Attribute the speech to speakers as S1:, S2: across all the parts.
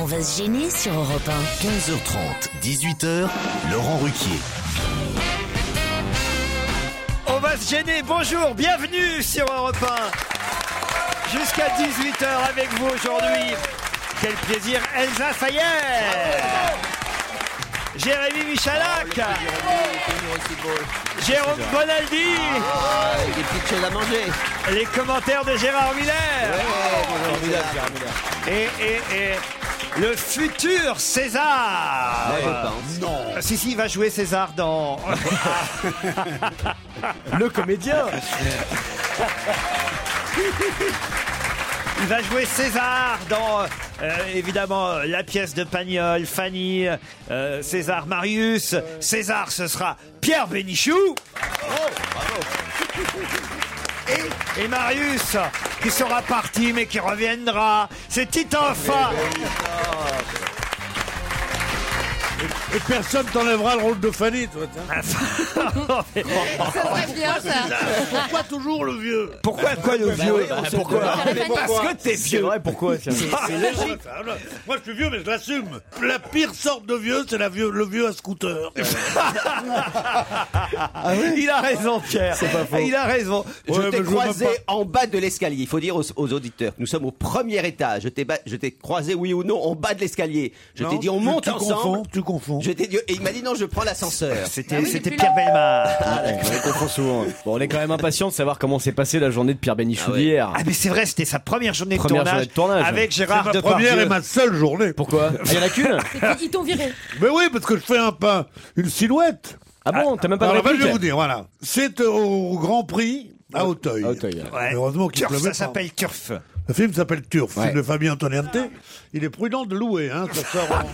S1: On va se gêner sur Europe
S2: 15h30, 18h, Laurent Ruquier.
S3: On va se gêner. Bonjour, bienvenue sur Europe 1. Jusqu'à 18h avec vous aujourd'hui. Quel plaisir, Elsa Fayer. Jérémy Michalak. Jérôme Bonaldi.
S4: Des petites choses à manger.
S3: Les commentaires de Gérard Miller. Et, et, et le futur César.
S4: Non.
S3: Ah, Si, si, il va jouer César dans.
S5: Le comédien
S3: Il va jouer César dans, euh, évidemment, euh, la pièce de Pagnol, Fanny, euh, César Marius. César, ce sera Pierre Bénichou. Et, et Marius, qui sera parti mais qui reviendra. C'est Titoff.
S4: Eh ben
S5: Et personne t'enlèvera le rôle de Fanny, toi. Pourquoi toujours le vieux
S3: Pourquoi quoi
S5: Bah
S3: le vieux Pourquoi Parce que t'es vieux. Ah,
S4: pourquoi
S5: Ah, Moi, je suis vieux, mais je l'assume. La pire sorte de vieux, c'est la vieux, le vieux à scooter. Ah
S3: Il a raison, Pierre. Il a raison.
S4: Je
S5: Ouais, mais
S4: t'ai
S5: je vois
S4: croisé
S5: pas.
S4: en bas de l'escalier. Il faut dire aux, aux auditeurs que nous sommes au premier étage. Je t'ai ba- je t'ai croisé, oui ou non, en bas de l'escalier. Je t'ai dit, on monte
S5: tu
S4: ensemble.
S5: Confonds, tu confonds. Bah,
S4: Je t'ai dit, et il m'a dit, non, je prends l'ascenseur.
S3: Euh, C'était
S5: Ah
S3: c'était Pierre Bellemare.
S6: On les comprend souvent. Bon, on est quand même impatient de savoir comment s'est passée la journée de Pierre Bénichou
S4: Ah ouais.
S6: d'hier.
S3: Ah mais c'est vrai, c'était sa première journée de,
S6: Première
S3: tournage
S6: journée de tournage.
S3: avec
S5: C'est
S3: Gérard
S5: ma première et
S3: Depardieu.
S5: ma seule journée.
S6: Pourquoi Il y en a qu'une
S7: Ils t'ont viré.
S5: Mais oui, parce que je fais un pain, une silhouette.
S6: Ah bon T'as même pas de
S5: Alors, ben, je vais
S6: réplique
S5: vous dire, voilà. C'est euh, au Grand Prix à Auteuil.
S6: À Auteuil, ouais.
S3: Ouais.
S5: Heureusement qu'il
S3: Turf,
S5: pleuvait
S3: ça
S5: pas.
S3: s'appelle Turf.
S5: Le film s'appelle Turf,
S6: Ouais.
S5: film de Fabien Antoniente. Il est prudent de louer, hein, ça sort en-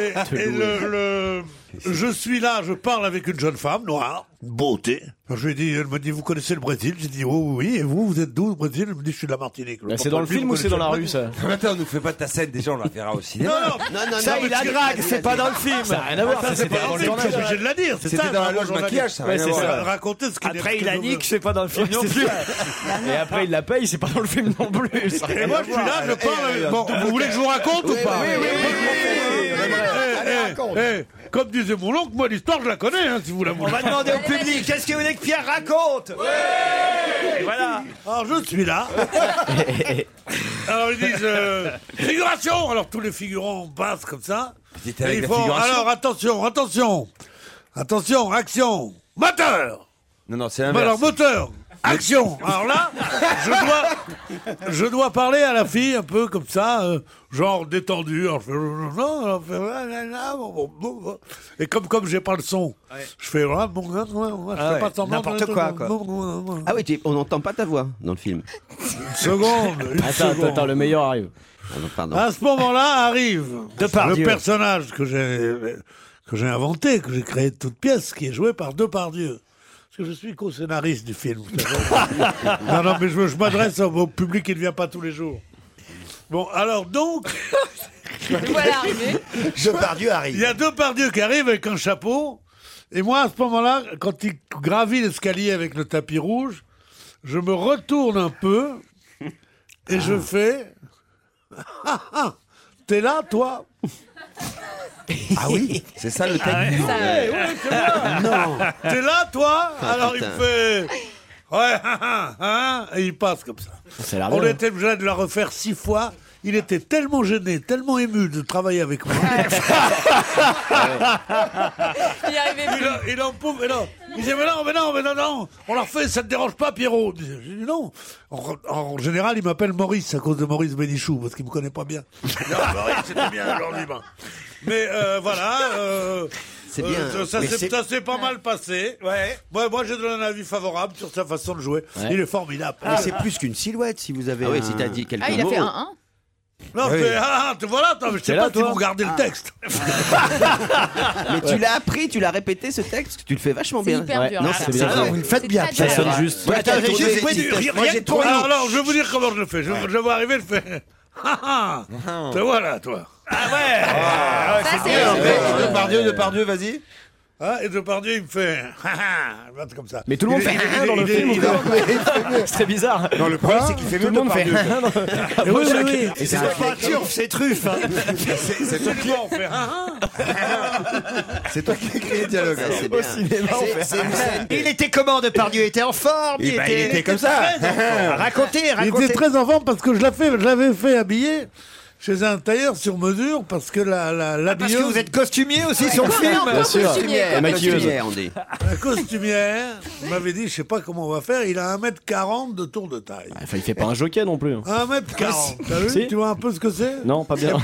S5: Et, et le, le- je suis là, je parle avec une jeune femme noire, une beauté. Je lui ai dit, elle me dit, vous connaissez le Brésil J'ai dit, oh oui, et vous, vous êtes d'où, le Brésil Elle me dit, je suis de la Martinique.
S6: Bah, C'est dans le
S5: Pourquoi
S6: film
S5: vous
S6: ou c'est dans la rue
S5: connaissez
S6: ça
S8: Attends, nous fais pas ta scène, déjà on la verra au
S5: le
S8: cinéma.
S5: Brésil Non, non,
S4: Non, non,
S3: Ça
S4: non,
S3: il
S4: mais
S3: a
S4: tu-
S3: drague, c'est pas dans le film.
S6: Ça n'a rien à voir, ça c'était avant
S5: non,
S6: le
S5: je suis
S6: tournage.
S5: obligé de la dire, c'est
S8: C'était
S5: ça.
S8: dans la
S5: moi,
S8: loge
S5: j'en ai-
S8: maquillage, ça. a
S6: Ouais,
S8: rien à
S6: c'est
S8: voir.
S6: ça.
S5: Racontez ce qu'il
S3: Après
S5: est-
S3: il a
S5: ce que-
S3: nique, c'est pas dans le film non
S6: C'est
S3: plus.
S6: ça. Et après il la paye, c'est pas dans le film non plus. Ça n'a rien
S5: Et
S6: à
S5: moi,
S6: voir.
S5: je suis là, je parle. Bon, vous voulez que je vous raconte ou pas
S4: oui, oui,
S5: Eh, eh, eh, Comme disait mon oncle, moi, l'histoire, je la connais, hein, si vous la
S3: On
S5: voulez.
S3: va demander au public, qu'est-ce que vous voulez que Pierre raconte Et Voilà.
S5: Alors je suis là. alors ils disent euh, figuration. Alors tous les figurants passent comme ça.
S8: Vous étiez avec
S5: Et ils
S8: la
S5: font,
S8: figuration
S5: alors attention, attention, attention, action, moteur.
S8: Non, non, c'est
S5: Bah, alors
S8: l'inverse.
S5: moteur, action. Alors là, je dois, je dois parler à la fille un peu comme ça, euh, genre détendu. Alors, je fais, non, non, alors, je fais, ah, là, là, bon, bon, bon, bon. Et comme comme j'ai pas le son, je fais ah, bon, ah, ah, je fais
S3: ouais,
S5: pas semblant.
S3: n'importe quoi, quoi.
S5: Bon, bon, bon.
S4: Ah oui, tu- on n'entend pas ta voix dans le film.
S5: Une seconde. Une
S6: Attends,
S5: seconde.
S6: attends, attends, le meilleur arrive.
S4: Ah non, pardon.
S5: À ce moment-là arrive
S3: Depardieu.
S5: le personnage que j'ai que j'ai inventé, que j'ai créé de toute pièce, qui est joué par Depardieu. Parce que je suis co-scénariste du film. vous savez. non, non, mais je, je m'adresse au, au public qui ne vient pas tous les jours. Bon, alors donc,
S7: Voilà.
S5: Depardieu arrive. Il y a Depardieu qui arrive avec un chapeau. Et moi, à ce moment-là, quand il gravit l'escalier avec le tapis rouge, je me retourne un peu et je fais Ah, ah, T'es là, toi
S8: Ah oui C'est ça le
S5: Ah ouais. Ouais, ouais, c'est moi. T'es là, toi
S8: Ah,
S5: Alors
S8: putain.
S5: il me fait. Ouais, hein, hein, hein, et il passe comme ça.
S6: Ça a l'air
S5: On
S6: bien.
S5: était obligé de la refaire six fois. Il était tellement gêné, tellement ému de travailler avec moi.
S7: Il arrivait
S5: il, en- il en pouvait- mais non. Il disait, mais non, mais non, mais non, non, on la refait, ça te dérange pas, Pierrot. Je dis, non. En, en général, il m'appelle Maurice à cause de Maurice Bénichou, parce qu'il me connaît pas bien. Non, Maurice, c'était bien aujourd'hui, ben. Mais euh, voilà. euh,
S8: C'est
S5: euh,
S8: bien,
S5: ça- ça
S8: mais
S5: s'est-
S8: c'est-
S5: ça s'est pas mal passé. Ouais. moi, j'ai donné un avis favorable sur sa façon de jouer.
S8: Ouais.
S5: Il est formidable.
S8: Mais c'est plus qu'une silhouette si vous avez.
S5: Ah oui,
S8: un-
S5: si t'as dit quelques
S7: Ah, il a fait un 1
S5: Non,
S8: Oui.
S5: mais ah, ah, te voilà, attends, mais je sais
S4: T'es là,
S5: pas si
S4: toi
S5: vous gardez
S8: Ah.
S5: le texte.
S4: Mais tu l'as appris, tu l'as répété ce texte, tu le fais vachement
S5: C'est
S4: bien.
S5: hyper dur.
S4: Non,
S5: Ah,
S4: c'est
S5: c'est
S4: bien.
S5: bien.
S4: fait.
S5: Vous le faites C'est bien, très Pierre. dur.
S4: sonne juste.
S5: Ouais, attends,
S4: Ouais,
S5: j'ai
S4: tourné
S5: juste
S4: des
S5: pas
S4: petits
S5: dit-
S4: textes.
S5: rien-
S4: Moi,
S5: rien
S4: j'ai
S5: de
S4: tourné.
S5: trop. Alors, alors, je vais vous dire comment je le fais. Je, je vais arriver, je fais. Ah ah Te voilà, toi. Ah ouais
S7: Ça,
S5: c'est
S7: bien.
S5: bien. Depardieu, Depardieu, vas-y. Ah, et Depardieu, il me fait. Ah ah Il va comme ça.
S6: Mais tout le monde
S5: Il est-
S6: fait
S5: il est-
S6: un dans
S5: il
S6: le
S5: est-
S6: film. ou
S5: il
S6: quoi
S5: est-
S6: C'est très bizarre.
S8: Non, le problème,
S6: Hein
S8: c'est qu'il fait
S6: Tout
S8: mieux
S6: le monde fait
S8: Depardieu.
S6: un dans-
S8: Ah oui,
S6: Moi,
S8: oui,
S6: je-
S8: oui.
S6: Et c'est
S8: C'est
S6: vrai
S8: un
S6: qu'il y a-
S8: peinture, c'est
S6: truffe. hein.
S8: C'est- c'est toi qui-
S5: Absolument, on fait. Ah, ah
S8: C'est toi qui écris les dialogues.
S3: Ça, c'est
S8: hein.
S3: bien.
S8: Au cinéma, on fait-
S3: C'est- c'est- Il était comment Depardieu Il était en forme
S8: Eh ben, il était comme ça.
S3: très en forme. Ah, Racontez,
S5: Il
S3: racontez.
S5: était très enfant parce que je l'ai fait- je l'avais fait, habiller chez un tailleur sur mesure parce que la, Ah, la, la
S3: Ah, Parce que vous êtes costumier aussi sur le
S5: Ouais,
S3: film
S5: non, Bien pas sûr. costumier,
S3: La
S5: pas
S3: maquilleuse.
S5: costumier, on dit. La costumière m'avait dit, je sais pas comment on va faire, il a 1m40 de tour de taille.
S6: Enfin, il fait pas un jockey non plus.
S5: Ah,
S3: Ah,
S5: 1m40, t'as vu
S6: Si.
S5: Tu vois un peu ce que c'est
S6: Non, pas bien.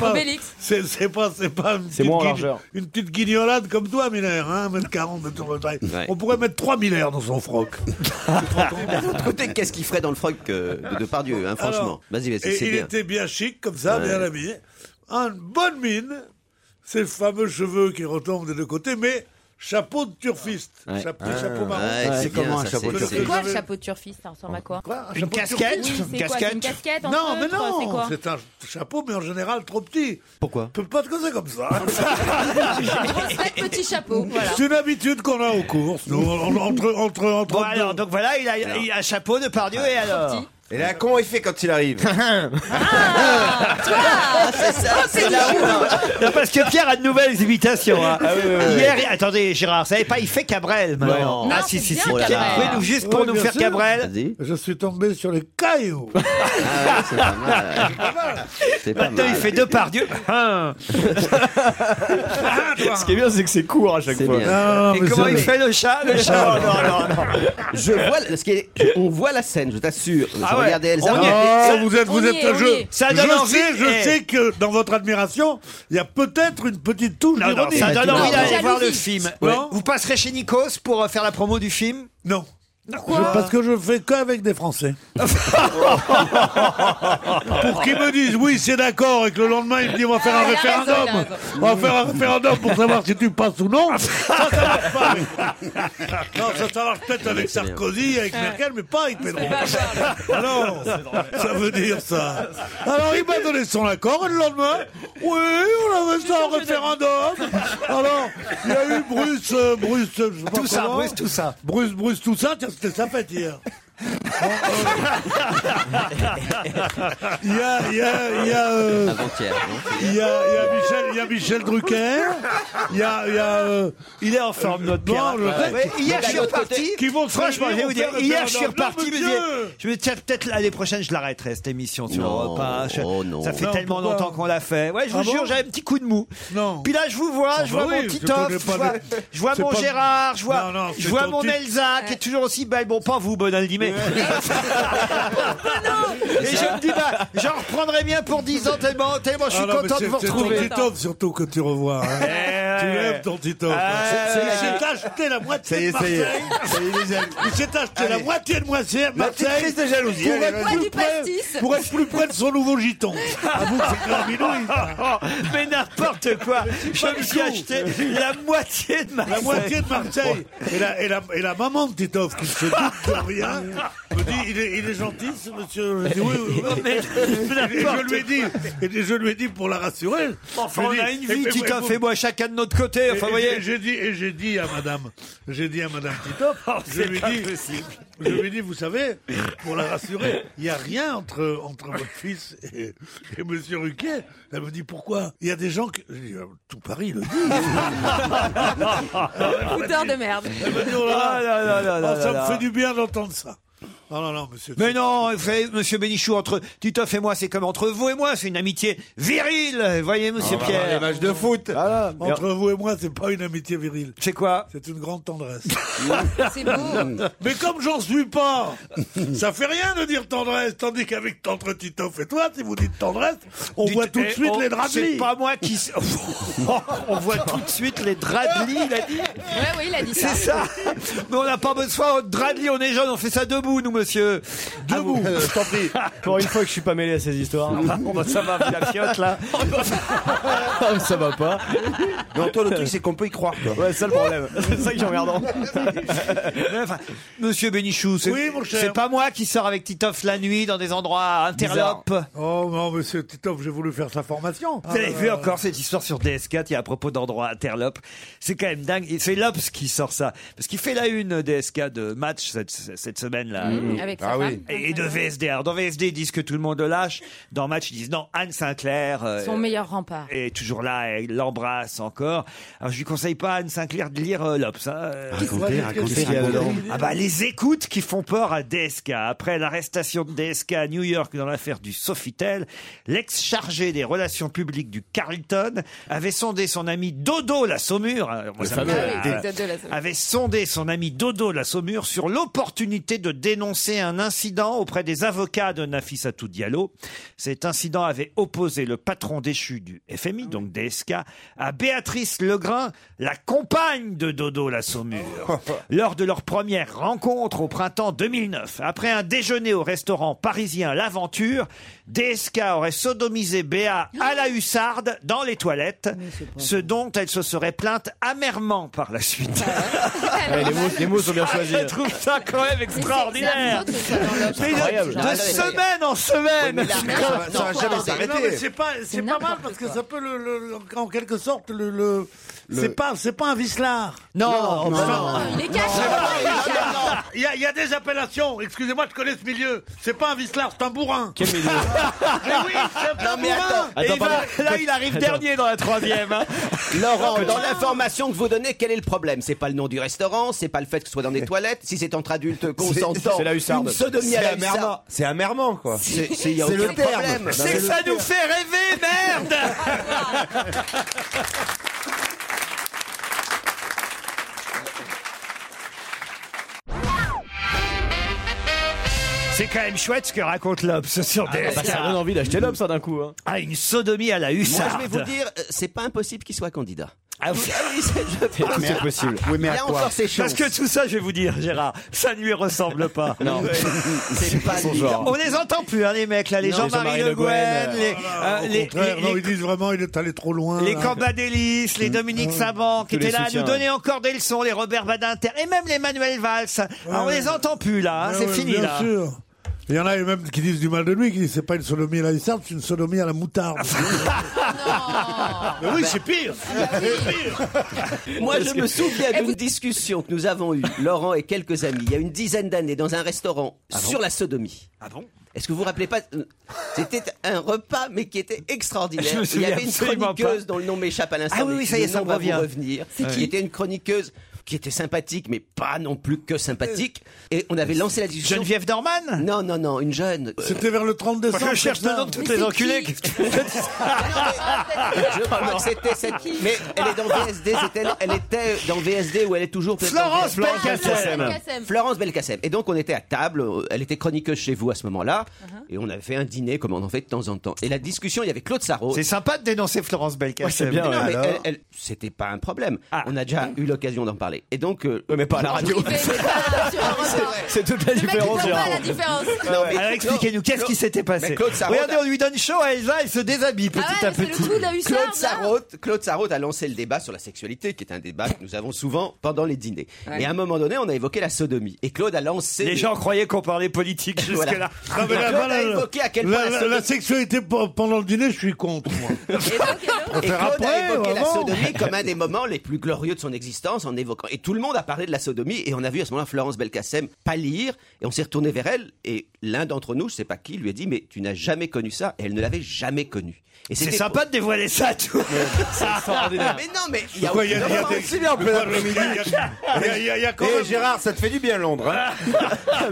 S5: C'est C'est c'est pas, c'est pas une
S6: C'est
S5: petite
S6: moi en
S5: guign-
S6: largeur.
S5: Une petite guignolade comme toi, Miller, hein, 1m40 de tour de taille. On pourrait mettre 3 Miller dans son froc.
S4: D'un autre côté, qu'est-ce qu'il ferait dans le froc euh, de Depardieu, hein, franchement
S5: Alors,
S4: Vas-y, vas-y,
S5: et
S4: c'est
S5: il
S4: bien.
S5: était bien chic, comme ça,
S4: Ouais.
S5: bien habillé. Une bonne mine, ces fameux cheveux qui retombent des deux côtés, mais chapeau de turfiste.
S4: Ouais.
S5: Chapeau,
S4: Ah,
S5: chapeau marron.
S4: ouais, c'est bien, ça, c'est-
S5: Que-
S7: C'est
S5: que
S7: quoi le
S5: j'avais-
S7: chapeau de turfiste Ça ressemble à quoi,
S5: Un chapeau de turfiste.
S7: Oui, c'est quoi C'est une casquette en
S5: Non, mais
S7: feutre, C'est
S5: non
S7: quoi
S5: C'est un chapeau, mais en général trop petit.
S4: Pourquoi
S5: peut pas te causer comme ça.
S7: Un petit chapeau, voilà.
S5: C'est une habitude qu'on a aux courses, nous, en- entre, entre, entre
S3: Bon alors, donc voilà, il a, il a un chapeau Depardieu et alors Ah,
S8: Et là, comment il fait quand il arrive
S3: C'est la roue. Non, parce que Pierre a de nouvelles imitations. hein. Hier, il- attendez, Gérard, ça savez pas, il fait Cabrel maintenant.
S5: Non.
S3: ah,
S5: Non,
S3: si,
S5: c'est
S3: si, si.
S5: bien,
S3: Pierre,
S5: Cabrel.
S3: vous pouvez nous juste pour
S5: Ouais,
S3: nous
S5: bien
S3: faire
S5: sûr.
S3: Cabrel
S5: Je suis tombé sur les cailloux.
S4: Ah, c'est pas mal. C'est pas
S5: Ah,
S3: Maintenant, il
S5: bah,
S4: mal.
S3: fait Depardieu. Hein.
S6: Ce qui est bien, c'est que c'est court à chaque fois.
S5: Ah,
S3: Et comment il fait le chat Le chat, oh, non, non, non.
S4: Je vois, la- ce qui est- je- on voit la scène, je t'assure. Je
S3: Ah ouais,
S4: regardais Elsa.
S3: on y est.
S5: Ah,
S3: Ça-
S5: vous êtes,
S3: on
S5: vous
S3: y
S5: êtes
S3: est, on y
S5: je,
S3: est. Ça donne
S5: je
S3: envie,
S5: Sais, je
S3: eh.
S5: sais que dans votre admiration, il y a peut-être une petite touche
S3: Non, non,
S5: d'ironie.
S3: ça donne envie d'aller voir le
S5: Jalousie.
S3: film.
S5: Ouais.
S3: Vous passerez chez Nikos pour euh, faire la promo du film
S5: Non.
S3: Pourquoi
S5: Je- parce que je fais qu'avec des Français.
S3: Ah,
S5: pour qu'ils me disent oui, c'est d'accord, et que le lendemain ils me disent on va faire un
S7: Il a raison, il a
S5: référendum.
S7: raison.
S5: On va faire un référendum pour savoir si tu passes ou non. Ça, ça marche pas. oui. Non, ça, ça marche peut-être avec Sarkozy, avec Merkel, mais
S9: Ah,
S5: pas avec Pedro. Non, ça veut dire ça. Alors il m'a donné son accord, et le lendemain, oui, on avait ça en référendum. Alors, il y a eu Bruce, euh, Bruce, je sais pas
S3: Tout ça,
S5: comment.
S3: Bruce, tout ça.
S5: Bruce, Bruce, tout ça, tiens, c'était sa fête hier. Hein, euh, Il y a, il y a, il y a, euh,
S4: Ah. Avant-hier, non
S5: il y a, il y a Michel, il y a Michel Drucker. Il y a, il y a, euh,
S3: Il est en forme, notre Pierre.
S5: non, je sais.
S3: Ouais, hier, je suis reparti.
S5: qui vont
S3: Franchement, je vais vous dire, hier, je suis reparti.
S5: mais
S3: Je me disais, je me disais, tiens, peut-être l'année prochaine, je l'arrêterai cette émission sur
S4: Non,
S3: Europe 1. Je-
S4: oh non.
S3: Ça fait
S5: Non,
S3: tellement
S5: pourquoi
S3: longtemps qu'on l'a fait. Ouais, je
S5: Ah
S3: vous
S5: bon
S3: jure, j'avais un petit coup de mou.
S5: Non.
S3: Puis là, je vous vois, je
S5: Ah
S3: vois
S5: bah
S3: mon
S5: oui,
S3: petit
S5: je
S3: Toff,
S5: connais
S3: je
S5: pas
S3: vois,
S5: le-
S3: je vois
S5: c'est
S3: mon
S5: pas-
S3: Gérard, je vois,
S5: Non, non,
S3: je
S5: c'est
S3: vois
S5: ton
S3: mon
S5: type.
S3: Elsa qui est toujours aussi belle. Bon, pas vous, Bonaldi, mais. Et je me dis, bah, j'en reprendrai bien pour 10 ans tellement, tellement je suis
S5: Ah non, mais
S3: content de
S5: c'est-
S3: vous
S5: c'est ton
S3: retrouver.
S5: petit homme surtout que tu revois. hein.
S3: Eh,
S5: Tu lèves ton petit homme.
S3: Ah,
S5: Il
S3: ouais.
S5: s'est acheté la
S3: Ça y
S5: moitié
S3: est,
S5: de
S3: ça y est.
S5: Marseille.
S3: Ça y est, il les aime.
S5: Il s'est acheté la
S3: Allez.
S5: moitié de Marseille.
S3: La petite
S5: Marseille,
S3: crise de jalousie.
S5: Pour
S3: Allez, vas-y.
S5: être, plus
S3: Bois du
S5: près,
S3: pastis.
S5: pour être plus près de son nouveau giton. Oh, Ah bon, c'est graminouille.
S3: Mais n'importe quoi. Je me suis acheté la moitié de Marseille.
S5: La moitié de Marseille. Et la, et la, et la maman de Titoff qui se doute de
S3: Ah.
S5: rien me dit il est, il est gentil ce monsieur. Je dis oui, oui, oui.
S3: Mais
S5: Et je lui ai dit, et je lui ai dit pour la rassurer.
S3: Enfin,
S5: je
S3: on
S5: lui ai
S3: a
S5: dit,
S3: une vie,
S5: et- et-
S3: Titoff
S5: et-
S3: et moi, chacun de notre côté. Enfin, vous
S5: et-
S3: voyez.
S5: et j'ai dit et j'ai dit à madame, j'ai dit à madame Titoff, je
S3: Oh, c'est
S5: lui
S3: pas
S5: dis je lui dis vous savez, pour la rassurer, il y a rien entre entre votre fils et, et monsieur Ruquet. Elle me dit pourquoi Il y a des gens que je dis, euh, tout Paris le dit.
S7: Fouteur de merde.
S5: Elle me dit, oh là là,
S3: Ah, là, là, là,
S5: oh, ça
S3: là, là.
S5: me fait du bien d'entendre ça. Oh là là, monsieur.
S3: Mais non, vous savez, monsieur Bénichou, entre Titoff et moi, c'est comme entre vous et moi, c'est une amitié virile, vous voyez, monsieur
S5: Ah,
S3: Pierre. Ah,
S5: de foot. Entre vous et moi, c'est pas une amitié virile.
S3: C'est quoi
S5: C'est une grande tendresse.
S3: C'est beau.
S5: Mais comme j'en suis pas, ça fait rien de dire tendresse. Tandis qu'avec entre Titoff et toi, si vous dites tendresse, on
S3: Dites-
S5: voit tout de
S3: eh,
S5: suite
S3: on-
S5: les draps de
S3: C'est
S5: lit.
S3: pas moi qui. s- Oh, on voit tout de suite les draps de lit, il a dit.
S7: Ouais, oui, il a dit ça.
S3: C'est ça. Mais on n'a pas besoin de draps de lit, on est jeunes, on fait ça debout, nous, monsieur. Debout. Je t'en prie.
S6: Pour une fois que je suis pas mêlé à ces histoires.
S3: Bon, bah, ça va, vous, la fiotte, là.
S6: Ah, mais ça va pas.
S8: Non, toi, le truc, c'est qu'on peut y croire, toi.
S6: Ouais, ça le problème. C'est ça que j'ai regardant.
S3: Mais enfin, monsieur Bénichou, c'est
S5: Oui, mon cher.
S3: c'est pas moi qui sors avec Titoff la nuit dans des endroits interlopes.
S5: Oh non, monsieur Titoff, j'ai voulu faire sa formation.
S3: Vous avez vu encore cette histoire sur DS4 et à propos d'endroits interlopes. C'est quand même dingue. Et c'est Lops qui sort ça. Parce qu'il fait la une DS4 de match cette, cette semaine-là.
S7: Mmh. Avec sa Ah femme. oui.
S3: Et, et de VSD. Alors dans VSD, ils disent que tout le monde le lâche. Dans match, ils disent non, Anne Sinclair. euh,
S7: Son meilleur rempart.
S3: est toujours là, elle l'embrasse encore. Alors je lui conseille pas à Anne Sinclair de lire euh, Lops. hein. Euh,
S8: Racontez, racontez, racontez.
S3: ah bah les écoutes qui font peur à DSK. Après l'arrestation de DSK à New York dans l'affaire du Sofitel, l'ex-chargé des relations publiques du Carlton avait sondé son ami Dodo la Saumure. Alors, moi,
S6: Le
S3: ça me
S6: fameux,
S3: fait-
S6: Ah oui,
S3: Ah,
S7: Dodo La Saumure.
S3: avait sondé son ami Dodo la Saumure sur l'opportunité de dénoncer un incident auprès des avocats de Nafissatou Diallo. Cet incident avait opposé le patron déchu du FMI, donc DSK, à Béatrice Legrain, la compagne de Dodo la Saumure, lors de leur première rencontre au printemps 2009. Après un déjeuner au restaurant parisien L'Aventure, DSK aurait sodomisé Béa à la hussarde dans les toilettes, ce dont elle se serait plainte amèrement par la suite. Ah,
S6: Ouais, Eh, les, mots, les mots sont bien choisis.
S3: Je trouve ça quand même extraordinaire.
S7: Mais c'est absurde,
S3: Mais
S7: ce genre
S3: de,
S7: de-
S3: de semaine en semaine.
S8: Ouais, mais la merde, ça va jamais s'arrêter.
S5: Non, mais c'est pas,
S7: C'est
S5: c'est pas mal
S7: n'importe
S5: parce que
S7: quoi.
S5: ça peut le, le- le- en quelque sorte le, le- c'est pas, c'est pas un vislard.
S3: Non, non,
S7: Non, il est caché. il est caché.
S5: Il y, a- il y a des appellations. Excusez-moi, je connais ce milieu. C'est pas un vislard, c'est un bourrin.
S6: Quel milieu
S5: Mais oui, c'est un
S4: Non, mais
S5: bourrin.
S4: attends.
S3: Et
S6: Attends,
S3: il va-
S6: pardon.
S3: là, il arrive dernier dans la troisième. hein.
S4: Laurent, dans l'information que vous donnez, quel est le problème C'est pas le nom du restaurant, c'est pas le fait que ce soit dans des toilettes, si c'est entre adultes consentants,
S6: c'est la hussarde.
S4: une sodomie à la hussarde.
S8: C'est amèrement, quoi.
S4: C'est c'est- y a
S8: C'est le
S4: aucun
S8: terme.
S4: problème.
S3: C'est que ça nous fait rêver, merde C'est quand même chouette ce que raconte Lobs sur des
S6: Bah, ça donne envie d'acheter l'homme, ça, d'un coup. Hein.
S3: Ah, une sodomie à la
S4: Moi, je
S3: hussarde
S4: vais vous dire, euh, c'est pas impossible qu'il soit candidat.
S3: Ah oui.
S4: Ah oui, c'est- je
S6: Tout
S4: pense.
S6: est possible.
S8: Oui, mais à
S4: Il a
S8: quoi
S4: encore ses
S3: Parce
S4: chances.
S3: que tout ça, je vais vous dire, Gérard, ça ne lui ressemble pas.
S4: Non, c'est pas
S6: son
S4: lui.
S6: genre.
S3: On les entend plus, hein, les mecs, là, les
S6: Non,
S3: Jean-Marie
S6: Jean-Marie
S3: Le
S6: Le Guen,
S3: Guen,
S6: euh,
S3: les, euh,
S5: oh Au
S3: les,
S5: contraire,
S3: les-
S5: non,
S3: les-
S5: ils disent vraiment, il est Mmh. allé trop loin.
S3: les
S5: là.
S3: Cambadélis, les Dominique Saban, qui
S6: Tous les
S3: étaient là à
S6: soutiens,
S3: nous donner encore des leçons, les Robert Badinter, et même les Manuel Valls. Alors, on les entend plus, là, hein,
S5: Ah
S3: c'est
S5: ouais,
S3: fini,
S5: bien
S3: là.
S5: sûr. Il y en a même qui disent du mal de lui, qui disent c'est pas une sodomie à la hussarde, c'est une sodomie à la moutarde.
S4: Ah,
S3: Ah,
S5: Mais
S4: bah.
S5: oui, c'est pire.
S4: Moi, je me
S3: Eh,
S9: Eh,
S4: souviens d'une discussion que nous avons eue, Laurent et quelques amis, il y a une dizaine d'années, dans un restaurant sur la sodomie.
S3: Ah bon
S4: Est-ce que vous vous rappelez pas euh, C'était un repas, mais qui était
S3: Je me
S4: extraordinaire. Il
S3: souviens
S4: y avait une
S3: absolument
S4: chroniqueuse dont le nom m'échappe à l'instant.
S3: Ah oui,
S4: mais
S3: oui, ça y
S4: le
S3: est, ça
S4: nom
S3: me
S4: va
S3: revient.
S4: vous revenir.
S3: C'est
S4: qui
S3: qui
S4: était une chroniqueuse qui était sympathique, mais pas non plus que sympathique. Et on avait lancé la discussion. Euh, Geneviève
S3: Norman
S4: Non, non, non, une jeune. euh,
S5: C'était vers le 30 décembre.
S4: Je cherche le nom de toutes les enculées. Je crois que c'était cette. Mais elle est dans VSD, c'est elle, elle était dans VSD où elle est toujours. peut-être dans
S3: Florence
S4: VSD.
S3: Belkacem. Belkacem.
S4: Florence Belkacem. Et donc on était à table, euh, elle était chroniqueuse chez vous à ce moment-là,
S6: Uh-huh.
S4: et on avait fait un dîner comme on en fait de temps en temps. Et la discussion, il y avait Claude Sarraud.
S3: C'est sympa de dénoncer Florence Belkacem.
S4: Ouais, c'est bien, Mais non, mais elle- elle- c'était pas un problème. On a déjà eu l'occasion d'en parler. Et donc, euh, mais pas à la radio.
S6: C'est toute la différence.
S3: Alors expliquez-nous, qu'est-ce qui s'était passé Regardez, on lui donne chaud à Elsa, elle se déshabille
S6: Ah
S3: petit à petit.
S4: Claude Sarraute, Claude Sarraute a lancé le débat sur la sexualité, qui est un débat que nous avons souvent pendant les dîners.
S3: Ouais.
S4: Et à un moment donné, on a évoqué la sodomie. Et Claude a lancé.
S3: Les gens croyaient qu'on parlait politique jusque-là.
S5: Non, mais là,
S4: Claude
S5: voilà,
S4: a évoqué à quel
S5: la-
S4: point la
S5: la-
S4: sodomie-
S5: la sexualité pe- pendant le dîner, je suis contre, moi.
S4: Et Claude
S5: Préfère après,
S4: a évoqué
S5: ou
S4: la
S5: avant
S4: sodomie comme un des moments les plus glorieux de son existence en évoquant. Et tout le monde a parlé de la sodomie et on a vu à ce moment-là Florence Belkacem pâlir et on s'est retourné vers elle et l'un d'entre nous, je sais pas qui, lui a dit mais tu n'as jamais connu ça et elle ne l'avait jamais connu. Et
S3: C'est
S4: c'était-
S3: sympa de dévoiler ça à tout.
S4: Mais non mais il y a
S8: Pourquoi
S4: aucune-
S8: il y a- il y a des- C'est bien, on peut
S4: Mais-
S8: l'appeler midi.
S5: Il y a- il y a- il y a quand
S8: Eh,
S5: même-
S8: Gérard, ça te fait du bien Londres. hein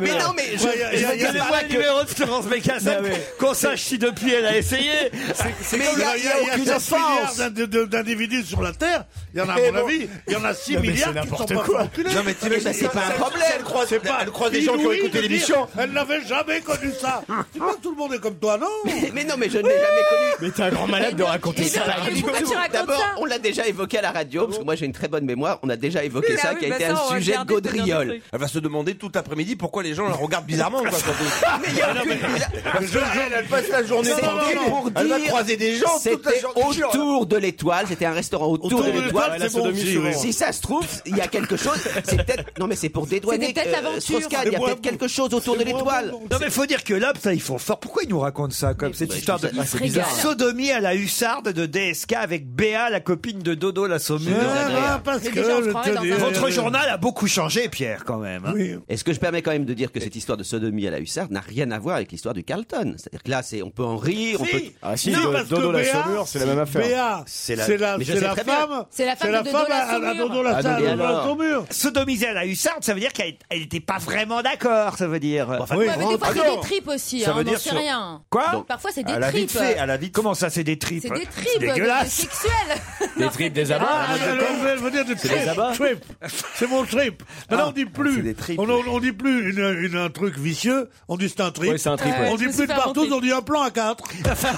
S4: Mais non mais je
S8: Ouais, il y a- il y a- il y a-
S3: Donnez-moi le numéro de Florence Belkacem, qu'on sache si depuis elle a essayé.
S5: C'est comme il y a, il y a, il y a 7 milliards d'ind- de- d'individus sur la Terre. Il y en a, à
S8: Eh
S5: mon
S8: bon.
S5: avis, il y en a 6
S8: Non, mais
S5: milliards
S8: c'est
S5: qui ne sont
S8: n'importe
S5: pas
S8: quoi.
S5: enculés.
S8: Non, mais t'imagines,
S5: Eh ben,
S8: c'est pas un problème.
S5: Elle croise,
S8: C'est pas- elle croise des gens qui ont
S5: inouïe
S8: écouté
S5: de dire,
S8: l'émission.
S5: Elle n'avait jamais connu ça. C'est pas que tout le monde est comme toi, non
S4: Mais non, mais je ne l'ai jamais connu.
S6: Mais t'es un grand malade de raconter ça à la radio.
S4: D'abord, on l'a déjà évoqué à la radio, parce que moi j'ai une très bonne mémoire. Ah, On a déjà évoqué
S8: Oui,
S4: ça,
S8: bah
S4: qui a
S8: oui,
S4: été
S8: bah ça, on
S4: un
S8: va
S4: sujet de
S8: regarder dans notre
S4: gaudriole.
S8: truc. Elle va se demander tout l'après-midi pourquoi les gens la regardent bizarrement. Quoi,
S4: mais il y a aucune bizarre-
S8: elle, elle passe la journée
S4: C'était
S8: tranquille.
S4: pour
S8: Elle va
S4: dire-
S8: croiser des gens toute la
S4: C'était
S8: journée.
S4: autour de l'étoile, c'était un restaurant autour,
S8: Autour
S4: de
S8: de l'étoile,
S4: l'étoile.
S8: c'est bon aussi, ouais.
S4: si ça se trouve, il y a quelque chose. C'est peut-être. Non, mais c'est pour dédouaner.
S3: C'était peut-être
S4: euh,
S3: l'aventure.
S4: Strauss-Kahn, Il y
S3: C'est
S4: a
S3: moins
S4: peut-être quelque chose autour de l'étoile.
S3: Non mais faut dire que là, ça, ils font fort. Pourquoi ils nous racontent ça comme cette histoire de
S4: trouve ça- ah, c'est Ils se bizarre. régalent.
S3: sodomie à la hussarde de DSK avec Béa, la copine de Dodo la saumure.
S5: Ah, parce que je te dis-
S3: Votre journal a beaucoup changé, Pierre, quand même. hein.
S4: Est-ce que je permets quand même de dire que cette histoire de sodomie à la hussarde n'a rien à voir avec l'histoire du Carlton C'est-à-dire que là, c'est on peut en rire, on peut.
S6: Ah si, Do-
S5: parce que
S6: Dodo la
S5: Béa-
S6: saumure, c'est la même affaire.
S5: Béa, c'est la, c'est la,
S6: Mais je sais très bien.
S5: femme.
S7: C'est la femme de Dodo la
S5: à, à
S7: saumure.
S5: Dodo la
S6: Ah, donc,
S5: salle,
S6: et
S5: Dodo la
S6: alors
S5: saumure.
S3: Sodomiser à la hussarde, ça veut dire qu'elle n'était pas vraiment d'accord, ça veut dire.
S5: Enfin, Ah
S7: Ouais, mais des fois, c'est des tripes aussi,
S3: Ça
S7: hein,
S3: veut
S7: on n'en
S3: dire
S7: sait
S3: sur-
S7: rien.
S3: Quoi
S7: Donc, Parfois, c'est des
S3: Elle a
S7: tripes.
S3: elle a vite. Comment ça, c'est des tripes
S7: C'est des
S3: C'est
S7: tripes euh,
S3: dégueulasse.
S7: sexuelles.
S6: Des tripes, des
S5: Ah,
S6: abats.
S5: elle, elle- elle veut dire des
S6: des
S5: trip,
S6: abats
S5: trip. C'est mon trip. Maintenant, on dit plus. On, on dit plus une, une- un truc vicieux. On dit c'est un trip.
S6: Ouais, c'est un trip,
S5: On
S6: ouais.
S7: Je
S5: dit
S7: me
S5: plus
S7: suis
S5: de
S7: fait
S5: partout,
S7: inventer.
S5: on dit un plan à quatre.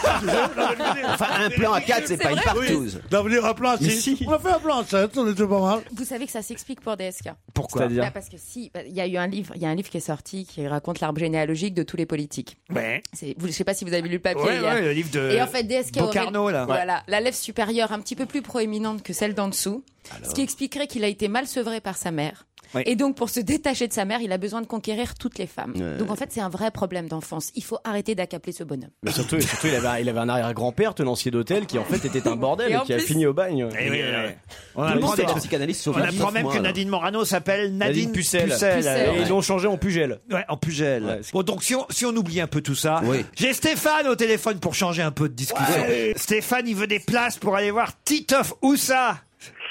S4: Enfin, Ah, un plan à 4, c'est
S7: C'est
S4: pas une
S7: vrai
S4: partouze.
S5: Non, on dit un plan à six. On a fait un plan à sept. On était pas mal.
S7: Vous savez que ça s'explique pour DSK.
S3: Pourquoi
S7: Bah,
S6: C'est-à-dire
S7: parce que si, bah, il y a eu un livre, il y a un livre qui est sorti qui raconte l'arbre généalogique de tous les politiques.
S3: Ouais.
S7: C'est- vous- Je sais pas si vous avez lu le papier.
S3: Ouais,
S7: hier.
S3: ouais, le livre de
S7: Et en fait, DSK aurait-
S3: Bocarno, là.
S7: Voilà, la lèvre supérieure un petit peu plus proéminente que celle d'en dessous, ce qui expliquerait qu'il a été mal sevré par sa mère.
S3: Ouais.
S7: Et donc, pour se détacher de sa mère, il a besoin de conquérir toutes les femmes.
S6: Ouais.
S7: Donc, en fait, c'est un vrai problème d'enfance. Il faut arrêter d'accapler ce bonhomme.
S6: mais surtout, surtout il, avait, il avait un arrière-grand-père tenancier d'hôtel qui en fait était un bordel
S7: Et
S6: et,
S7: en
S6: qui a
S7: plus-
S6: fini au bagne. euh,
S3: Eh oui, ouais. On
S6: Tout le
S3: apprend,
S6: monde
S3: des-
S6: est
S4: Un psychanalyste
S3: on
S4: sauvage.
S3: apprend même que Nadine Morano s'appelle Nadine,
S6: Nadine Pucelle.
S7: Pucelle,
S6: Et
S7: ouais.
S6: ils l'ont changé en Pugel.
S3: Ouais, en Pugel.
S6: Ouais, c'est-
S3: bon, donc si on, si on oublie un peu tout ça,
S4: Oui.
S3: j'ai Stéphane au téléphone pour changer un peu de discussion. Stéphane, il veut des places pour aller voir Titoff. Où ça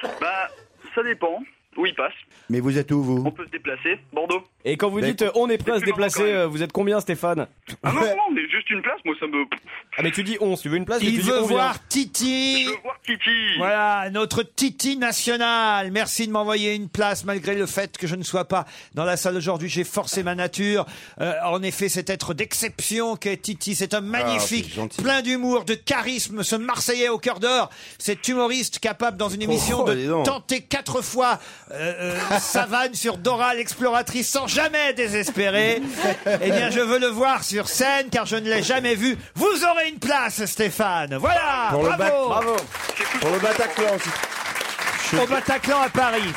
S10: Bah, ça dépend où il passe.
S8: Mais vous êtes où, vous
S10: On peut se déplacer. Bordeaux.
S6: Et quand vous dites euh, on est prêt à se
S10: plus longtemps
S6: déplacer,
S10: quand même.
S6: euh, vous êtes combien Stéphane
S10: Ah non, non, non, mais juste une place, moi ça me.
S6: Ah mais tu dis 11, tu veux une place mais
S3: Il
S6: tu dis
S3: veut
S6: on vient.
S3: voir Titi.
S10: Je veux voir Titi.
S3: Voilà, notre Titi national. Merci de m'envoyer une place malgré le fait que je ne sois pas dans la salle aujourd'hui. J'ai forcé ma nature. Euh, en effet, cet être d'exception qu'est Titi, c'est un magnifique,
S8: Ah, c'est gentil.
S3: plein d'humour, de charisme, ce Marseillais au cœur d'or, cet humoriste capable dans une émission
S8: Oh, dis
S3: de
S8: donc.
S3: tenter quatre fois euh, euh, sa vanne sur Dora l'exploratrice sans jamais désespérer. eh bien, je veux le voir sur scène car je ne l'ai jamais vu. Vous aurez une place, Stéphane. Voilà.
S8: Pour le bac-
S3: bravo.
S8: bravo. Pour le Bataclan aussi.
S3: Au Bataclan à Paris.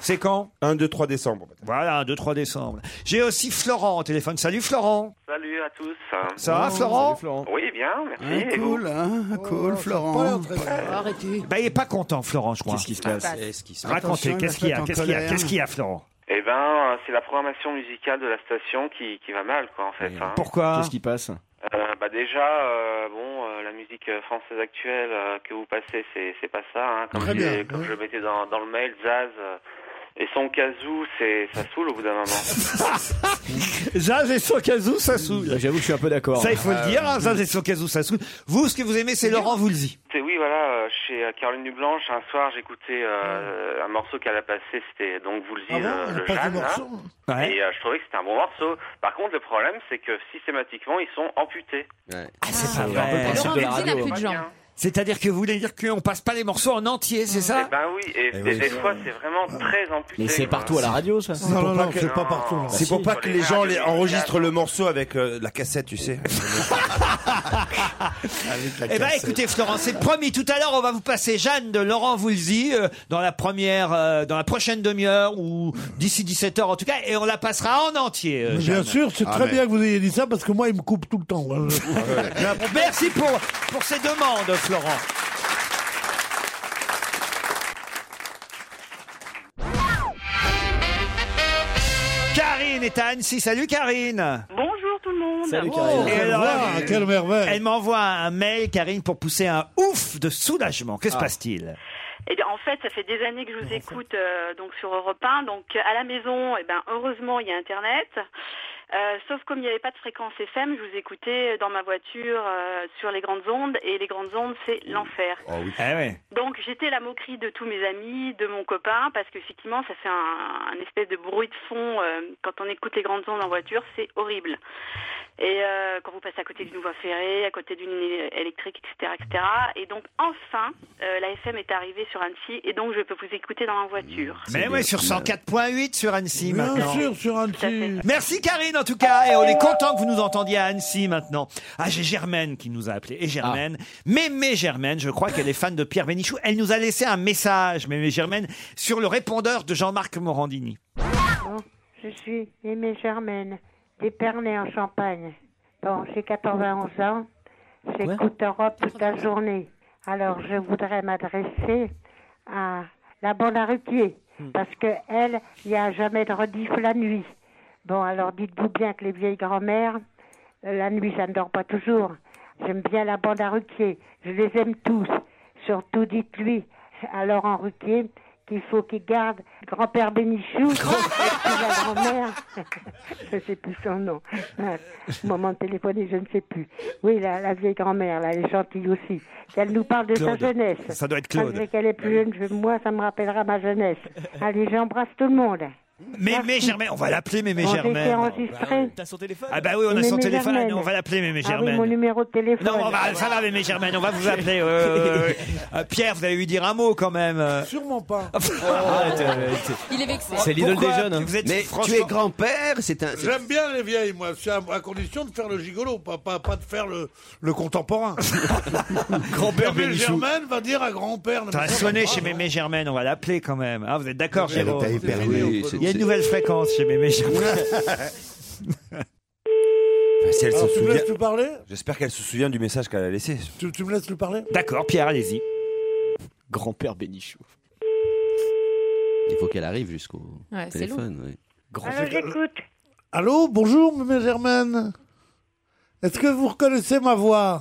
S3: C'est quand
S8: 1, 2, 3 décembre.
S3: Voilà, 2-3 décembre. J'ai aussi Florent au téléphone. Salut Florent.
S10: Salut à tous.
S3: Ça va Florent Ah,
S6: Salut, Florent.
S10: Oui, bien, merci. et vous
S8: Cool,
S6: Oh,
S3: Oh,
S8: hein Cool, Florent.
S7: Arrêtez.
S3: Bah, il est pas content Florent, je crois.
S6: Qu'est-ce qui se passe
S3: Racontez,
S8: Attention, il
S3: qu'est-ce
S8: va
S3: qu'il y
S8: se
S3: a
S8: mettre
S3: Qu'est-ce
S8: en
S3: qu'il y a
S8: colère.
S3: Qu'est-ce qu'il y a Florent
S10: Eh ben, euh, c'est la programmation musicale de la station qui, qui va mal, quoi, en fait. hein.
S3: Pourquoi
S6: Qu'est-ce qui passe
S10: Euh, bah déjà, euh, bon, euh, la musique euh, française actuelle euh, que vous passez, c'est c'est pas ça. Hein, comme
S5: Très bien,
S10: j'ai- comme
S5: ouais.
S10: je le mettais dans, dans le mail, Zaz, euh, Et son casou, c'est ça saoule au bout d'un moment.
S3: Zaz et Sokazou, ça saoule.
S11: J'avoue que je suis un peu d'accord.
S3: Ça, il faut le dire, hein, Zaz et Sokazou, ça saoule. Vous, ce que vous aimez, c'est Laurent Voulzy.
S10: C'est oui, voilà, euh, chez euh, Caroline Dublanche, un soir, j'écoutais euh, un morceau qu'elle a passé, c'était donc vous le
S9: Ah
S10: dites,
S3: bon, elle
S10: le
S3: passe des
S10: Jeanne, hein. là.
S8: Ah,
S3: morceaux Ouais.
S10: Et euh, je trouvais que c'était un bon morceau. Par contre, le problème, c'est que systématiquement, ils sont amputés.
S3: Ah, c'est pas
S10: C'est un peu le
S3: vrai.
S10: principe de la Laurent Voulzy n'a radio. plus de genre.
S3: C'est-à-dire que vous voulez dire qu'on passe pas les morceaux en entier, c'est ça
S10: Eh ben oui, et,
S3: Eh
S10: et
S3: oui,
S10: des
S3: c'est-
S10: fois, c'est vraiment très amputé.
S3: Mais c'est
S10: quoi.
S3: partout à la radio, ça.
S10: C'est pour pas que- Non.
S8: C'est pour pas que les gens les enregistrent le morceau avec euh, la cassette, tu sais. Avec la
S3: Eh ben,
S8: cassette. Bah,
S3: écoutez, Florent, c'est promis. Tout à l'heure, on va vous passer Jeanne de Laurent Voulzy euh, dans la première, euh, dans la prochaine demi-heure ou d'ici 17 heures en tout cas, et on la passera en entier. euh,
S5: Ah, Mais Bien
S3: Jeanne.
S5: sûr, c'est très bien que vous ayez dit ça parce que moi, il me coupe tout le temps.
S3: Merci pour, pour ces demandes, Florent. Karine est à Annecy. Salut Karine.
S12: Bonjour tout le monde.
S3: Et alors là,
S5: euh,
S3: Elle m'envoie un mail, Karine, pour pousser un ouf de soulagement. Que se
S12: Ah.
S3: passe-t-il
S12: Eh bien, en fait, ça fait des années que je vous écoute euh, donc sur Europe 1. Donc à la maison, eh ben heureusement il y a Internet. Euh, sauf comme il n'y avait pas de fréquence FM, je vous écoutais dans ma voiture euh, sur les grandes ondes et les grandes ondes c'est l'enfer.
S3: Eh ouais.
S12: Donc j'étais la moquerie de tous mes amis, de mon copain, parce qu'effectivement ça fait un, un espèce de bruit de fond euh, quand on écoute les grandes ondes en voiture, c'est horrible. Et euh, quand vous passez à côté d'une voie ferrée, à côté d'une ligne électrique, etc., etc. Et donc enfin, euh, la FM est arrivée sur Annecy, et donc je peux vous écouter dans la voiture.
S3: Mais oui, sur 104.8 sur Annecy
S5: Bien
S3: maintenant.
S5: sûr, sur un petit.
S3: Merci Karine en tout cas, et on est content que vous nous entendiez à Annecy maintenant. Ah, j'ai Germaine qui nous a appelé. Et Germaine, Mémé Germaine, je crois qu'elle est fan de Pierre Bénichou. Elle nous a laissé un message, Mémé Germaine, sur le répondeur de Jean-Marc Morandini.
S13: Bon, je suis Aimée Germaine, d'Épernay en Champagne. Bon, j'ai 91 ans, j'écoute Europe toute la journée. Alors, je voudrais m'adresser à la bande à Ruquier, parce que elle, il n'y a jamais de rediff la nuit. Bon, alors dites-vous bien que les vieilles grand-mères, euh, la nuit, ça ne dort pas toujours. J'aime bien la bande à Ruquier, je les aime tous. Surtout, dites-lui à Laurent Ruquier qu'il faut qu'il garde grand-père Bénichou et puis la grand-mère. je ne sais plus son nom. Ah, Au moment de téléphoner, je ne sais plus. Oui, la, la vieille grand-mère, là, elle est gentille aussi. Qu'elle nous parle de
S3: Claude.
S13: sa jeunesse.
S3: Ça doit être Claude.
S13: Malgré qu'elle est plus jeune que moi, ça me rappellera ma jeunesse. Allez, j'embrasse tout le monde.
S3: Mémé Germaine, on va l'appeler Mémé
S13: On s'est fait
S3: Germaine.
S13: enregistrer. T'as son téléphone
S3: Ah bah oui, on a
S13: Mémé
S3: son téléphone,
S13: Germaine.
S3: on va l'appeler Mémé
S13: Ah oui,
S3: Germaine.
S13: mon numéro de téléphone.
S3: Non, on va- ça va, Mémé Germaine, on va vous appeler. ouais, ouais, ouais. Euh, Pierre, vous avez eu dire un mot quand même.
S8: ah.
S3: euh.
S5: Sûrement pas.
S3: Arrête, euh,
S9: Il est vexé.
S3: C'est l'idole
S5: Pourquoi
S3: des jeunes, hein. Vous êtes
S5: Mais
S3: franchement-
S5: tu es
S4: grand-père, c'est un. Ah, c'est-
S5: J'aime bien les vieilles, moi, c'est à, à condition de faire le gigolo, pas, pas, pas de faire le, le contemporain.
S3: Grand-père
S5: Mémé
S3: Bénichou.
S5: Germaine va dire à grand-père.
S3: Ça a sonné chez Mémé Germaine, on va l'appeler quand même. Ah, vous êtes d'accord,
S5: Elle
S3: Jérôme
S5: t'a éperdu. Oui, c'est-
S3: Il y a une nouvelle fréquence chez Mémé Germaine.
S8: Si elle s'en
S5: Alors, tu me
S8: souvient-
S5: laisses lui parler
S8: J'espère qu'elle se souvient du message qu'elle a laissé.
S5: tu, tu me laisses lui parler
S3: D'accord, Pierre, allez-y.
S11: Grand-père Bénichou.
S4: Il faut qu'elle arrive jusqu'au
S5: Ouais, c'est
S4: téléphone. oui.
S13: Alors, j'écoute.
S5: Allô, bonjour, Mémé Germaine. Est-ce que vous reconnaissez ma voix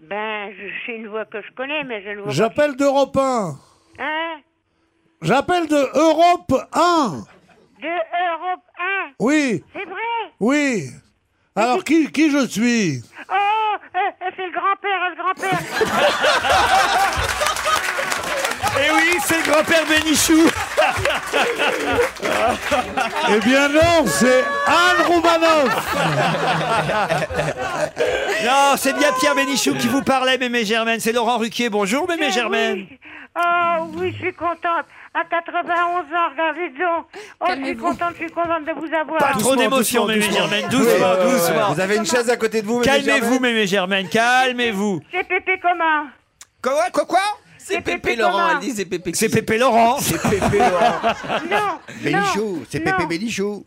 S13: Ben, je- c'est une voix que je connais, mais je ne vois pas.
S5: J'appelle d'Europe 1.
S13: Hein
S5: J'appelle de Europe 1.
S13: De Europe 1
S5: Oui.
S13: C'est vrai
S5: Oui. Alors, qui, qui je suis
S13: Oh, euh, euh, c'est le grand-père, le grand-père
S3: Eh oui, c'est le grand-père Bénichou
S5: Eh bien non, c'est Anne Roumanoff
S3: Non, c'est bien Pierre Bénichou qui vous parlait, Mémé Germaine. C'est Laurent Ruquier. Bonjour, Mémé
S13: Eh
S3: Germaine.
S13: oui. Oh oui, je suis contente. À 91 ans, regardez donc. Oh, je suis contente, je suis contente de vous avoir.
S3: Pas trop d'émotion, Mémé Germaine. Doucement, doucement.
S8: Vous avez une chaise à côté de vous, Mémé
S3: Calmez-vous,
S8: Germaine
S3: Mémé Germaine, calmez-vous.
S13: C'est Pépé commun.
S3: Quoi, quoi, quoi
S13: C'est Pépé Pépé Laurent, Thomas. elle dit
S4: c'est Pépé.
S3: C'est Pépé Laurent. C'est
S8: Pépé Laurent.
S13: Non,
S8: Bénichou,
S13: non,
S8: c'est Pépé
S13: non.
S8: Bénichou.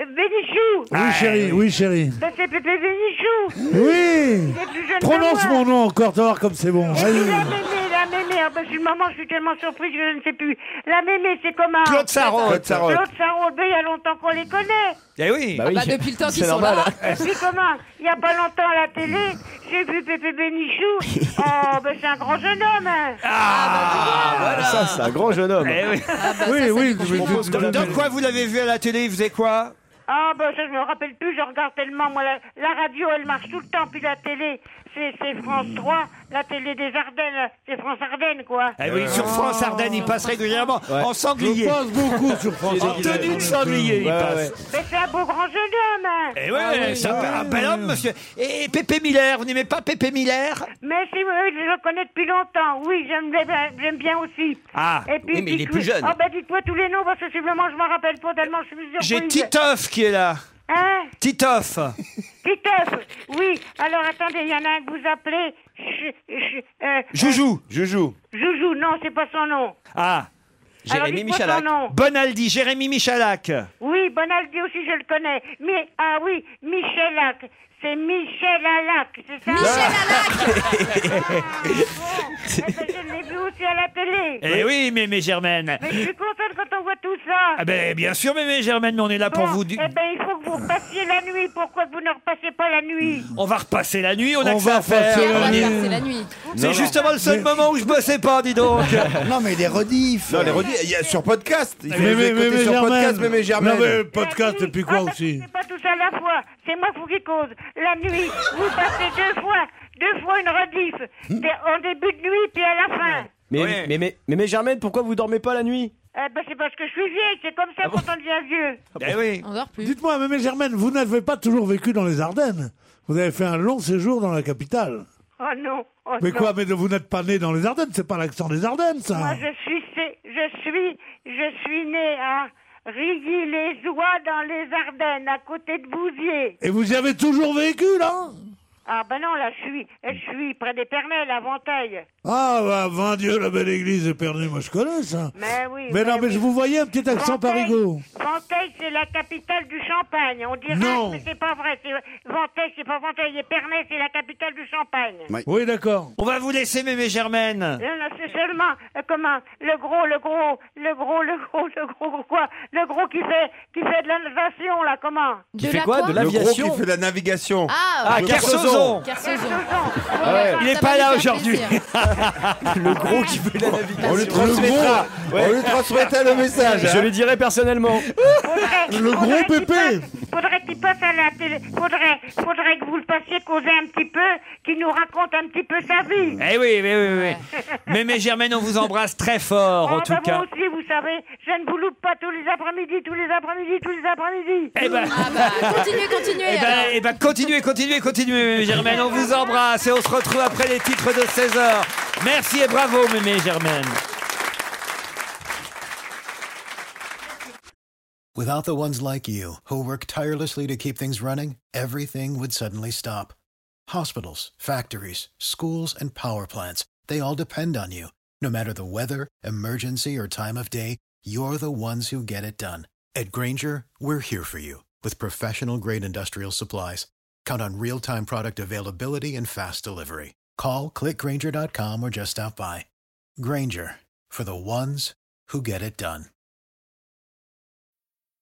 S13: Euh, Bénichou.
S5: Oui chérie, oui chérie.
S13: Ben, c'est Pépé Bénichou.
S5: Oui
S13: C'est plus jeune que
S5: Prononce
S13: moi.
S5: mon nom encore, t'as voir comme c'est bon.
S13: Et puis
S5: Vas-y.
S13: la mémé, la mémé, ah ben, je suis maman, je suis tellement surprise que je ne sais plus. La mémé, c'est comment
S3: Claude Sarraute.
S13: Claude
S3: Claude Sarraute.
S13: Sarraute, ben, il y a longtemps qu'on les connaît.
S3: Eh oui. hein.
S11: Bah oui. Ah bah, depuis le temps qu'ils C'est sont
S8: hein.
S11: normal, là.
S3: Ah, bah,
S13: Et puis comment Il n'y a pas longtemps à la télé, j'ai vu Pépé Bénichou. Oh,
S11: Oh, ben c'est un grand jeune homme hein.
S6: Ah, Ça, c'est un grand jeune homme.
S3: Ah,
S11: bah, ah,
S3: oui, oui.
S6: la
S3: Dans quoi vous l'avez vu à la télé Il faisait quoi
S11: Ah ben ça je me rappelle plus, je regarde tellement moi la, la radio elle marche tout le temps puis la télé c'est c'est France 3, la télé des Ardennes, c'est France Ardennes quoi.
S3: Eh oui, sur France Ardennes, il passe régulièrement en sanglier.
S11: Je pense
S5: beaucoup
S11: sur France
S3: En
S11: Ardennes.
S3: tenue de sanglier, il
S11: Ouais,
S3: passe.
S11: ouais. Mais c'est un beau grand jeune homme. hein.
S3: Et Eh ouais, c'est un- un bel homme, monsieur. Et, et Pépé Miller, vous n'aimez pas Pépé Miller
S11: Mais si oui, je le connais depuis longtemps. Oui, j'aime bien, j'aime bien aussi.
S3: Ah, oui, mais il est
S11: dites-moi-
S3: plus jeune.
S11: Ah ben dites-moi tous les noms parce que simplement je m'en rappelle pas tellement je suis
S3: J'ai
S11: surprise.
S3: Titoff qui est là.
S11: Hein
S3: Titoff.
S11: Titeuf, oui. Alors attendez, il y en a un que vous appelez. Ch- ch- euh,
S3: Joujou. Joujou.
S11: Joujou, non, c'est pas son nom.
S3: Ah.
S11: Jérémy Alors, dites-moi Michalak. son nom.
S3: Bonaldi, Jérémy Michalak.
S11: Oui, Bonaldi aussi, je le connais. Mais, ah oui, Michelac. C'est Michel Alac, c'est ça Ah. Michel Alac Eh ben, Je l'ai vu aussi à la télé.
S3: Eh oui, mémé Germaine.
S11: Mais je suis contente quand on voit tout ça.
S3: Ah ben, bien sûr, mémé Germaine, mais on est là pour
S11: Bon,
S3: vous. du-
S11: Eh ben, il faut que vous passiez la nuit. Pourquoi que vous ne repassez pas la nuit
S3: On va repasser la nuit, on a
S11: On
S3: que ça
S11: va
S3: à faire.
S11: repasser la On va nuit. repasser la nuit.
S3: C'est
S8: Non,
S3: justement
S8: non.
S3: le seul moment où je bossais pas, dis donc.
S8: Non, mais les rediffs. Non, les rediffs, il y a sur podcast. Il faut les écouter sur podcast, mais Germaine.
S5: Non, mais podcast, et puis quoi aussi
S11: Pas tous à la fois. C'est moi fou qui cause. La nuit, vous passez deux fois, deux fois une rediff. Dé- En début de nuit, puis à la fin.
S6: Mais, mais, mais, mais, mais Germaine, pourquoi vous dormez pas la nuit
S11: Eh ben, c'est parce que je suis vieille. C'est comme ça
S3: Ah
S11: quand on devient vieux.
S8: Eh
S3: oui.
S11: On dort plus.
S5: Dites-moi, Mémé Germaine, vous n'avez pas toujours vécu dans les Ardennes. Vous avez fait un long séjour dans la capitale.
S11: Oh non. oh
S5: Mais
S11: non.
S5: quoi
S3: bah,
S5: Mais vous n'êtes pas né dans les Ardennes, c'est pas l'accent des Ardennes,
S11: Moi,
S5: ça
S11: je suis, c'est- je suis, je suis né à Rilly-les-Oies dans les Ardennes, à côté de Bouziers.
S5: Et vous y avez toujours vécu, là
S11: Ah ben non, là, je suis, je suis près d'Épernay, à Venteuil.
S5: Ah, bah, vain Dieu, la belle église épernée, moi je connais ça.
S11: Mais Eh oui.
S5: Mais non, mais
S11: oui.
S5: je vous voyais un petit accent
S11: Venteuil-
S5: parigot.
S11: Venteuil, c'est la capitale du Champagne. On dirait,
S5: Non.
S11: mais c'est pas vrai. C'est... Venteuil, c'est pas Venteuil. Épernay, c'est la capitale du Champagne.
S5: Oui, d'accord.
S3: On va vous laisser, mémé Germaine.
S11: Non, non, c'est seulement, euh, comment, le gros, le gros, le gros, le gros, le gros, gros quoi Le gros qui fait, qui fait de l'innovation, là, comment
S8: Qui fait quoi De l'aviation Le gros qui fait de la navigation.
S11: Ah,
S8: Le
S3: Kersozon.
S8: Ah ouais.
S3: Il est pas là aujourd'hui.
S6: Le gros qui fait la navigation.
S8: On lui transmettra. On lui transmettra le message. hein.
S6: Je lui dirai personnellement.
S14: Oh,
S11: Le gros pépé Faudrait qu'il passe à la télé. Faudrait, faudrait que vous le passiez causer un petit peu, qu'il nous raconte un petit peu sa vie.
S3: Eh oui, oui, oui, oui. Mémé Germaine, on vous embrasse très fort, en
S11: Ah,
S3: tout
S11: bah,
S3: cas.
S11: Moi aussi, vous savez, je ne vous loupe pas tous les après-midi, tous les après-midi, tous les après-midi.
S3: Eh ben. Ah bah,
S9: continuez, continuez,
S3: Eh ben,
S9: alors.
S3: eh ben, continuez, continuez, continuez, mémé Germaine. On vous embrasse et on se retrouve après les titres de 16h. Merci et bravo, mémé Germaine.
S15: Without the ones like you, who work tirelessly to keep things running, everything would suddenly stop. Hospitals, factories, schools, and power plants, they all depend on you. No matter the weather, emergency, or time of day, you're the ones who get it done. At Granger, we're here for you with professional grade industrial supplies. Count on real time product availability and fast delivery. Call clickgranger.com or just stop by. Granger for the ones who get it done.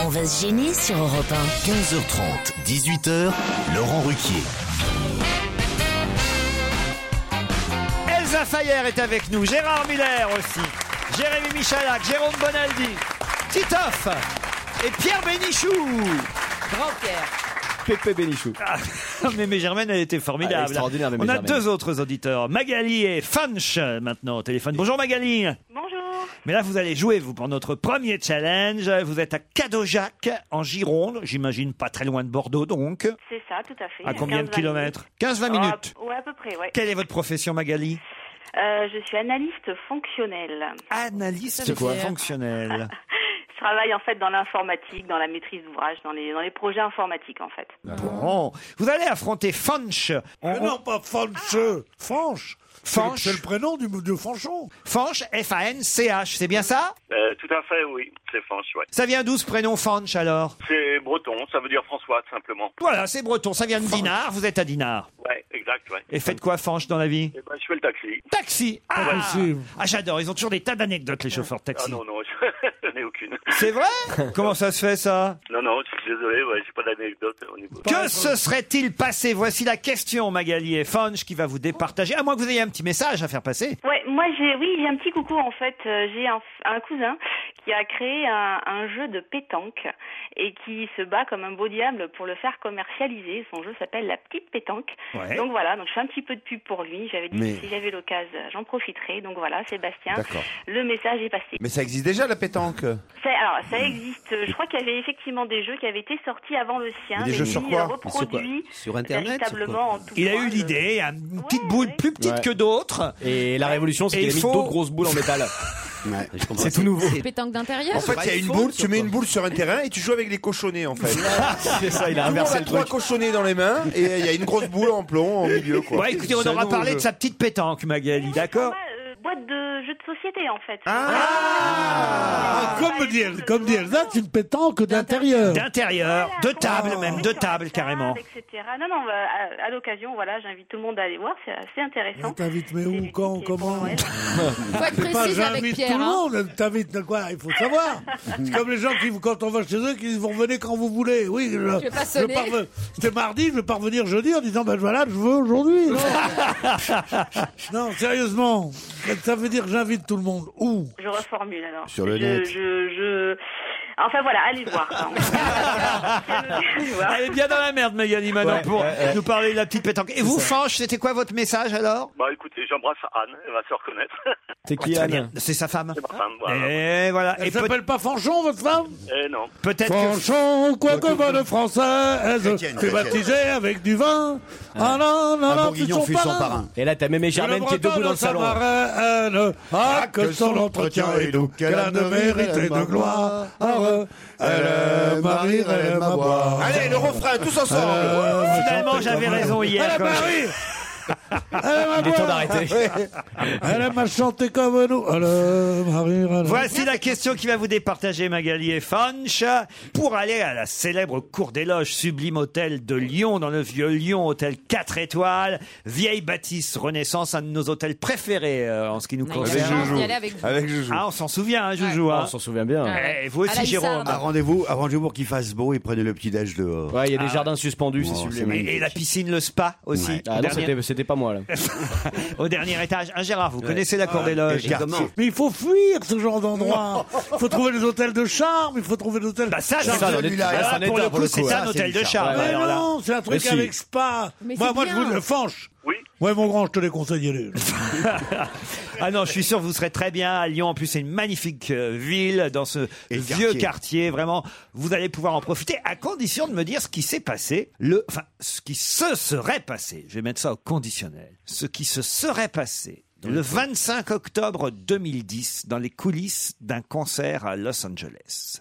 S16: On va se gêner sur Europe 1.
S2: 15h30, 18h, Laurent Ruquier.
S3: Elsa Fayer est avec nous, Gérard Miller aussi, Jérémy Michalak, Jérôme Bonaldi, Titoff et Pierre Bénichou. Grand Pierre.
S6: Pépé Bénichou.
S3: mais, mais Germaine, elle était formidable.
S6: Ah, extraordinaire, Mémé
S3: On a
S6: Germaine.
S3: deux autres auditeurs, Magali et Funch, maintenant au téléphone. Bonjour Magali.
S17: Bonjour.
S3: Mais là, vous allez jouer, vous, pour notre premier challenge. Vous êtes à Cadojac, en Gironde. J'imagine pas très loin de Bordeaux, donc.
S17: C'est ça, tout à fait.
S3: À combien de
S17: 15-20
S3: kilomètres 15-20 minutes.
S17: Oh, à- ouais, à peu près, ouais.
S3: Quelle est votre profession, Magali
S17: Euh, je suis analyste fonctionnelle.
S3: Analyste
S17: C'est
S3: fonctionnel.
S17: travaille en fait dans l'informatique, dans la maîtrise d'ouvrage, dans les, dans les projets informatiques en fait.
S3: Bon, vous allez affronter Funch.
S5: Mais Euh, non, pas Funch, Fanche.
S3: Fanche.
S5: C'est le prénom du, de Fanchon.
S3: Fanch, F-A-N-C-H, c'est bien ça
S18: Euh, tout à fait, oui. C'est Fanch, ouais.
S3: Ça vient d'où ce prénom Fanch alors
S18: C'est breton, ça veut dire François, tout simplement.
S3: Voilà, c'est breton, ça vient de Dinard, vous êtes à Dinard.
S18: Ouais, exact, ouais.
S3: Et faites quoi Fanch dans la vie
S18: Eh ben, je fais le taxi.
S3: Taxi Ah,
S18: Pas possible.
S3: Ah, j'adore, ils ont toujours des tas d'anecdotes les chauffeurs de
S18: Ah
S3: taxi.
S18: non, non, je n'en ai aucune.
S3: C'est vrai Comment ça se fait ça
S18: Non, non, je suis désolé, ouais, j'ai pas d'anecdote au niveau.
S3: Que se serait-il passé Voici la question Magali et Funch qui va vous départager, à moins que vous ayez un petit message à faire passer.
S17: Ouais, moi j'ai oui, j'ai un petit coucou en fait. Euh, J'ai un, un cousin qui a créé un, un jeu de pétanque et qui se bat comme un beau diable pour le faire commercialiser. Son jeu s'appelle La Petite Pétanque.
S19: Ouais.
S17: Donc voilà, donc je fais un petit peu de pub pour lui. J'avais dit
S8: Mais-
S17: que si j'avais l'occasion, j'en profiterai. Donc voilà, Sébastien,
S8: D'accord.
S17: le message est passé.
S8: Mais ça existe déjà la pétanque.
S17: Ça- alors,
S3: Hmm.
S17: ça existe. Je crois qu'il y avait effectivement des jeux qui avaient été sortis avant le
S8: Mais
S17: sien.
S3: des
S17: Hein, mais
S3: jeux
S17: lui,
S3: sur
S17: il
S3: quoi
S17: reproduit
S4: Sur Internet, sur quoi
S17: véritablement en tout euh,
S3: Il a eu l'idée, hein, une petite boule plus petite que d'autres. Et la révolution,
S6: c'est qu'il a mis d'autres grosses
S3: boules en métal.
S6: C'est tout nouveau.
S7: Pétanque d'intérieur
S8: En fait, il y a une boule, tu mets une boule sur un terrain et tu joues avec les cochonnets en fait.
S6: C'est ça, il a
S8: Tout le monde
S6: inversé
S8: a
S6: le
S8: trois
S6: truc.
S8: cochonnets dans les mains et il y a une grosse boule en plomb au milieu quoi.
S3: Bon, écoutez, on
S8: C'est un
S3: aura
S8: nouveau
S3: parlé
S8: jeu.
S3: de sa petite pétanque, Magali, d'accord
S17: Euh, boîte de jeux de société en fait.
S3: Ah
S17: Ah. Bah,
S5: Comme dit, elle- comme dit Elsa, c'est une pétanque d'intérieur.
S3: D'intérieur, de table même, de table carrément.
S17: etc. Non, non, bah, à, à l'occasion, voilà, j'invite tout le monde à aller voir, c'est assez intéressant.
S5: T'invites mais où, quand, comment
S17: être
S5: C'est pas
S17: précise avec
S5: j'invite
S17: Pierre,
S5: tout le
S17: hein.
S5: monde, t'invites de quoi Il faut savoir. C'est comme les gens qui, quand on va chez eux, qui disent vous revenez quand vous voulez. Oui, je,
S19: Je vais pas sonner.
S5: parve- C'était mardi, je vais parvenir jeudi en disant ben voilà, je veux aujourd'hui. Non, Non, sérieusement, ça veut dire j'invite tout le monde. Où
S17: Je reformule alors.
S5: Sur le
S17: je,
S5: net.
S17: Je, je... Enfin voilà, allez voir. hein.
S3: Elle est bien dans la merde, Magali, maintenant,
S18: Ouais,
S3: pour
S18: ouais, ouais.
S3: nous parler de la petite pétanque. Et vous, Fanch, c'était quoi votre message alors
S18: Bah écoutez, j'embrasse Anne, elle va se reconnaître.
S3: C'est
S5: Ah,
S3: qui, Anne C'est sa femme.
S18: C'est ma femme, voilà.
S3: Et voilà.
S5: Elle s'appelle pas Fanchon, votre femme
S18: Eh non.
S3: Peut-être
S5: Franchon, quoi que bonne française, tu baptisé avec du vin. Ah non, non, non, tu son parrain.
S6: Et là, t'as même Germaine qui est debout dans le salon.
S5: Marraine, ah, que son entretien est doux, qu'elle a de mérite et de gloire. Elle aime à rire, elle aime à boire.
S8: Allez, le refrain, tous ensemble.
S3: Euh, Finalement, j'avais raison hier.
S5: Elle aime à
S3: quand même.
S5: rire. Elle aime à
S3: Il est temps
S5: boire.
S3: d'arrêter.
S5: Elle aime à chanter comme nous. Elle aime à rire, elle aime-
S3: Voici la question qui va vous départager, Magali et Funch. Pour aller à la célèbre cour des loges, sublime hôtel de Lyon, dans le vieux Lyon, hôtel 4 étoiles, vieille bâtisse Renaissance, un de nos hôtels préférés euh, en ce qui nous
S6: Avec
S3: concerne.
S6: Joujou. Y aller avec vous. Avec Joujou.
S3: Ah, on s'en souvient, hein, Joujou.
S6: Ouais.
S3: hein.
S6: On s'en souvient bien.
S3: Eh, Et vous aussi, Jérôme.
S14: Ah, Rendez-vous rendez pour qu'il fasse beau et prenez le petit-déj dehors.
S6: Ouais, il y
S3: Ah.
S6: a des jardins suspendus, c'est
S14: Oh, c'est
S6: sublime.
S14: magnifique.
S3: Et la piscine, le spa aussi.
S6: Ouais. Ah
S3: au,
S6: non,
S3: dernier,
S6: c'était- c'était pas moi là.
S3: au dernier étage. Un Gérard, vous
S6: Ouais.
S3: connaissez la cour
S6: Ah,
S3: des loges
S6: quel quartier.
S5: Mais il faut fuir ce genre d'endroit. Il faut trouver des hôtels de charme. Il faut trouver des hôtels.
S3: Bah ça,
S5: de
S3: c'est un hôtel- Celui-là, ah, c'est un pour hôtel, le coup, pour le coup, c'est un hôtel de charme.
S5: Mais
S3: Alors là-
S5: non, c'est un
S3: Mais
S5: truc
S3: si.
S5: avec spa.
S3: Mais
S5: moi,
S3: c'est
S5: moi, je
S3: bien.
S5: vous le fanche. Oui. Ouais, mon grand, je te les conseille d'y aller.
S3: ah non, je suis sûr que vous serez très bien à Lyon. En plus, c'est une magnifique euh, ville dans ce vieux quartier.
S14: quartier.
S3: Vraiment, vous allez pouvoir en profiter à condition de me dire ce qui s'est passé. Le, enfin, ce qui se serait passé. Je vais mettre ça au conditionnel. Ce qui se serait passé. Le 25 octobre 2010, dans les coulisses d'un concert à Los Angeles.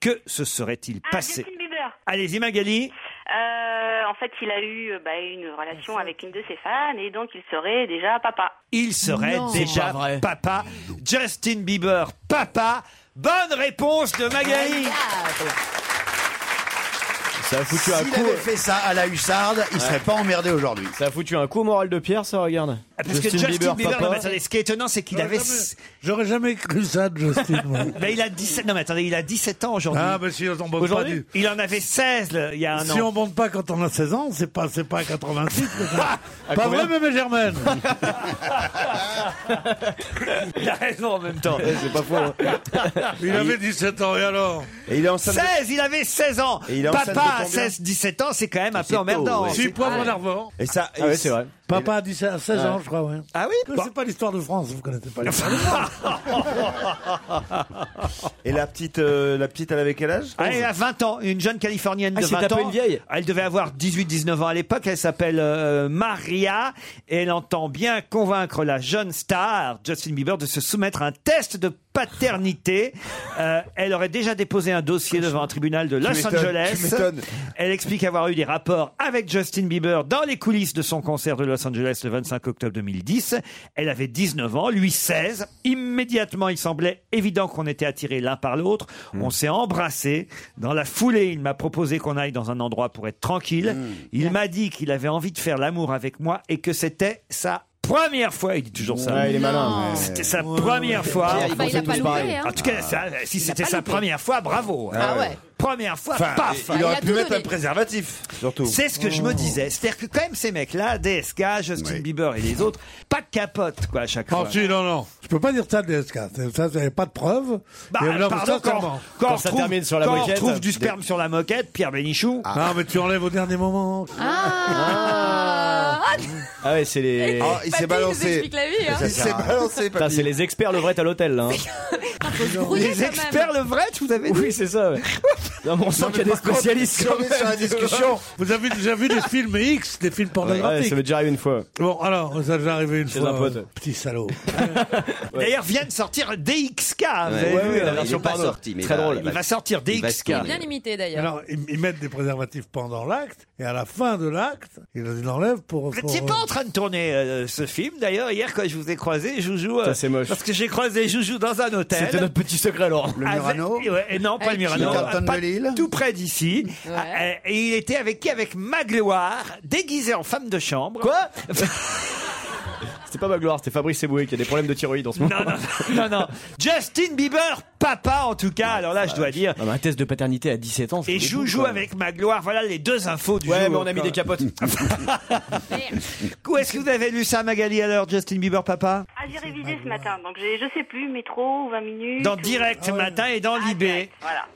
S3: Que se serait-il passé
S17: Justin Bieber.
S3: Allez-y, Magali.
S17: Euh, en fait, il a eu euh, bah, une relation avec une de ses fans et donc il serait déjà papa.
S3: Il serait
S17: Non.
S3: déjà papa. Justin Bieber, papa. Bonne réponse de Magali.
S6: Ça a foutu un
S14: S'il
S6: coup.
S14: avait fait ça à la hussarde, il serait pas emmerdé aujourd'hui. Ah,
S6: Ça a foutu un coup au moral de Pierre, ça, regarde.
S3: Ah, Parce que Justin Bieber, non, mais attendez, ce qui est étonnant, c'est qu'il
S5: J'aurais
S3: avait.
S5: jamais- J'aurais jamais cru ça de Justin. moi.
S3: Ben, il a 17 non, mais attendez, il a 17 ans aujourd'hui.
S5: Ah, mais si on tombe pas
S3: Aujourd'hui,
S5: du-
S3: Il en avait 16 le- il y a un
S5: Ah, Si
S3: an.
S5: on monte pas quand on a 16 ans, c'est pas, c'est pas à 86. que ça-
S3: À
S5: pas
S3: combien
S5: vrai, mémé Germaine
S3: Ah. Il a raison en même temps.
S5: c'est pas
S8: hein.
S5: faux. Il
S8: Ah,
S5: avait 17 ans, et alors
S14: Et il est en
S3: 16, il avait 16 ans.
S14: Et il est en salle de
S3: Papa à
S14: combien Ah,
S3: 16, 17 ans, c'est quand même un
S14: C'est
S3: peu emmerdant.
S14: tôt, ouais. Six poivres
S3: d'arvor.
S14: Et ça,
S6: Ah ouais, c'est vrai.
S5: Papa a dit ça à 16 ans,
S3: Ouais.
S5: je crois. Ouais.
S3: Ah oui
S5: Je ne sais pas l'histoire de France, vous connaissez pas l'histoire de France.
S8: Et la petite, euh, la petite, elle avait quel âge
S3: Ah, elle a 20 ans, une jeune californienne
S8: Ah,
S3: de
S8: c'est
S3: 20
S8: tapé
S3: ans.
S8: une vieille.
S3: Elle devait avoir 18-19 ans à l'époque. Elle s'appelle euh, Maria et elle entend bien convaincre la jeune star, Justin Bieber, de se soumettre à un test de paternité. Euh, elle aurait déjà déposé un dossier devant un tribunal de
S8: Tu
S3: Los
S8: m'étonnes,
S3: Angeles.
S8: tu m'étonnes.
S3: Elle explique avoir eu des rapports avec Justin Bieber dans les coulisses de son concert de Los Angeles le 25 octobre 2010. Elle avait 19 ans, lui 16. Immédiatement, il semblait évident qu'on était attirés l'un par l'autre.
S6: Mm.
S3: On s'est embrassés. Dans la foulée, il m'a proposé qu'on aille dans un endroit pour être tranquille.
S6: Mm.
S3: Il m'a dit qu'il avait envie de faire l'amour avec moi et que c'était sa première fois. Il dit toujours ça.
S6: Ouais, il est malin, Non. ouais.
S3: C'était sa première fois.
S6: Pierre, il Enfin, il conseille a pas tous loupé, pareil. hein.
S3: En tout cas, ça- si
S6: Il a
S3: c'était
S6: pas
S3: sa
S6: loupé.
S3: première fois, bravo.
S8: Ah Ah ouais. ouais.
S3: Première fois,
S8: Enfin,
S3: paf
S8: il aurait pu mettre un préservatif, surtout.
S3: c'est ce que je me disais. C'est-à-dire que quand même ces mecs-là, DSK, Justin Bieber et
S5: Ah.
S3: les autres, pas de capote quoi à chaque
S5: Non,
S3: fois.
S5: si, non, non. Je peux pas dire ça de SK. Ça, vous n'avez pas de preuves.
S3: Bah,
S5: Et là,
S3: pardon, quand,
S5: sincèrement.
S3: quand on trouve, quand on trouve du sperme sur la moquette, Pierre Bénichou.
S5: Ah. Non, mais tu enlèves au dernier moment.
S6: Ah ouais, c'est les.
S5: Ah, il s'est Papy nous balancé. explique la vie, hein. Il s'est balancé, papy.
S6: Putain, C'est les experts levrette à l'hôtel, là. hein.
S3: Les experts levrette, vous avez dit
S6: Oui, c'est ça. ouais. Non, mais on sent qu'il y a des spécialistes quand même.
S5: Vous avez déjà vu des films X, des films pornographiques
S6: Ouais, ça m'est déjà arrivé une fois.
S5: Bon, alors, ça m'est déjà arrivé une
S6: Chez
S5: fois.
S6: un pote.
S5: euh, Petit salaud.
S3: D'ailleurs, vient de sortir DXK. vous
S5: Ouais,
S3: avez
S5: ouais,
S3: vu,
S5: ouais,
S3: la
S5: il
S3: version
S5: est pas
S3: porno.
S5: sorti, mais
S3: Très
S5: il va-
S3: drôle.
S5: il
S3: Il
S5: va-
S3: va sortir
S5: il va
S3: DXK.
S7: Bien imité
S5: Alors,
S7: d'ailleurs.
S5: ils, ils mettent des préservatifs pendant l'acte, et à la fin de l'acte, ils l'enlèvent pour.
S3: Vous n'étiez pas en train de tourner euh, ce film d'ailleurs hier quand je vous ai croisé Joujou. euh,
S6: Ça, c'est moche.
S3: Parce que j'ai croisé Joujou dans un hôtel. Ah,
S6: C'était notre petit secret, Laurent.
S3: Le
S6: Ah,
S3: Murano Non, pas le Murano.
S6: Carlton
S3: pas- Tout près d'ici. Ah, euh, Et il était avec qui Avec Magloire, déguisé en femme de chambre. Quoi
S6: C'était pas ma gloire, c'était Fabrice Eboué qui a des problèmes de thyroïde en ce moment.
S3: Non, non. Justin Bieber, papa en tout cas. Alors là, je dois dire.
S6: un test de paternité à 17 ans.
S3: Et Joujou avec Magloire, voilà les deux infos du
S6: Ouais,
S3: jour.
S6: mais on a mis des capotes.
S3: Où est-ce que vous avez lu ça, Magali, alors, Justin Bieber, papa
S17: Ah, j'ai révisé ce matin, donc j'ai- je sais plus, métro, 20 minutes.
S3: Dans
S17: ou-
S3: Direct Matin et dans Libé.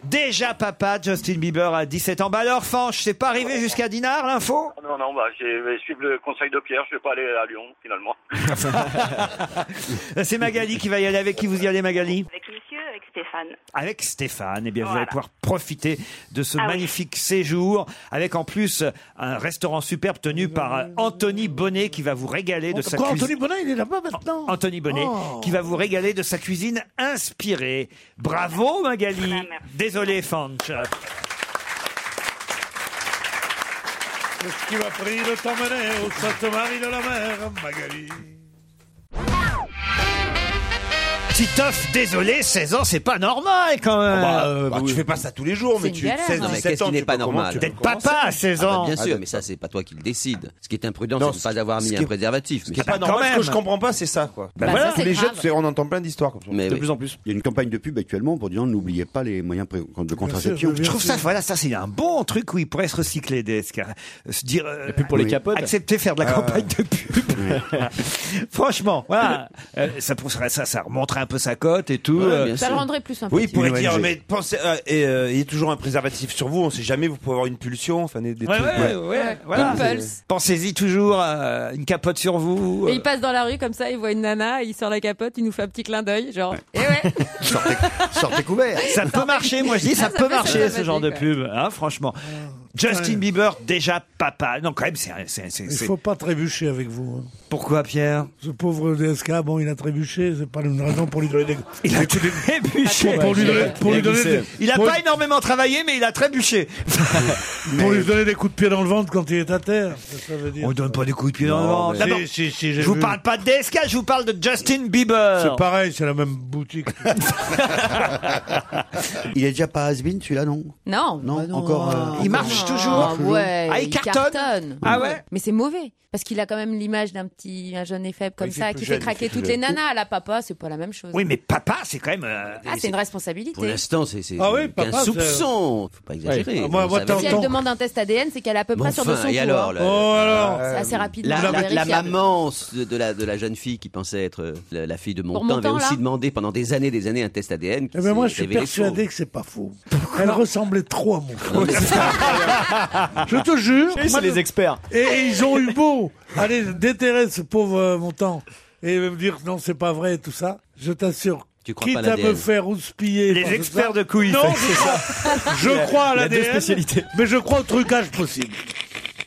S3: Déjà papa, Justin Bieber à 17 ans. Bah alors, Fanche, c'est pas arrivé jusqu'à Dinard, l'info
S18: Non, non, bah, j'ai- je vais suivre le conseil de Pierre, je vais pas aller à Lyon, finalement.
S3: C'est Magali qui va y aller. Avec qui vous y allez, Magali
S17: Avec monsieur, avec Stéphane.
S3: avec Stéphane. Eh bien, vous
S17: Voilà.
S3: allez pouvoir profiter de ce
S17: Ah oui.
S3: magnifique séjour avec en plus un restaurant superbe tenu par euh, Anthony Bonnet qui va vous régaler de sa
S5: Quoi,
S3: cuisine.
S5: Anthony Bonnet, il est là-bas maintenant
S3: Anthony Bonnet
S5: Oh.
S3: qui va vous régaler de sa cuisine inspirée. Bravo Magali.
S17: Ah,
S3: Désolé Fanch.
S5: Qu'est-ce qui m'a pris de t'emmener au Sainte-Marie de la Mer, Magali
S3: Titoff, désolé, 16 ans, c'est pas normal quand même. Euh,
S8: bah, bah, tu fais pas ça tous les jours, mais
S3: C'est
S8: tu
S3: une galère.
S8: 16,
S3: Non, mais
S8: 17
S4: Qu'est-ce
S8: ans,
S4: qui
S8: tu
S4: n'est
S8: peux
S4: pas
S8: comment-
S4: normal
S8: tu peux
S3: D'être papa à 16 ans.
S4: Ah bah, Bien
S3: Ah,
S4: sûr, mais ça, c'est pas toi qui le décide. Ce qui est imprudent,
S8: Non,
S4: c'est de ne pas avoir
S8: ce
S4: mis
S8: qui
S4: un
S8: est-
S4: préservatif.
S8: Ce qui est pas normal, ce que je comprends pas, c'est ça, quoi.
S4: Bah, voilà. ça, c'est
S8: les
S4: grave.
S8: jeunes, tu sais, on entend plein d'histoires comme ça.
S4: Mais
S8: de
S4: oui.
S8: plus en plus.
S19: Il y a une campagne de pub actuellement pour dire n'oubliez pas les moyens pré- de contraception.
S3: Je trouve ça, voilà, ça c'est un bon truc où il pourrait se recycler des SK. Se dire. euh,
S6: pub pour les capotes.
S3: Accepter faire de la
S6: Euh.
S3: campagne de pub. Franchement, voilà. Euh, ça, pousserait- ça, ça remonterait un peu sa cote et tout. euh.
S7: Ça le rendrait plus sympathique.
S8: Oui, il pourrait
S3: Une
S8: dire,
S3: ONG.
S8: mais pensez, euh, et, euh, il y a toujours un préservatif sur vous, on sait jamais, vous pouvez avoir une pulsion, enfin des, des
S3: Ouais,
S8: trucs.
S3: ouais, ouais, voilà. Pensez-y toujours à une capote sur vous. euh.
S8: euh,
S7: Et il passe dans la rue comme ça, il voit une nana, il sort la capote, il nous fait un petit clin d'œil, genre. Eh ouais.
S3: Sortez couvert. Ça peut marcher, moi je dis, ça,
S7: Ça
S3: peut
S7: peut
S3: marcher
S7: se
S3: ce genre de
S7: passer,
S3: pub, hein, franchement. Justin Bieber, déjà papa. Non, quand même, c'est. c'est- c'est-
S5: Il
S3: c'est-
S5: faut pas trébucher avec vous. hein.
S3: Pourquoi, Pierre
S5: Ce pauvre DSK, bon, il a trébuché, c'est pas une raison pour lui donner des.
S3: Il a trébuché.
S5: Pour lui donner, pour lui donner des-
S3: Il a
S5: pour-
S3: pas énormément travaillé, mais il a trébuché.
S5: Pour lui donner des coups de pied dans le ventre quand il est à terre. c'est ça que je veux dire.
S3: On donne pas des coups de pied dans le
S5: Non,
S3: ventre.
S5: mais-
S3: D'abord,
S5: Si, si, si, j'ai
S3: je vous
S5: vu.
S3: parle pas de DSK, je vous parle de Justin Bieber.
S5: C'est pareil, c'est la même boutique.
S19: Il est déjà pas has celui-là, non
S7: Non.
S19: Non, encore. euh,
S7: Il
S3: marche
S7: Ah ouais,
S3: Ah, il cartonne Ah ouais
S7: Mais c'est mauvais parce qu'il a quand même l'image d'un petit un jeune et faible comme
S3: Oui, c'est
S7: ça
S3: plus
S7: qui
S3: jeune,
S7: fait
S3: il
S7: craquer
S3: fait plus
S7: toutes les
S3: jeune.
S7: nanas. Là, papa, c'est pas la même chose.
S3: Oui, mais papa, c'est quand même. euh,
S7: Ah, c'est une responsabilité.
S4: Pour l'instant, c'est c'est-
S3: Ah oui,
S4: c'est
S3: papa,
S4: un
S3: c'est-
S4: soupçon. Faut pas exagérer.
S5: Ah,
S3: Ouais. Moi,
S4: Vous
S3: moi,
S4: savez-
S7: Si elle demande un test ADN, c'est qu'elle est à peu
S4: Bon,
S7: près sur de
S4: enfin,
S7: son
S4: et
S7: coup,
S4: alors,
S7: hein.
S4: là, Oh,
S5: alors.
S8: Euh,
S7: C'est assez rapide.
S4: La,
S7: c'est
S4: la- la
S7: vérifiable.
S4: maman de de la, de la jeune fille qui pensait être euh, la, la fille de
S7: Pour
S4: Montan
S7: Montand,
S4: avait aussi
S7: là
S4: demandé pendant des années des années un test ADN. qui
S5: Eh ben moi,
S4: s'est
S5: je suis
S4: révélé faux.
S5: persuadé que c'est pas faux. Elle ressemblait trop à mon frère.
S8: Ah
S5: Je te jure.
S6: Et c'est les experts.
S5: Et ils ont eu beau aller déterrer ce pauvre euh, montant et me dire non, c'est pas vrai et tout ça. Je t'assure.
S4: Tu
S3: crois
S5: Quitte
S3: pas à
S5: à me
S3: l'ADN.
S5: faire houspiller.
S3: Les
S5: par tout
S3: experts
S5: ça.
S3: de couilles,
S5: Non,
S3: c'est
S5: je
S3: ça.
S5: crois, je
S3: Il y a-
S5: crois à
S3: il y a deux
S5: l'ADN.
S3: spécialités.
S5: Mais je crois au trucage possible.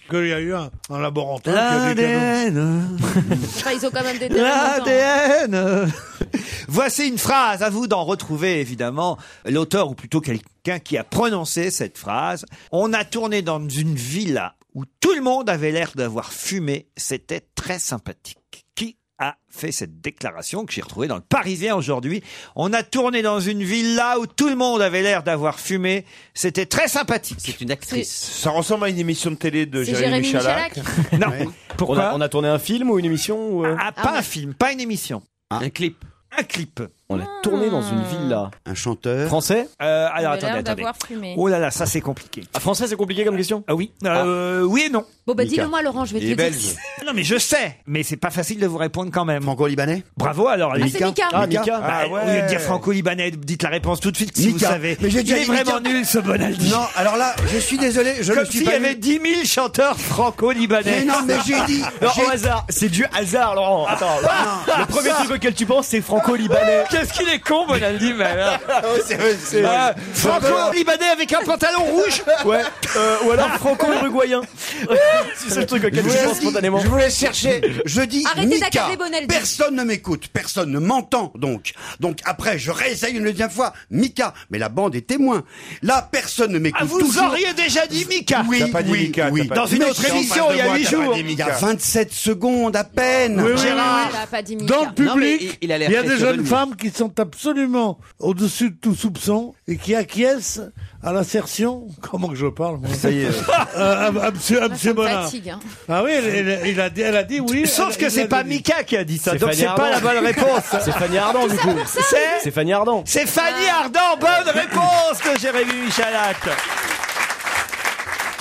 S5: Qu'il y a eu un, un laborantin qui a dit que non.
S7: Enfin, ils ont quand même des hein.
S3: L'ADN Voici une phrase, à vous d'en retrouver évidemment l'auteur ou plutôt quelqu'un qui a prononcé cette phrase. On a tourné dans une villa où tout le monde avait l'air d'avoir fumé, c'était très sympathique. Qui a fait cette déclaration que j'ai retrouvée dans le Parisien aujourd'hui On a tourné dans une villa où tout le monde avait l'air d'avoir fumé, c'était très sympathique. C'est
S4: une
S8: Ça ressemble à une émission de télé de
S3: C'est
S8: Jérémy,
S3: Jérémy
S8: Michalak.
S3: Non. Pourquoi
S6: on a, on a tourné un film ou une émission ou, euh,
S3: Ah, pas un film, pas une émission.
S4: Un clip.
S3: Un clip.
S6: On a tourné dans une villa.
S4: Un chanteur.
S6: Français Ah,
S3: Euh, alors
S7: Avait l'air
S3: attendez, attendez.
S7: d'avoir fumé.
S3: Oh là là, ça c'est compliqué.
S6: français, c'est compliqué comme question
S3: Ah oui. Euh, Oui et non.
S7: Bon, bah, dis-le-moi, Laurent, je vais te le dire.
S3: Non mais je sais, mais c'est pas facile de vous répondre quand même.
S4: Franco-libanais
S3: Bravo alors.
S7: Ah, c'est Mika. Mika. Ah, Mika.
S3: Bah,
S7: Ah ouais.
S3: Au lieu de dire franco-libanais, dites la réponse tout de suite si vous
S4: Mika.
S3: savez.
S4: Mais j'ai
S3: Il
S4: déjà
S3: est
S4: dit Mika.
S3: vraiment nul ce Bonaldi.
S4: Non, alors là, je suis désolé, je
S3: Comme
S4: le suis
S3: s'il y
S4: pas
S3: avait
S4: nul.
S3: 10 000 chanteurs franco-libanais.
S4: Mais non, mais j'ai dit-
S6: Non,
S4: j'ai-
S6: au hasard. C'est du hasard, Laurent. Attends.
S4: Ah,
S6: le premier
S4: ça.
S6: truc auquel tu penses, c'est franco-libanais.
S3: Qu'est-ce qu'il est con, Bonaldi, mais alors.
S6: Ah,
S3: Franco-libanais avec un pantalon rouge
S6: Ouais. euh, ou alors franco-uruguayen. c'est le truc auquel
S14: Je
S6: tu
S14: voulais-
S6: penses spontanément.
S14: Je voulais chercher. Je dis
S7: Arrêtez
S14: Mika.
S7: d'accabler Bonaldi.
S14: Personne ne m'écoute. Personne ne m'entend. Donc, donc après, je réessaye une deuxième fois. Mika. Mais la bande est témoin. Là, personne ne m'écoute.
S3: Ah, vous
S14: toujours.
S3: auriez déjà dit Mika
S14: Oui,
S3: T'as pas dit
S14: oui,
S3: Mika,
S14: oui.
S3: t'as pas Dans dit une Mika. autre émission, il y a huit jours.
S14: Il y a 27 secondes à peine.
S5: Oui, oui,
S14: Gérard.
S7: Il a pas dit Mika.
S5: Dans le public,
S4: mais il-
S5: il,
S4: il a l'air
S5: y a
S4: très
S5: des jeunes
S4: survenu.
S5: femmes qui sont absolument au-dessus de tout soupçon et qui acquiescent à l'assertion. Comment que je parle moi
S14: Ça y est.
S5: Euh, à- à monsieur, à
S7: me
S5: monsieur Bonnard.
S7: fatigue, hein.
S5: Ah oui, elle, elle- il a dit, elle a dit oui.
S3: Sauf
S5: elle-
S3: que
S5: il
S3: c'est
S5: a
S3: pas
S5: dit-
S3: Mika qui a dit ça,
S6: C'est
S3: donc
S6: Fanny
S3: c'est pas la
S6: Ardant.
S3: bonne réponse.
S6: C'est Fanny Ardant, du coup.
S3: C'est
S6: C'est Fanny Ardant.
S3: C'est Fanny Ardant, bonne réponse de Jérémy Michalak.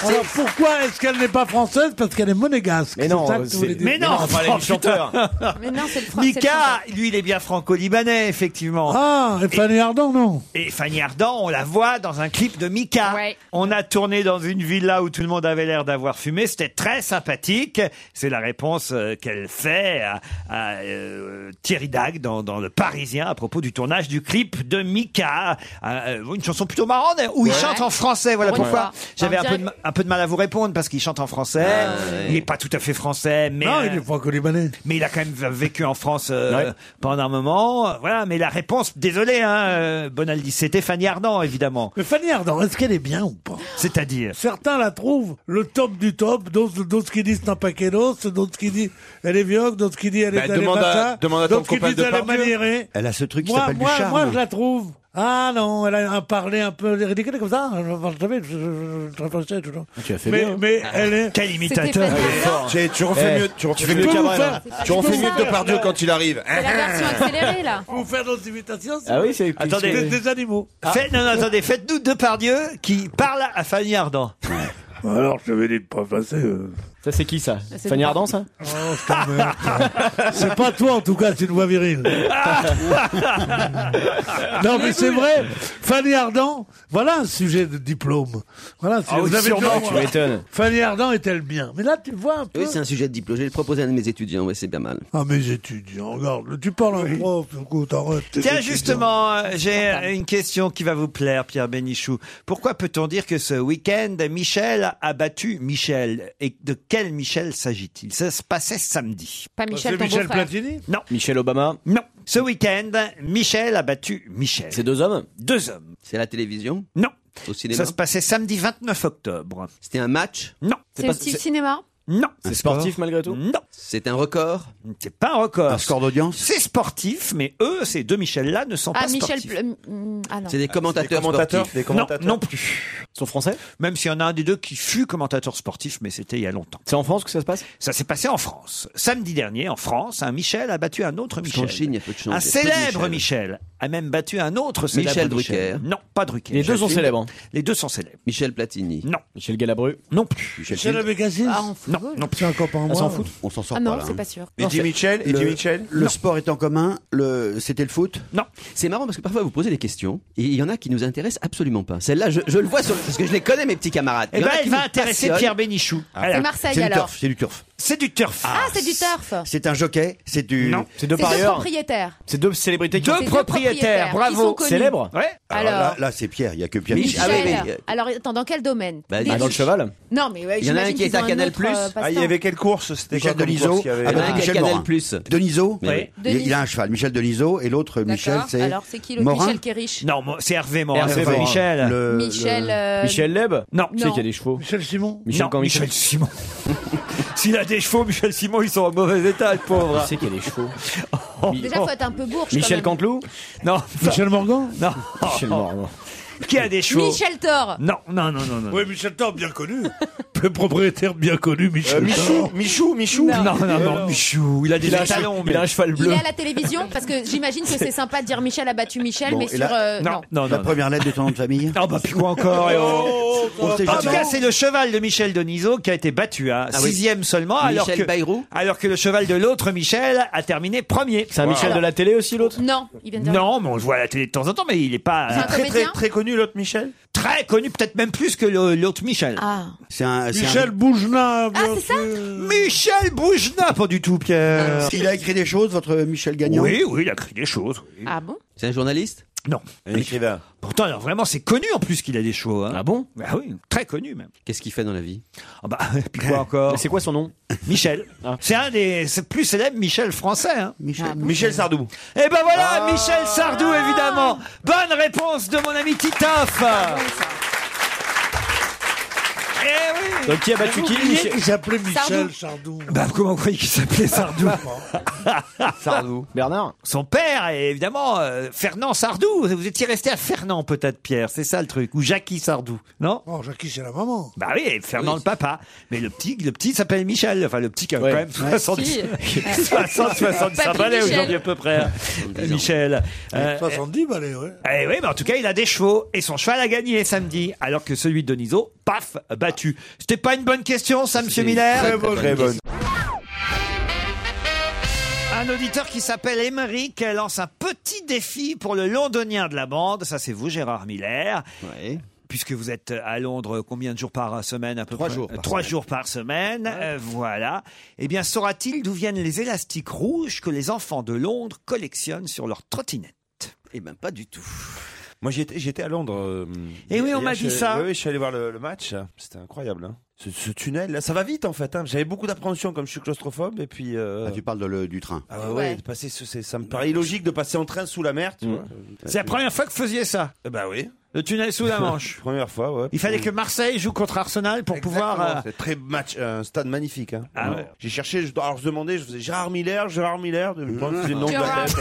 S5: Alors pourquoi est-ce qu'elle n'est pas française Parce qu'elle est monégasque.
S6: Mais non,
S5: c'est ça que tu
S6: c'est-
S5: voulais dire.
S3: Mais non,
S6: on parlait du
S3: oh, putain.
S7: Mais non, c'est le français.
S3: Mika, lui, il est bien franco-libanais, effectivement.
S5: Ah, et Fanny Ardant, non.
S3: Et Fanny Ardant, on la voit dans un clip de Mika.
S7: Ouais.
S3: On a tourné dans une villa où tout le monde avait l'air d'avoir fumé. C'était très sympathique. C'est la réponse euh, qu'elle fait à, à, euh, Thierry Dag dans, dans Le Parisien à propos du tournage du clip de Mika. Euh, une chanson plutôt marrante où il
S7: Ouais.
S3: chante en français. Voilà
S7: Ouais.
S3: pourquoi
S7: Ouais.
S3: j'avais un,
S7: On
S3: peu de ma- un peu de mal à vous répondre parce qu'il chante en français.
S8: Ah,
S3: Il n'est pas tout à fait français, mais
S5: Non,
S3: euh,
S5: il est franco-libanais.
S3: mais il a quand même vécu en France euh, pendant un moment. Voilà, mais la réponse, désolé, hein, euh, Bonaldi, c'était Fanny Ardant, évidemment.
S5: Mais Fanny Ardant, est-ce qu'elle est bien ou pas
S3: C'est-à-dire.
S5: Certains la trouvent le top du top, d'autres d'autres qui disent un paquet d'autres, d'autres qui disent elle est violente, d'autres qui disent elle est
S8: Bah,
S5: elle est
S8: demande à-
S5: machin,
S8: demande à ton
S5: d'autres qui
S8: copain
S5: disent elle est
S8: Depardieu.
S5: maniérée.
S14: Elle a ce truc qui
S5: Moi,
S14: s'appelle du
S5: moi,
S14: charme.
S5: moi, je la trouve. Ah non, elle a un parler un peu ridicule comme ça. hein, Je je- je- je- je- je réfléchis toujours.
S6: Tu as fait
S5: Mais,
S6: bien.
S5: mais elle est.
S3: Quel
S7: C'était
S3: imitateur
S7: Fanny
S3: il est fort.
S8: Tu- tu refais
S6: Eh,
S8: mieux, tu refais
S6: tu fais
S8: mieux
S6: mieux
S8: que
S6: Cabrel,
S8: Depardieu.
S6: hein.
S8: Tu refais
S7: C'est
S8: mieux
S7: ça.
S8: que Depardieu quand il arrive. Ah.
S7: C'est la version accélérée, là.
S5: Vous faire d'autres imitations c'est
S6: Ah oui, c'est.
S3: Attendez.
S5: des, des animaux.
S3: Faites- non, non, attendez, faites-nous Depardieu qui parle à Fanny Ardant.
S5: Alors je vais dire pas euh, passer.
S6: Ça, c'est qui ça
S7: c'est
S6: Fanny
S7: le-
S6: Ardant, ça
S3: Oh,
S5: C'est pas toi en tout cas, c'est une voix virile. non mais c'est vrai, Fanny Ardant, voilà un sujet de diplôme. Voilà, c'est-
S3: Ah oui,
S5: vous avez
S3: sûrement,
S5: deux
S6: Tu
S5: mois.
S6: m'étonnes.
S5: Fanny Ardant est-elle bien Mais là tu vois un peu.
S4: Oui, c'est un sujet de diplôme. J'ai proposé à un de mes étudiants, mais c'est bien mal.
S5: Ah mes étudiants, regarde, tu parles à un prof, écoute, arrête. t'es
S3: Tiens,
S5: étudiant.
S3: justement, euh, j'ai euh, une question qui va vous plaire, Pierre Bénichou. Pourquoi peut-on dire que ce week-end, Michel a battu Michel Et de quel Michel s'agit-il Ça se passait samedi.
S7: Pas
S5: Ah, C'est
S7: Michel, ton
S5: Michel
S7: beau-frère.
S5: Platini
S6: Michel Obama.
S3: Non. Ce week-end, Michel a battu Michel.
S6: Ces deux hommes
S3: Deux hommes.
S4: C'est à la télévision
S3: Non.
S4: Au cinéma
S3: Ça se passait samedi 29 octobre.
S4: C'était un match
S3: Non.
S7: C'est le style cinéma
S3: Non.
S6: C'est sportif malgré tout
S3: Non.
S4: C'était un record
S3: C'est pas un record.
S14: Un score d'audience.
S3: C'est sportif, mais eux, ces deux Michel-là, ne sont
S7: Ah,
S3: pas
S7: Michel.
S3: sportifs.
S7: Pl- hum, Ah non.
S4: C'est des commentateurs,
S8: Commentateur,
S4: sportifs.
S8: des
S3: Non,
S8: commentateurs.
S3: non plus.
S6: Ils sont français
S3: Même s'il y en a un des deux qui fut commentateur sportif, mais c'était il y a longtemps.
S6: C'est en France que ça se passe
S3: Ça s'est passé en France. Samedi dernier, en France, un Michel a battu un autre
S4: Parce
S3: Michel.
S4: qu'en Chine, il y a peu de chance.
S3: un
S4: Il y a peu de
S3: célèbre Michel. a même battu un autre célèbre
S4: Michel Drucker.
S3: Non, pas Drucker.
S6: Les deux sont célèbres.
S3: Les deux sont célèbres.
S4: Michel Platini.
S3: Non,
S6: Michel Galabru.
S3: non plus.
S5: Michel Abécassis
S7: Ah, on fout
S3: Non, non.
S5: C'est un copain à moi.
S19: s'en fout. On s'en sort
S7: Ah non,
S19: pas là.
S7: c'est
S19: hein.
S7: pas sûr.
S19: le,
S4: Eddie Mitchell
S19: Le
S4: Non.
S19: sport est en commun. Le, c'était le foot.
S3: Non.
S4: C'est marrant parce que parfois vous posez des questions et il y en a qui nous intéressent absolument pas. Celle-là, je, je le vois sur le- parce que je les connais mes petits camarades.
S3: Eh
S4: Il y en
S3: ben,
S4: a qui
S3: elle va
S4: nous
S3: intéresser
S4: passionnent.
S3: Pierre Bénichou.
S4: Ah.
S3: Alors,
S7: C'est Marseille, alors.
S19: C'est du turf.
S3: C'est du turf.
S7: Ah, c'est du turf.
S19: C'est un jockey. C'est du. Non.
S6: C'est
S7: C'est deux propriétaires.
S6: C'est deux célébrités.
S7: Deux C'est deux propriétaires, propriétaires, bravo. qui sont connus.
S6: Célèbres.
S3: Ouais.
S7: Alors-
S19: là, là, c'est Pierre. Il y a que Pierre.
S7: Michel. Ah
S19: Michel.
S7: Alors, attends, dans quel domaine
S19: euh, Bah,
S7: Des
S19: dans le
S7: riches.
S19: cheval.
S7: Non, mais ouais,
S19: Il y en a un
S7: j'imagine
S19: qui est
S7: qu'ils
S19: à
S7: ont un
S19: Canal+.
S7: autre, euh,
S8: Ah, il y
S7: passe-temps.
S8: avait quelle course C'était quoi
S19: Michel
S8: comme
S19: Denisot.
S8: course qu'il y avait
S19: avec
S14: bah,
S8: Ah,
S19: bah, Michel
S8: Canal+.
S19: Morin. Denisot.
S3: Oui.
S19: Mais Il, il a un cheval. Michel Denisot et l'autre Michel, c'est.
S7: Alors, c'est qui l'autre
S19: Morin
S7: Michel qui est riche
S3: Non, moi, c'est Hervé Morin.
S6: Hervé
S3: c'est pas
S6: Morin.
S3: Michel.
S19: Le-
S7: Michel, le- euh,
S6: Michel Leb
S3: Non.
S6: Tu sais qu'il y a des chevaux.
S5: Michel Simon
S6: Michel
S3: Non,
S6: quand Michel-
S3: Michel Simon. S'il a des chevaux, Michel Simon, ils sont en mauvais état, le pauvre.
S6: Tu sais qu'il y a des chevaux.
S7: Déjà, faut être un peu bourge.
S3: Michel
S7: quand même.
S3: Canteloup Non. Michel
S5: Morgan
S3: Non.
S6: Michel
S3: Ah
S6: Morgan.
S3: Qui a des chevaux
S7: Michel Thor.
S3: Non, non, non, non. non.
S5: Oui, Michel Thor, bien connu. Le propriétaire bien connu, Michel
S8: Michou,
S5: Thor.
S8: Michou, Michou.
S3: Non, non, non, Michou, il a des
S6: Il a un
S3: talons,
S6: cheval- il a un cheval
S7: Il
S6: bleu.
S7: est à la télévision parce que j'imagine que c'est sympa de dire Michel a battu Michel,
S19: Bon,
S7: mais
S19: et
S7: sur.
S19: là-
S7: euh,
S3: Non, non,
S19: La
S3: non.
S19: première lettre de ton nom de famille.
S3: Ah bah puis quoi encore et oh.
S19: On sait
S3: En tout
S19: jamais.
S3: cas, c'est le cheval de Michel Denisot qui a été battu, hein.
S4: Ah oui.
S3: sixième seulement, alors
S4: Michel
S3: que,
S4: Bayrou
S3: alors que le cheval de l'autre Michel a terminé premier.
S6: C'est un Michel de la télé aussi l'autre.
S7: Non, il vient de dire.
S3: Non, mais on le voit à la télé de temps en temps, mais il est
S7: C'est un
S3: pas
S8: Très, très,
S7: comédien
S8: très connu l'autre Michel.
S3: très connu, peut-être même plus que le- l'autre Michel.
S7: Ah.
S19: C'est un. c'est un-
S5: Michel Bougenat.
S7: Ah, c'est ça
S3: Michel Bougenat, pas du tout,
S14: Ah,
S3: Pierre.
S19: Il a écrit des choses, votre Michel Gagnon.
S3: Oui, oui, il a écrit des choses.
S7: Ah bon
S4: C'est un journaliste
S3: Non.
S8: Un écrivain.
S3: Pourtant, alors, vraiment, c'est connu en plus qu'il a des chevaux. Hein.
S6: Ah bon
S3: Bah oui, très connu même.
S4: Qu'est-ce qu'il fait dans la vie
S3: Ah bah, et puis quoi encore
S6: C'est quoi son nom Ah.
S3: Michel. C'est un des c'est plus célèbres Michel français. Hein.
S7: Ah
S19: Michel.
S8: Michel Sardou.
S3: Et ben
S6: Ah.
S3: voilà, Michel Sardou, évidemment. Bonne réponse de mon ami Titoff.
S7: Ah,
S3: Eh oui.
S6: Donc qui a battu qui
S5: Qui
S6: Michel
S5: qui s'appelait Michel
S7: Sardou.
S5: Sardou
S3: Bah, comment vous croyez qu'il s'appelait Sardou
S8: Sardou.
S6: Bernard.
S3: Son père, et évidemment, euh, Fernand Sardou. Vous étiez resté à Fernand, peut-être, Pierre. C'est ça le truc. Ou Jackie Sardou, non
S5: Oh, Jackie, c'est la maman.
S3: Bah oui, et Fernand
S4: Oui.
S3: le papa. Mais le petit, le petit s'appelle Michel. Enfin, le petit qui a
S6: Ouais.
S3: quand même 70, 60, 65
S7: Papy
S3: balais
S7: Michel.
S3: aujourd'hui à peu près. hein. Michel. Euh,
S5: 70 balais, ouais.
S3: eh oui, mais en tout cas, il a des chevaux et son cheval a gagné samedi, alors que celui de Donizo, paf, battu. C'était pas une bonne question, ça, Monsieur Miller.
S8: Très bonne.
S3: Un auditeur qui s'appelle Émeric lance un petit défi pour le londonien de la bande. Ça, c'est vous, Gérard Miller.
S4: Ouais.
S3: Puisque vous êtes à Londres combien de jours par semaine à peu
S4: Trois
S3: près
S4: jours par
S3: Euh, Trois jours par semaine, euh, voilà. Eh bien, saura-t-il d'où viennent les élastiques rouges que les enfants de Londres collectionnent sur leurs trottinettes
S4: Eh ben pas du tout.
S8: Moi j'étais j'étais à Londres. euh,
S3: Eh oui, on
S8: hier,
S3: m'a
S8: je suis
S3: dit
S8: allé-
S3: ça.
S8: Oui, oui, je suis allé voir le, le match. C'était incroyable. hein. Ce, ce tunnel, là, ça va vite en fait. hein. J'avais beaucoup d'appréhension comme je suis claustrophobe et puis. euh,
S14: Bah,
S19: Ah, tu parles de le- du train.
S8: Ah ouais,
S7: Ouais.
S8: de passer ce- c'est- ça me paraît illogique de passer en train sous la mer, tu vois.
S3: C'est la première fois que vous faisiez ça,
S8: Euh, Bah oui,
S3: le tunnel sous la Manche.
S8: première fois, ouais.
S3: Il fallait que Marseille joue contre Arsenal pour pouvoir. euh,
S8: Exactement, c'est très match, un stade magnifique. hein.
S3: Ah ouais.
S8: J'ai cherché, je, alors je demandais, je faisais Gérard Miller, Gérard Miller, de, je pense que c'est le nom de la
S7: Gérard.
S8: tête.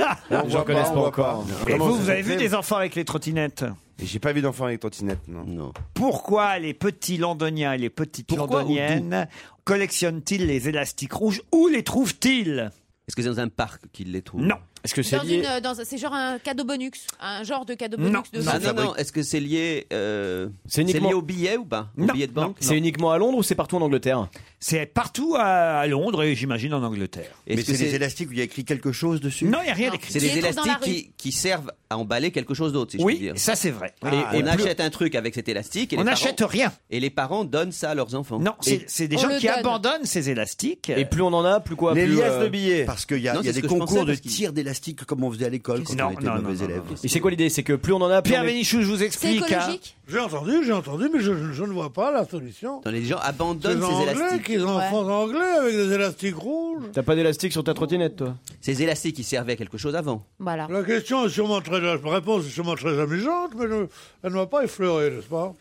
S3: Ah,
S8: On
S6: Les
S8: voit
S6: gens connaissent
S8: on
S6: pas
S8: voit
S6: encore.
S3: Et
S8: Vraiment,
S3: vous,
S8: c'est
S3: vous avez vu
S8: très-
S3: des enfants avec les trottinettes
S8: Et J'ai pas vu d'enfant avec trottinette, non.
S4: Non.
S3: Pourquoi les petits londoniens et les petites
S4: Pourquoi ou
S3: londoniennes collectionnent-ils les élastiques rouges Où les trouvent-ils
S4: Est-ce que c'est dans un parc qu'il les trouve
S3: Non.
S6: Est-ce que c'est
S7: Dans une,
S6: lié
S7: euh, dans un- C'est genre un cadeau bonus. Un genre de cadeau bonus
S3: Non,
S7: de
S4: Ah, non,
S7: Noël.
S4: non. Est-ce que c'est lié euh,
S6: C'est
S4: C'est
S6: uniquement-
S4: lié au billet ou pas Au
S3: Non,
S4: billet de
S3: non.
S4: banque
S6: C'est uniquement à Londres ou c'est partout en Angleterre
S3: C'est partout à, à Londres et j'imagine en Angleterre.
S4: Est-ce
S19: Mais
S4: que
S19: c'est des
S4: c'est
S19: élastiques où il y a écrit quelque chose dessus
S3: Non, il n'y a rien
S7: Non.
S3: d'écrit.
S4: c'est
S7: Qui
S4: des
S7: les trouve dans la
S4: élastiques qui, qui servent à emballer quelque chose d'autre, si je puis
S3: Oui,
S4: dire.
S3: ça c'est vrai.
S4: Et
S3: Et-
S4: on
S3: et plus-
S4: achète un truc avec cet élastique et
S3: on
S4: les
S3: n'achète
S4: parents-
S3: rien.
S4: et les parents donnent ça à leurs enfants.
S3: Non,
S4: Et-
S3: c'est c'est des
S7: On
S3: gens
S7: le
S3: qui
S7: donne.
S3: abandonnent ces élastiques.
S6: Et plus on en a, plus quoi
S8: Les
S6: plus,
S8: liasses
S6: euh,
S8: de billets.
S19: Parce qu'il y a,
S4: Non,
S19: il y a
S4: c'est
S19: des
S4: ce que je
S19: concours
S4: pensais,
S19: de
S4: parce qu'il-
S19: tir d'élastique comme on faisait à l'école quand
S3: Non,
S19: on était
S3: non,
S19: mauvais
S3: non, non,
S19: élèves.
S3: non.
S6: Et c'est quoi l'idée C'est que plus on en a, plus
S3: Pierre
S6: on est-
S3: Bénichou, je vous
S7: C'est
S3: explique. hein.
S7: écologique
S5: J'ai entendu, j'ai entendu, mais je, je- je ne vois pas la solution.
S4: Dans les gens
S5: Ces
S4: abandonnent ces
S5: Anglais,
S4: élastiques.
S5: qui ont
S7: Ouais.
S5: enfants anglais avec des élastiques rouges.
S6: T'as pas d'élastique sur ta trottinette, toi
S4: Ces élastiques, qui servaient à quelque chose avant.
S7: Voilà.
S5: La question est sûrement très, la réponse est sûrement très amusante, mais je- elle ne m'a pas effleuré, n'est-ce pas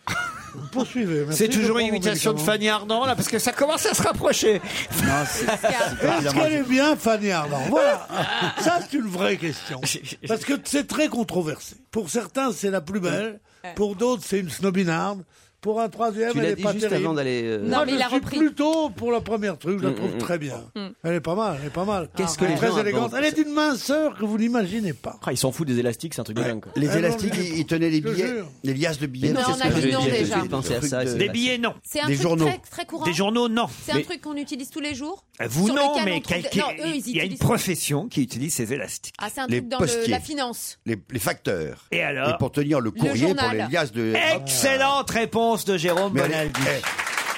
S5: Poursuivez. merci,
S3: C'est
S5: je
S3: toujours
S5: prends
S3: une
S5: mon
S3: imitation de
S5: médicament.
S3: Fanny Ardant, là, parce que ça commence à se rapprocher.
S5: Est-ce qu'elle est bien, Fanny Ardant Voilà. Ça, c'est une vraie question. Parce que c'est très controversé. Pour certains, c'est la plus belle. Pour d'autres, c'est une snobinarde. Pour un troisième,
S4: Tu
S5: elle
S4: l'as
S5: est
S4: dit
S5: pas
S4: juste
S5: terrible.
S4: avant d'aller, euh, Non,
S5: Moi,
S4: mais
S5: je
S4: il a
S5: suis
S4: repris.
S5: plutôt pour la première truc, je la
S4: Mm,
S5: trouve
S4: mm,
S5: très
S4: mm.
S5: bien.
S4: Mm.
S5: Elle est pas mal, elle est pas mal.
S6: Qu'est-ce que
S5: elle est
S6: les gens
S5: très
S6: attendent
S5: élégante. Elle est d'une minceur que vous n'imaginez pas.
S6: Ah, ils s'en foutent des élastiques, c'est un truc de dingue. Quoi.
S14: Les élastiques, ils, ils tenaient les
S6: Ah, Je
S14: billets,
S6: jure.
S14: les liasses de billets.
S7: Mais non,
S14: c'est
S7: on
S14: ce
S7: a
S14: que
S7: dit
S14: je
S7: non,
S14: veux dire,
S7: déjà.
S14: c'est le
S7: Pensez à
S14: truc
S7: ça,
S14: de-
S7: c'est
S3: Des billets, non.
S7: C'est un
S3: Des
S7: truc
S3: journaux.
S7: Très, très courant.
S3: Des journaux, non.
S7: C'est un
S3: Mais-
S7: truc qu'on utilise tous les jours.
S3: Ah, Vous
S7: sur
S3: non,
S7: lequel
S3: mais
S7: on trouve-
S3: quelqu'un-
S7: Non, eux, ils
S3: il y a une
S7: utilisent-
S3: profession qui utilise ces élastiques.
S7: Ah, c'est un
S14: Les
S7: truc dans
S14: postiers.
S7: le, la finance.
S14: Les, les facteurs.
S3: Et alors
S14: pour tenir le
S7: Le
S14: courrier, pour
S7: journal.
S14: les liasses de.
S3: Excellente réponse de Jérôme
S14: Mais elle est-
S3: Bonaldi.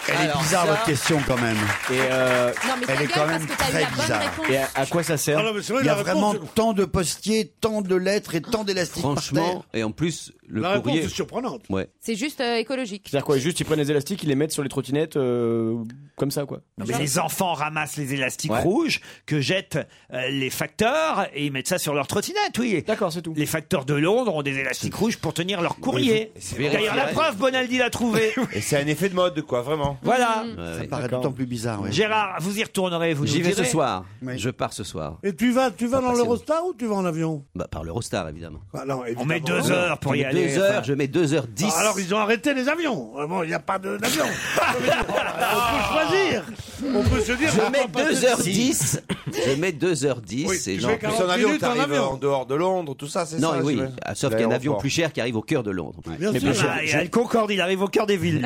S14: Elle est
S3: Alors
S14: bizarre
S3: ça-
S14: votre question quand même.
S6: Et euh,
S7: Non, mais ta
S14: elle est
S7: gueule,
S14: quand
S7: parce
S14: même
S7: que t'as eu
S14: très
S7: la bonne
S14: bizarre. Ah
S7: réponse.
S6: Et à, à quoi ça sert
S14: Il y a vraiment tant de postiers, tant de lettres et tant d'élastiques. par terre.
S4: Franchement, et en plus, le
S14: La réponse
S4: courrier.
S14: est
S5: surprenante.
S4: Ouais.
S7: C'est juste euh, écologique.
S6: C'est-à-dire quoi Juste, ils prennent les élastiques, ils les mettent sur les trottinettes, euh, comme ça, quoi.
S3: Non, mais les enfants ramassent les élastiques rouges que jettent euh, les facteurs et ils mettent ça sur leur trottinette, oui.
S6: D'accord, c'est tout.
S3: Les facteurs de Londres ont des élastiques rouges pour tenir leur courrier.
S8: Oui, c'est vrai.
S3: D'ailleurs, la
S8: Ouais.
S3: preuve, Bonaldi l'a trouvée.
S8: Et c'est un effet de mode, quoi, vraiment.
S3: Voilà.
S14: Ça paraît d'autant plus bizarre. ouais.
S3: Gérard, vous y retournerez, vous
S4: J'y
S3: nous
S4: vais ce
S3: direz.
S4: soir. Je pars ce soir.
S5: Et tu vas, tu vas dans
S4: passer
S5: l'Eurostar ou tu vas en avion
S4: Bah, par l'Eurostar, évidemment.
S5: Ah non,
S4: Non,
S5: évidemment.
S4: je mets Deux heures, je mets 2 heures 10.
S5: Ah, alors ils ont arrêté les avions. Ah Bon, il n'y a pas de- d'avion. Je veux dire, on peut choisir. On peut se dire.
S4: Je
S5: on
S4: mets
S5: va passer-
S4: 2h10. Je mets 2h10.
S5: Oui,
S4: et
S5: tu
S4: non,
S5: fais 40
S8: Son avion,
S5: minutes en
S8: t'arrives
S5: avion.
S8: en dehors de Londres, tout ça, c'est
S4: non,
S8: ça
S4: et oui.
S8: j'imagine.
S4: ah, Sauf qu'il y a un avion
S8: L'aéroport.
S4: plus cher qui arrive au cœur de Londres. Mais Ah,
S8: Bien
S3: sûr. Ah, et le Concorde, il arrive au cœur des villes. lui.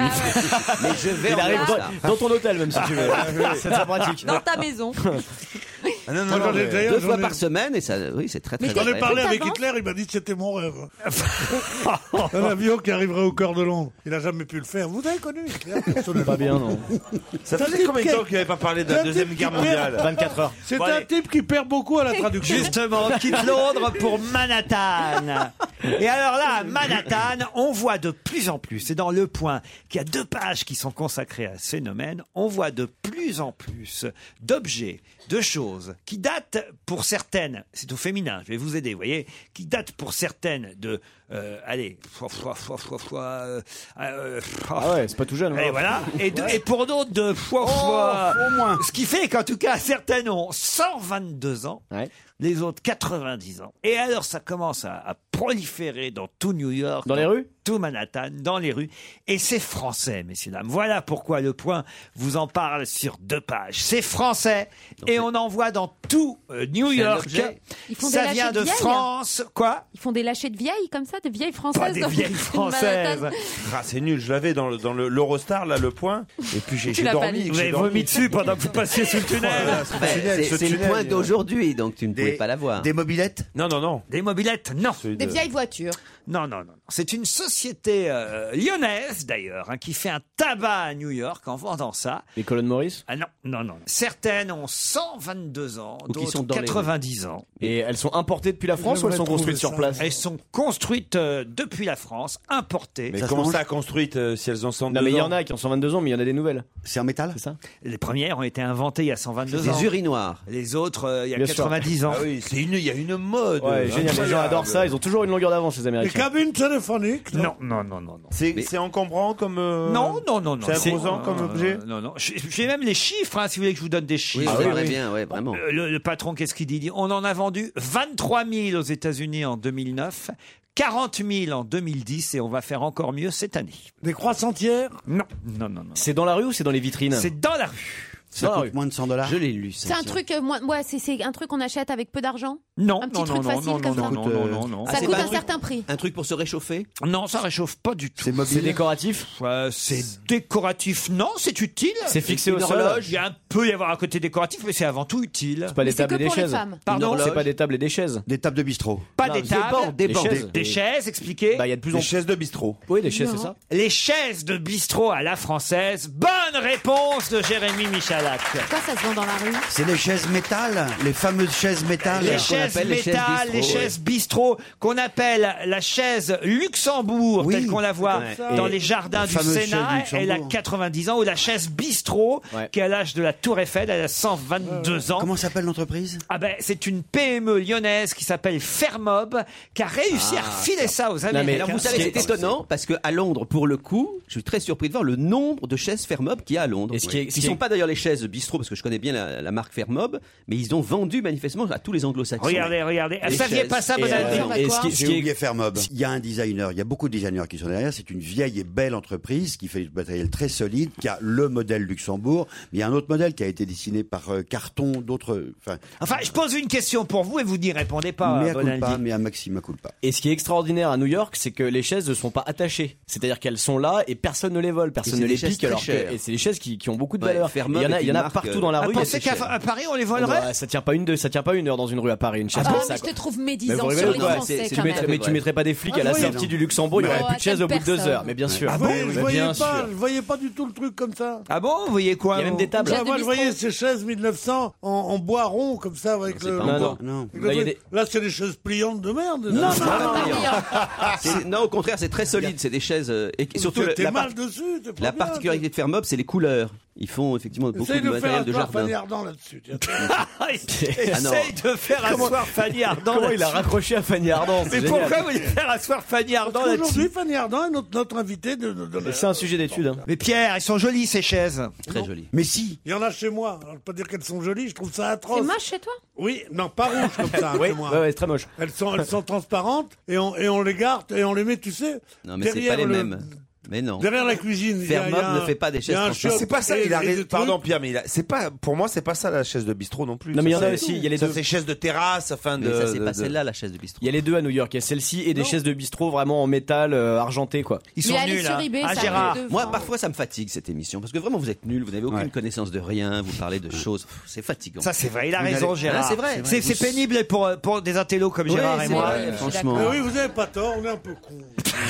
S4: Mais je vais
S3: Il
S4: en
S3: arrive
S4: Eurostar.
S3: dans-
S6: Dans ton hôtel, même si tu veux.
S4: Ah,
S6: c'est très pratique.
S7: Dans ta maison.
S8: non,
S4: Moi,
S5: Ah, non,
S4: j'en ai-
S5: mais-
S4: deux
S5: d'ailleurs,
S4: fois
S5: j'en ai-
S4: par semaine, et ça, oui, c'est très très
S5: J'en ai
S4: vrai.
S5: parlé avec Hitler, il m'a dit que c'était mon rêve. un avion qui arriverait au cœur de Londres. Il n'a jamais pu le faire. Vous avez connu Hitler personnellement.
S6: Pas bien, non.
S8: Ça
S5: C'est un
S8: faisait
S5: type
S8: combien de
S5: qui-
S8: temps qu'il n'avait pas parlé de la
S5: c'est un
S8: Deuxième
S5: type
S8: Guerre
S5: qui perd-
S8: mondiale
S6: 24 heures.
S5: C'est
S8: Bon,
S5: un
S8: allez.
S5: type qui perd beaucoup à la traduction.
S3: Justement, on quitte Londres pour Manhattan. Et alors là, à Manhattan, on voit de plus en plus, et dans Le Point, qu'il y a deux pages qui sont consacrées à ce phénomène, on voit de plus en plus d'objets, de choses qui datent pour certaines, c'est au féminin, je vais vous aider, vous voyez, qui datent pour certaines de, euh, allez, fois, fois, fois, fois, fois, euh, euh,
S6: Ah ouais, c'est pas tout jeune.
S3: et voilà. Et, de- et pour d'autres, de fois, fois. Ce qui fait qu'en tout cas, certaines ont 122 ans, les autres 90 ans. Et alors, ça commence à, à proliférer dans tout New York. Dans, les rues Tout Manhattan, dans les rues. Et c'est français, messieurs, dames. Voilà pourquoi le point vous en parle sur deux pages. C'est français. et on en voit dans tout euh, New
S9: C'est un
S3: York.
S9: objet. Ils
S7: font des
S3: ça
S7: lâchers
S3: vient
S7: de
S3: de
S7: vieilles.
S3: France. Quoi
S7: Ils font des lâchers de vieilles comme ça, de vieilles françaises.
S8: Pas des
S7: dans-
S8: vieilles
S7: une
S8: françaises.
S7: Manhattan.
S8: Ah, c'est nul, je l'avais dans le- dans le- l'Eurostar, là, le point. Et puis j'ai
S7: Tu
S8: j'ai
S7: l'as pas
S8: dormi.
S7: lu.
S8: j'ai
S3: Vous avez
S8: dormi.
S3: vomi dessus pendant que vous passiez sous le tunnel.
S8: Voilà, ce
S4: Ben,
S8: tunnel,
S4: c'est-
S8: ce
S4: c'est le
S8: tunnel,
S4: point
S8: euh,
S4: d'aujourd'hui, donc tu ne pouvais pas l'avoir.
S14: Des mobilettes
S8: Non, non, non.
S3: Des mobilettes, non.
S7: Des vieilles voitures.
S3: Non, non, non. non. C'est une société euh, lyonnaise, d'ailleurs, hein, qui fait un tabac à New York en vendant ça.
S6: Les colonnes Maurice
S3: Ah non, non, non. Certaines ont 122 ans,
S6: Ou qui
S3: d'autres
S6: sont dans les rues.
S3: 90 ans.
S6: Et elles sont importées depuis la France ou elles sont construites sur place
S3: Elles sont construites euh, depuis la France, importées.
S8: Mais comment ça construite euh, si elles ont 102
S6: Non, mais il y
S8: ans
S6: en a qui ont 122 ans, mais il y en a des nouvelles.
S14: C'est en métal
S6: C'est ça
S3: Les premières ont été inventées il y a 122 ans.
S4: Des urinoirs.
S3: Les autres, euh, il y a
S6: Bien sûr.
S3: 90 ans.
S8: Ah oui, c'est une- il y a une mode.
S6: Ouais, génial. Les gens
S8: incroyable.
S6: adorent ça, ils ont toujours une longueur d'avance, les
S5: Les
S6: Américains.
S5: cabines téléphoniques.
S3: Non, non, non, non. non.
S8: C'est c'est encombrant comme. euh,
S3: Non, non, non, non.
S8: C'est imposant comme
S3: Euh,
S8: objet
S3: Non, non. J'ai j'ai même les chiffres, hein, si vous voulez que je vous donne des
S4: Oui,
S3: chiffres.
S4: c'est vrai bien, ouais, vraiment.
S3: Euh, Le, le patron, qu'est-ce qu'il dit Il dit On en a vendu 23 000 aux États-Unis en 2009, 40 000 en 2010 et on va faire encore mieux cette année.
S5: Des croissantières.
S3: Non, non, non, non.
S6: C'est dans la rue ou c'est dans les vitrines
S3: C'est dans la rue.
S14: Ça
S6: Dans la
S14: coûte
S6: rue.
S14: moins de 100 dollars.
S4: Je l'ai lu. ça.
S7: C'est un truc, euh, moi, moi, c'est- c'est un truc qu'on achète avec peu d'argent.
S3: Non,
S7: Un petit
S3: non, non,
S7: truc
S3: non,
S7: facile
S3: non,
S7: comme
S3: non,
S7: ça.
S3: non, non, non, non.
S7: ça
S4: c'est
S7: coûte
S4: pas
S7: un
S4: un
S7: certain prix.
S4: Un truc pour se réchauffer
S3: Non, ça réchauffe pas du tout.
S6: C'est
S14: C'est mobile.
S6: décoratif
S3: Euh, c'est décoratif, non, c'est utile.
S6: C'est fixé
S3: Une
S6: au sol
S3: horloge, Il y a un peu y avoir un côté décoratif, mais c'est avant tout utile.
S6: C'est pas des
S7: c'est
S6: tables
S7: que
S6: et des
S7: pour les
S6: chaises.
S7: femmes.
S3: Pardon
S6: C'est pas des tables et des chaises.
S14: Des tables de bistrot.
S3: Pas
S6: Non,
S3: des
S6: des
S3: tables,
S6: bancs, des bancs.
S3: chaises. Des chaises, expliquez.
S6: Bah, il y a de plus en
S8: Des
S6: plus.
S8: chaises de bistrot.
S6: Oui, des chaises,
S7: Non.
S6: c'est ça.
S3: Les chaises de bistrot à la française. Bonne réponse de Jérémy Michalak.
S7: Pourquoi ça se vend dans la rue
S14: C'est les chaises métal, les fameuses chaises métal.
S3: Les
S4: Alors, qu'on
S3: chaises
S4: appelle les chaises
S3: métal, les
S4: bistrot,
S3: chaises bistrot, qu'on appelle la chaise Luxembourg,
S14: Oui.
S3: telle qu'on la voit
S14: Ouais.
S3: dans
S14: Et
S3: les jardins
S14: la
S3: du
S14: fameuse
S3: Sénat.
S14: chaise
S3: Elle a
S14: Luxembourg.
S3: 90 ans, ou la chaise bistrot,
S6: Ouais.
S3: qui a l'âge de la Tour Eiffel, elle a 122 ans.
S14: Euh, Comment s'appelle l'entreprise
S3: Ah ben, c'est une PME lyonnaise qui s'appelle Fermob, qui a réussi à
S14: Ah,
S4: Ah,
S3: refiler ça aux
S6: mais
S3: Américains.
S4: Alors vous savez,
S6: Ce qui
S4: c'est
S6: est-
S4: étonnant parce que à Londres, pour le coup, je suis très surpris de voir le nombre de chaises fermobles qu'il y a à Londres.
S6: Et ce qui est-
S4: qui
S6: ce qui
S4: sont
S6: est-
S4: pas d'ailleurs les chaises anglaise bistrot, parce que je connais bien la, la marque Fermob, mais ils ont vendu manifestement à tous les anglo-saxons.
S3: Regardez, regardez. Ah, saviez pas ça,
S14: Et,
S3: bonne année.
S14: euh,
S3: Et
S14: et ce qui-
S3: quoi
S14: j'ai oublié Fermob. Il y a un designer, il y a beaucoup de designers qui sont derrière. C'est une vieille et belle entreprise qui fait du matériel très solide, qui a le modèle Luxembourg. Mais il y a un autre modèle qui a été dessiné par euh, Carton, d'autres. Enfin,
S3: Enfin, je pose une question pour vous et vous n'y répondez pas.
S14: mais à
S3: Bonaldi.
S14: culpa, mais à maxima culpa.
S6: Et ce qui est extraordinaire à New York, c'est que les chaises ne sont pas attachées. C'est-à-dire qu'elles sont là et personne ne les vole, personne
S4: c'est
S6: ne
S4: des
S6: les
S4: chaises
S6: pique.
S4: très
S6: Alors que-
S4: chères.
S6: et c'est des chaises qui, qui ont beaucoup de
S4: Ouais,
S6: valeur.
S4: Fairmont
S6: Il y en a,
S4: est
S6: il y en a
S4: une marque,
S6: partout dans la
S4: euh,
S6: rue.
S4: Ah,
S6: elles
S4: pensez
S6: sont
S4: qu'à-
S6: chères.
S3: à Paris, on les volerait
S6: Bah, Ça tient pas une, deux- ça tient pas une heure dans une rue à Paris, une chaise
S7: Ah,
S6: comme
S3: bah,
S7: mais
S6: ça.
S7: je
S6: quoi.
S7: te trouve médisant
S6: Mais
S7: sur
S6: vous rigolez
S7: les
S6: ou quoi
S7: Français,
S6: C'est- tu
S7: quand
S6: mettrais-
S7: même.
S6: Mais tu mettrais pas des flics à
S5: Ah
S6: la
S5: oui,
S6: sortie
S5: non.
S6: du Luxembourg, il y
S5: Mais
S6: aurait
S5: à
S6: plus de
S5: quelle
S6: chaise au bout de deux
S5: personne
S6: heures. Mais bien sûr.
S5: Ah bon, je voyais
S6: bien
S5: pas,
S6: sûr.
S5: je voyais pas du tout le truc comme ça.
S3: Ah bon, vous voyez quoi
S6: Il y a même des tables.
S5: Moi, moi, je voyais ces chaises 1900 en, en bois rond comme ça avec le.
S4: pas en
S5: le-
S4: bois.
S5: le
S4: Non.
S5: truc.
S4: Là,
S5: Là,
S4: il y a des-
S5: c'est des chaises pliantes de merde.
S4: Non, non,
S7: hein.
S4: C'est- Non, au contraire, c'est très solide. C'est des chaises. euh, Et et surtout, le-
S5: T'es
S4: la,
S5: mal
S4: part-
S5: dessus. t'es pas
S4: la
S5: bien,
S4: particularité de Fermob, c'est les couleurs. Ils font effectivement
S5: t'es-
S4: beaucoup
S5: Essaye
S4: de
S5: de faire
S4: matériel de
S5: asseoir
S4: jardin.
S5: Fanny Ardant là-dessus. tiens.
S3: Essaye
S4: Ah non.
S3: de faire
S5: Comment-
S3: asseoir Fanny Ardant.
S5: Comment il a
S6: raccroché à Fanny Ardant
S3: Mais
S6: c'est
S3: pourquoi
S6: génial.
S3: vous voulez faire asseoir Fanny Ardant
S5: Parce
S3: là-dessus
S5: qu'aujourd'hui, Fanny Ardant est notre, notre invitée de, de- de la-
S6: C'est un sujet d'étude. hein.
S3: Mais Pierre, elles sont jolies ces chaises.
S4: Très jolies.
S14: Mais si.
S5: Il y en a chez moi. Alors, je peux pas dire qu'elles sont jolies, je trouve ça atroce.
S7: C'est moche chez toi
S5: Oui, non, pas rouge comme ça, hein,
S6: Oui,
S5: chez moi.
S6: ouais, ouais, c'est très moche.
S5: Elles sont, elles sont transparentes et on, et on les garde et on les met, tu sais.
S4: Non, mais c'est
S5: derrière
S4: pas les
S5: le-
S4: mêmes. Mais non.
S5: Derrière la cuisine. il y a-
S4: Fermob
S5: il y a
S4: ne
S5: un-
S4: fait pas des
S5: il y a
S4: chaises
S5: un
S4: transparentes.
S5: chiotte
S8: C'est pas ça,
S5: et-
S8: il a
S5: et
S8: raison.
S5: des
S8: Pardon
S5: trucs.
S3: Ah,
S8: Pierre, mais il a- c'est pas, pour moi, c'est pas ça la chaise de bistrot non plus.
S6: Non, mais il y
S8: Ça,
S6: en a
S8: c'est-
S6: aussi, il y a les
S8: ça,
S6: deux.
S8: c'est chaise de terrasse, afin de.
S4: Mais ça, c'est
S8: de-
S4: pas
S8: de-
S4: celle-là, la chaise de bistrot.
S6: Il y a les deux à New York. Il y a celle-ci et des chaises de bistrot vraiment en métal euh, argenté, quoi.
S4: Ils
S7: sont Mais allez nuls, sur hein. eBay, Ah, ça Gérard. coûte deux
S4: Moi,
S7: francs.
S4: parfois, ça me fatigue cette émission parce que vraiment, vous êtes nuls, vous n'avez aucune connaissance de rien, vous parlez de choses, Pff, c'est fatigant.
S3: Ça c'est vrai, il a
S4: Vous
S3: raison
S4: n'allez-
S3: Gérard.
S4: Ah, c'est vrai.
S3: C'est c'est
S4: Vous-
S3: pénible pour, euh, pour des intellos comme
S4: Ouais,
S3: Gérard et
S4: c'est
S3: moi. euh, Ah
S4: vrai, Ouais, franchement.
S5: Mais Eh oui, vous avez pas tort, on est un peu con.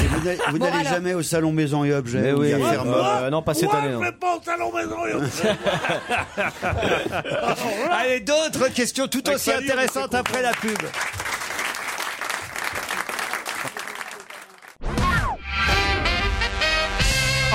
S14: Et vous n'allez- vous
S5: Bon,
S14: n'allez
S5: alors.
S14: jamais au salon Maison et Objets.
S6: Mais
S14: où il y a
S6: oui,
S14: Fermob.
S6: euh, non, pas cette
S5: Ouais,
S6: année. non.
S5: je vais pas au salon maison. et on-
S3: Allez, d'autres questions tout
S5: Avec
S3: aussi
S5: Fanny, on était
S3: intéressantes
S5: contents.
S3: après la pub.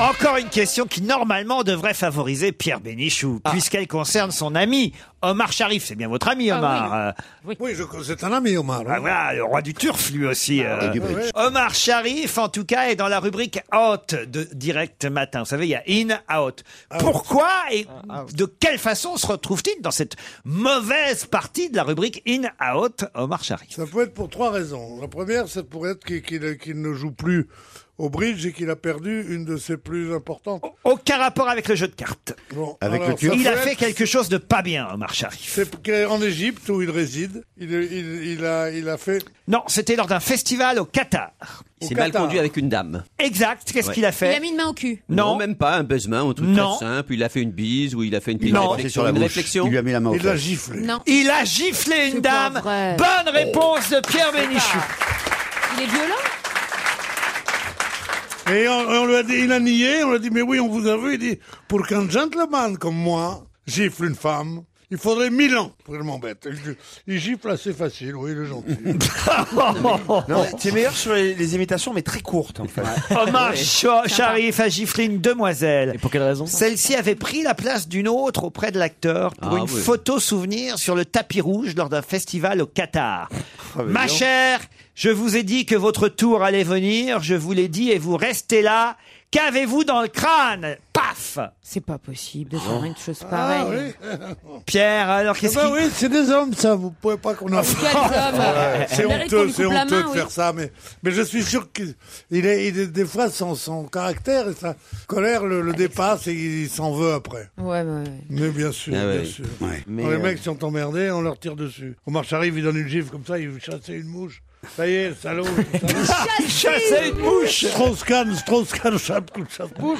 S3: Encore une question qui normalement devrait favoriser Pierre Bénichou,
S5: Ah.
S3: puisqu'elle concerne son ami Omar Sharif. C'est bien votre ami Omar. euh,
S5: Ah Oui, je- c'est un ami, Omar. hein Ah,
S3: Ah, voilà, le roi du turf, lui aussi. euh,
S5: du bridge.
S3: Omar Sharif, en tout cas, est dans la rubrique Out de Direct Matin. Vous savez, il y a In, Out.
S5: Ah
S3: Pourquoi et
S7: Ah,
S3: de quelle façon se retrouve-t-il dans cette mauvaise partie de la rubrique In, Out, Omar Sharif
S5: Ça peut être pour trois raisons. La première, ça pourrait être qu'il qu'il- qu'il ne joue plus au bridge et qu'il a perdu une de ses plus importantes.
S3: Aucun rapport avec le jeu de cartes.
S5: Bon,
S14: Avec
S5: alors,
S14: le turc.
S5: ça
S3: Il a
S5: peut
S3: fait
S5: être-
S3: quelque chose de pas bien, Omar Sharif.
S5: C'est qu'en Égypte où il réside, il, il- il a, il a fait.
S3: Non, c'était lors d'un festival au Qatar.
S4: Il
S5: au
S4: s'est mal
S5: Qatar.
S4: conduit avec une dame.
S3: Exact, qu'est-ce
S4: Ouais.
S3: qu'il a
S7: Il a
S3: fait
S7: mis une main au cul.
S3: Non.
S4: même pas un baisement, un truc
S3: Non.
S4: très simple. Il a fait une bise ou il a fait une petite
S3: Non.
S4: réflexion.
S14: Sur la
S4: une
S14: bouche.
S4: réflexion.
S14: Il lui a mis la main au
S5: Il l'a
S14: fer.
S5: giflé.
S7: Non,
S3: Il a giflé une
S7: C'est pas
S3: dame.
S7: vrai.
S3: Bonne réponse de Pierre Bénichou. Oh.
S7: il est violent.
S5: Et on, on lui a dit, il a nié, on lui a dit, mais oui, on vous a vu. Il dit, pour qu'un gentleman comme moi gifle une femme, il faudrait mille ans pour qu'elle m'embête. Il, il gifle assez facile, oui, il est gentil.
S4: Oh.
S8: Non, mais t'es meilleur sur les, les imitations, mais très courtes, en fait.
S3: Omar Oh, Cha- Sharif a giflé une demoiselle.
S6: Et pour quelle raison
S3: Celle-ci avait pris la place d'une autre auprès de l'acteur pour
S4: Ah
S3: une
S4: oui.
S3: photo souvenir sur le tapis rouge lors d'un festival au Qatar.
S5: Oh, bah,
S3: Ma chère, je vous ai dit que votre tour allait venir, je vous l'ai dit et vous restez là. Qu'avez-vous dans le crâne Paf Ah
S7: C'est pas possible
S5: Ah
S7: de faire une chose pareille.
S3: Pierre, alors
S5: Eh
S3: qu'est-ce
S5: ben
S3: qui-
S5: oui, c'est des hommes, ça. Vous pouvez pas qu'on en
S7: Quel homme
S5: C'est
S7: Il mérite qu'on
S5: honteux,
S7: lui
S5: c'est
S7: coupe la
S5: honteux
S7: main,
S5: de
S7: oui.
S5: faire ça, mais, mais je suis sûr qu'il est, il est des fois son, son caractère et sa colère le, le dépasse et il s'en veut après.
S7: Ah, Ouais, ouais, ouais.
S5: Mais bien sûr,
S4: Ah ouais.
S5: bien sûr.
S14: Ouais.
S8: Mais,
S5: Quand les
S8: euh,
S5: mecs sont emmerdés, on leur tire dessus. On marche arrive, il donne une gifle comme ça, il veut chasser une mouche. Ça y est, salaud.
S3: Chasser une mouche
S5: Strauss-Kahn, Strauss-Kahn, chape- coup de chape-mouche.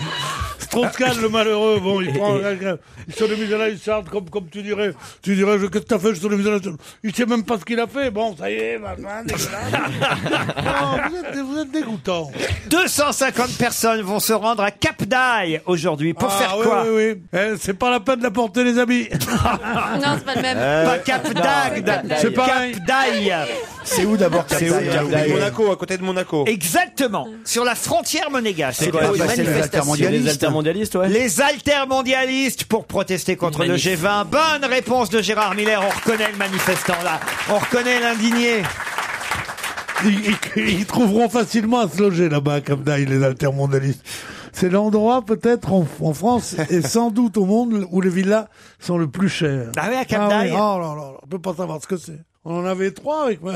S5: Strauss-Kahn, le malheureux, bon, il prend, il se le mise à la hussarde, comme, comme tu dirais, tu dirais, je- qu'est-ce que t'as fait, je te le mise à la hussarde. Il sait même pas ce qu'il a fait, bon, ça y est, machin, dégueulasse. Non, vous êtes, vous êtes dégoûtant.
S3: 250 personnes vont se rendre à Cap d'Aille aujourd'hui. Pour
S5: ah,
S3: faire
S5: oui,
S3: quoi
S5: oui, oui. Eh, c'est pas la peine d'apporter les amis.
S3: Ah.
S7: Non, c'est pas le même.
S3: Pas Cap d'Agde,
S5: C'est pareil.
S3: Cap d'Aille.
S14: C'est où d'abord
S8: C'est où
S14: Captain J'ai oublié.
S8: Monaco, à côté de Monaco.
S3: Exactement, sur la frontière monégasque.
S6: C'est quoi
S14: pas
S6: c'est
S14: une
S6: les
S14: manifestation.
S6: altermondialistes Les altermondialistes, ouais.
S3: Les altermondialistes pour protester contre le
S6: Magnifique.
S3: G20. Bonne réponse de Gérard Miller. On reconnaît le manifestant là. On reconnaît l'indigné.
S5: Ils, ils- ils trouveront facilement à se loger là-bas, comme d'hab, les altermondialistes. C'est l'endroit peut-être en, en France et sans doute au monde où les villas sont le plus chères.
S3: Ah oui, à Cap d'Ail.
S5: Oh là là, on peut pas savoir ce que c'est. On en avait trois avec moi.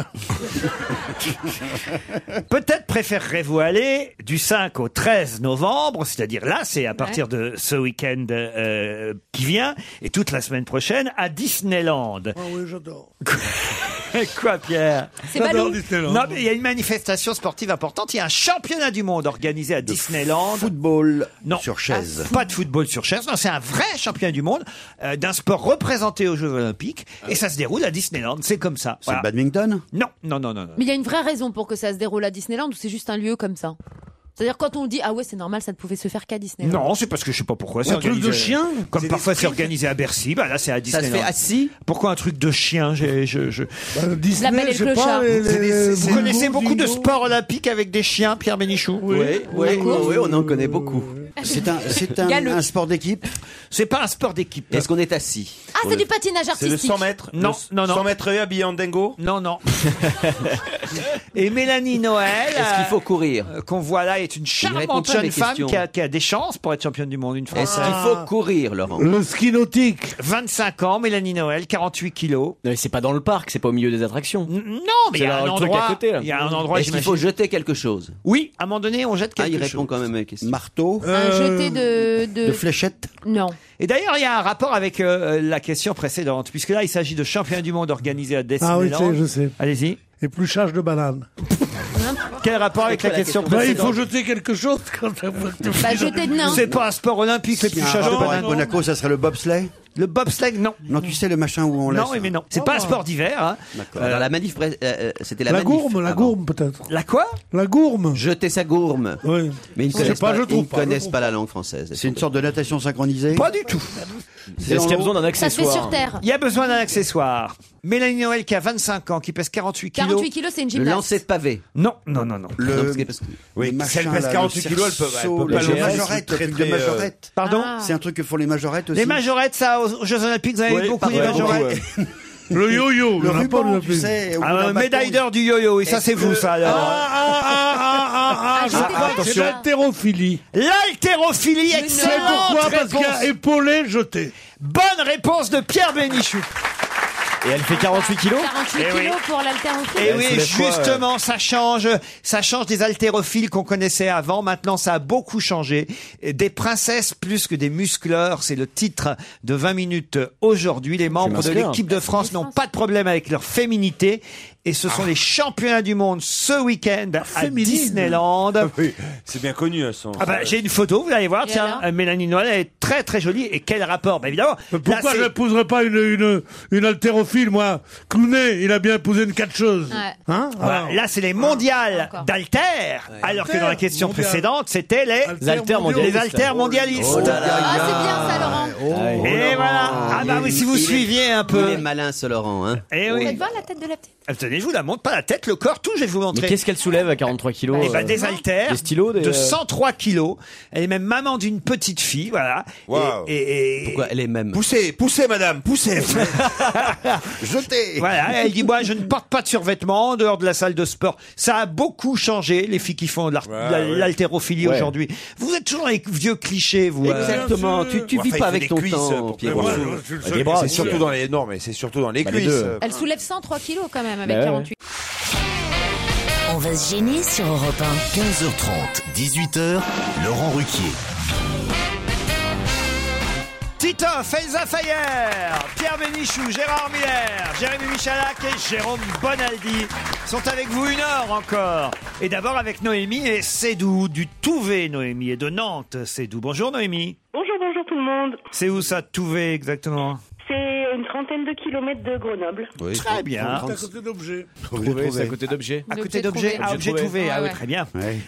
S3: Peut-être préférerez-vous aller du 5 au 13 novembre, c'est-à-dire là, c'est à partir de ce week-end euh, qui vient, et toute la semaine prochaine, à Disneyland.
S5: Ah oui, j'adore.
S3: Quoi, Pierre
S5: C'est J'adore Balou. Disneyland.
S3: Non, mais il y a une manifestation sportive importante. Il y a un championnat du monde organisé à Disneyland. Football non. sur chaise. Pas de football sur chaise. Non, c'est un vrai championnat du monde euh, d'un sport représenté aux Jeux Olympiques. Et ça se déroule à Disneyland. C'est comme ça.
S14: C'est le badminton
S3: Non, non, non, non. non.
S7: Mais il y a une vraie raison pour que ça se déroule à Disneyland ou c'est juste un lieu comme ça C'est-à-dire quand on dit ah ouais c'est normal ça ne pouvait se faire qu'à Disneyland.
S3: Non, c'est parce que je sais pas pourquoi. c'est
S7: Un truc
S3: organisé-
S7: de chien
S3: Comme parfois c'est organisé à Bercy, bah là c'est à
S4: se
S3: Disneyland.
S4: fait assis
S3: Pourquoi un truc de chien J'ai- je, je...
S8: Bah,
S5: Disney, La Belle et je le sais pas, Clochard. les- les-
S3: C'est des- Vous
S5: les-
S3: connaissez
S5: les-
S3: beaucoup de sports olympiques avec des chiens, Pierre Bénichou Oui,
S4: oui, oui, on en
S3: Euh,
S4: connaît beaucoup.
S14: C'est un, c'est un-
S7: Galeux.
S14: un sport d'équipe
S3: C'est pas un sport d'équipe.
S4: Est-ce qu'on est assis
S7: Ah c'est du patinage artistique.
S3: Non, non, non.
S8: 100 mètres et habillé en dingo
S3: Non, non. Et Mélanie Noël,
S8: Est-ce qu'il
S3: faut courir Qu'on voit là est une charmante
S4: pas à mes
S3: jeune femme
S4: questions.
S3: qui a, qui a des chances pour être championne du monde, une Française.
S4: Est-ce qu'il faut courir, Laurent
S5: Le ski nautique.
S3: 25 ans, Mélanie Noël, 48 kilos.
S6: Non, mais c'est pas dans le parc, c'est pas au milieu des attractions.
S3: Non, mais il
S6: C'est
S3: y a
S6: là,
S3: un
S6: le truc
S3: endroit-
S6: à côté. là.
S3: il y a un endroit,
S4: Est-ce qu'il faut jeter quelque chose
S3: Oui, à un moment donné, on jette
S4: quelque chose. Ah, il
S3: chose.
S4: répond quand même à mes questions.
S14: Marteau
S3: Euh,
S7: Un
S5: Euh,
S7: jeté de, de...
S14: fléchette
S7: Non.
S3: Et d'ailleurs, il y a un rapport avec euh, la question précédente, puisque là, il s'agit de championnat du monde organisé à
S5: Ah oui,
S3: Disneyland.
S5: c'est- je sais.
S3: Allez-y.
S5: Épluchage de banane.
S3: Quel rapport avec la question
S5: Bah, Il
S3: précédente
S5: faut jeter quelque chose quand
S7: Bah, jeter de nain.
S3: C'est pas un sport olympique, c'est
S14: Si
S3: plus
S14: un
S3: chargé de
S14: rapport
S3: banane.
S14: avec Monaco, ça serait le bobsleigh
S3: Le bobsleigh, non.
S14: Non, tu sais, le machin où on laisse. hein. Oh.
S3: Non, oui, mais non. C'est pas un sport d'hiver. hein.
S4: D'accord. Dans la manif, pré- euh, euh, c'était la,
S5: La
S4: manif
S5: gourme, la
S4: avant.
S5: gourme peut-être.
S3: La quoi
S5: La gourme.
S4: Jeter sa gourme.
S5: Oui.
S4: Mais ils ne
S5: Je sais
S4: connaissent
S5: pas,
S4: pas,
S5: je
S4: ils
S5: trouve
S4: ne
S5: pas, je
S4: connaissent
S5: trouve
S4: pas la langue française.
S14: C'est une sorte de natation synchronisée
S3: Pas du tout.
S14: C'est Est-ce qu'il y a en besoin d'un haut
S7: Ça se fait accessoire sur terre.
S3: Il y a besoin d'un accessoire. Mélanie Noël qui a 25 ans, qui pèse 48 kilos.
S7: 48 kilos, c'est une gymnaste. Le lancer
S4: de pavé.
S3: Non, non, non, non.
S14: Le-
S4: Non, parce que- parce que-
S14: Oui,
S8: si elle pèse 48 kilos, elle peut- elle peut pas
S14: le
S8: le-
S14: majorette, le
S8: très,
S14: truc de
S8: très, euh,
S14: majorette.
S3: Pardon
S14: C'est un truc que font les majorettes aussi.
S3: Les majorettes, ça, aux Jeux Olympiques, vous avez
S14: Oui,
S3: beaucoup
S14: pardon,
S3: les
S14: ouais,
S3: majorettes.
S5: Le yo-yo, Oh,
S14: le
S5: on en a pas, on
S14: ruban,
S5: l'a
S14: tu
S5: plus.
S14: sais.
S3: Ah, euh, médaille d'or du yo-yo, et ça, c'est vous, ça, alors.
S5: Ah, ah, ah, ah, ah, je
S3: Ah,
S5: crois que c'est
S3: attention.
S5: l'haltérophilie.
S3: L'haltérophilie,
S5: Mais
S3: excellente
S5: pourquoi Parce
S3: réponse.
S5: qu'il y a épaulé, jeté.
S3: Bonne réponse de Pierre Bénichou.
S6: Et elle fait 48 kilos
S7: 48
S3: Eh oui.
S7: kilos pour l'haltérophilie.
S3: Et
S6: Ouais,
S3: oui,
S6: c'est des fois,
S8: euh
S5: euh
S3: justement, ça change. Ça change des haltérophiles qu'on connaissait avant. Maintenant, ça a beaucoup changé. Et Des princesses plus que des muscleurs, c'est le titre de 20 minutes aujourd'hui. Les membres de
S6: muscleur.
S3: l'équipe de France n'ont pas de problème avec leur féminité. Et ce sont les championnats du monde ce week-end à
S5: Ah. Féminine.
S3: Disneyland.
S8: Ah Oui, c'est bien connu, hein, elles sont.
S3: Ah bah, j'ai une photo, vous allez voir, tiens, euh, Mélanie Noël, elle est très très jolie. Et quel rapport bah, Évidemment, là,
S5: Pourquoi
S3: c'est-
S5: je n'épouserais pas une, une, une haltérophile, moi Clounet, il a bien épousé une catcheuse.
S7: Ouais.
S5: Hein
S3: Voilà,
S5: Alors,
S3: Ah, là, c'est les mondiales d'Alter, alors que dans la question
S5: Mondial.
S3: précédentes, c'était les
S6: Alter
S3: les
S6: mondialistes.
S3: Alter mondialistes.
S6: Oh
S4: Oh
S7: Ah, c'est bien ça, Laurent.
S3: Et voilà. Ah bah oui, si vous
S4: Il est-
S3: suiviez un
S4: Il
S3: peu.
S4: est malin, ce Laurent. Hein.
S3: Eh
S7: Faites
S3: oui.
S7: voir la tête de la petite.
S3: Ah, Tenez, je vous la montre, pas la tête, le corps, tout, je vais vous
S6: Mais
S3: montrer.
S6: qu'est-ce qu'elle soulève à 43 kilos
S3: Eh ben,
S6: euh,
S3: des haltères
S6: Des stylos, des,
S3: de
S6: euh,
S3: 103 kilos. Elle est même maman d'une petite fille, voilà.
S8: Waouh.
S3: Et, et- et-
S4: Pourquoi elle est même
S8: Poussez, poussez, madame, poussez
S14: Jeté
S3: Voilà, elle dit moi je ne porte pas de survêtement en dehors de la salle de sport. Ça a beaucoup changé les filles qui font de l'ar-
S8: Ouais,
S3: la-
S8: ouais.
S3: l'haltérophilie
S6: Ouais.
S3: aujourd'hui. Vous êtes toujours les vieux clichés vous. euh.
S4: Exactement. Tu, tu
S8: Enfin,
S4: vis
S8: il
S4: pas
S8: fait
S4: avec
S8: des
S4: ton
S8: cuisses
S4: temps,
S8: pour
S4: Pierre.
S8: prévoir.
S4: Rousseau.
S8: Les bras, c'est surtout dans les. Non, mais c'est surtout dans les
S6: Bah, les
S8: cuisses.
S6: deux.
S7: Elle soulève 103 kilos quand même avec
S6: Bah ouais.
S7: 48.
S20: On va se gêner sur Europe
S2: 15h30, 18h, Laurent Ruquier.
S3: Titoff, Elsa Fayer, Pierre Bénichou, Gérard Miller, Jérémy Michalak et Jérôme Bonaldi sont avec vous une heure encore. Et d'abord avec Noémie et Cédou du Touvet, Noémie et de Nantes, Cédou. Bonjour Noémie.
S17: Bonjour, bonjour tout le monde.
S3: C'est où ça Touvet exactement
S17: C'est une trentaine de kilomètres de Grenoble.
S3: Très bien.
S5: C'est à côté d'objets.
S6: Trouver, c'est à côté d'objets.
S3: À
S7: Objet
S3: côté d'objet,
S7: trouvé.
S3: ah, objet
S6: Objet
S3: trouvé,
S7: trouvé.
S3: ah
S7: Ouais,
S3: oui,
S7: ouais.
S3: très bien.
S14: Ouais.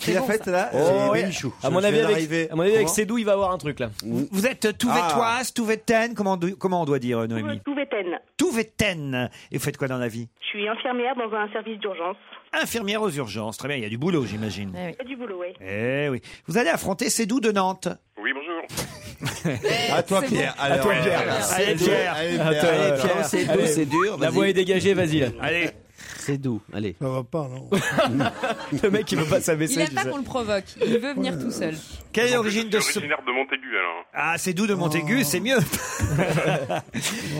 S8: Qui l'a faite là
S6: Oh, ouais. À mon avis, avec,
S8: arriver.
S6: à mon avis, avec Sédou, il va avoir un truc là.
S3: Vous êtes
S6: Ah.
S3: Touvettoise, Touvettaine, comment, on do- comment on doit dire, euh, Noémie
S17: Touvetten.
S3: Touvettaine. Et vous faites quoi dans la vie
S17: Je suis infirmière dans un service d'urgence.
S3: Infirmière aux urgences. Très bien, il y a du boulot, j'imagine.
S7: Ah oui.
S17: C'est du boulot, ouais.
S3: Eh oui. Vous allez affronter Cédou de Nantes.
S11: Oui, bonjour.
S8: À toi, Pierre. Alors,
S6: toi, Pierre.
S8: euh,
S3: Allez, Pierre.
S8: Allez,
S6: Attends,
S8: Pierre.
S6: Pierre.
S4: C'est doux,
S6: Allez.
S4: c'est dur.
S6: La
S4: vas-y.
S6: voie est dégagée, vas-y là.
S3: Allez.
S4: C'est doux, allez.
S5: Ça va pas, non
S6: Le mec, il veut pas
S13: Il
S6: s'abaisser.
S13: aime pas qu'on le provoque. Il veut venir tout seul.
S3: Quelle est l'origine de
S18: Je suis
S3: ce...
S18: originaire de Montaigu, alors.
S3: Ah, c'est doux de Montaigu, c'est mieux.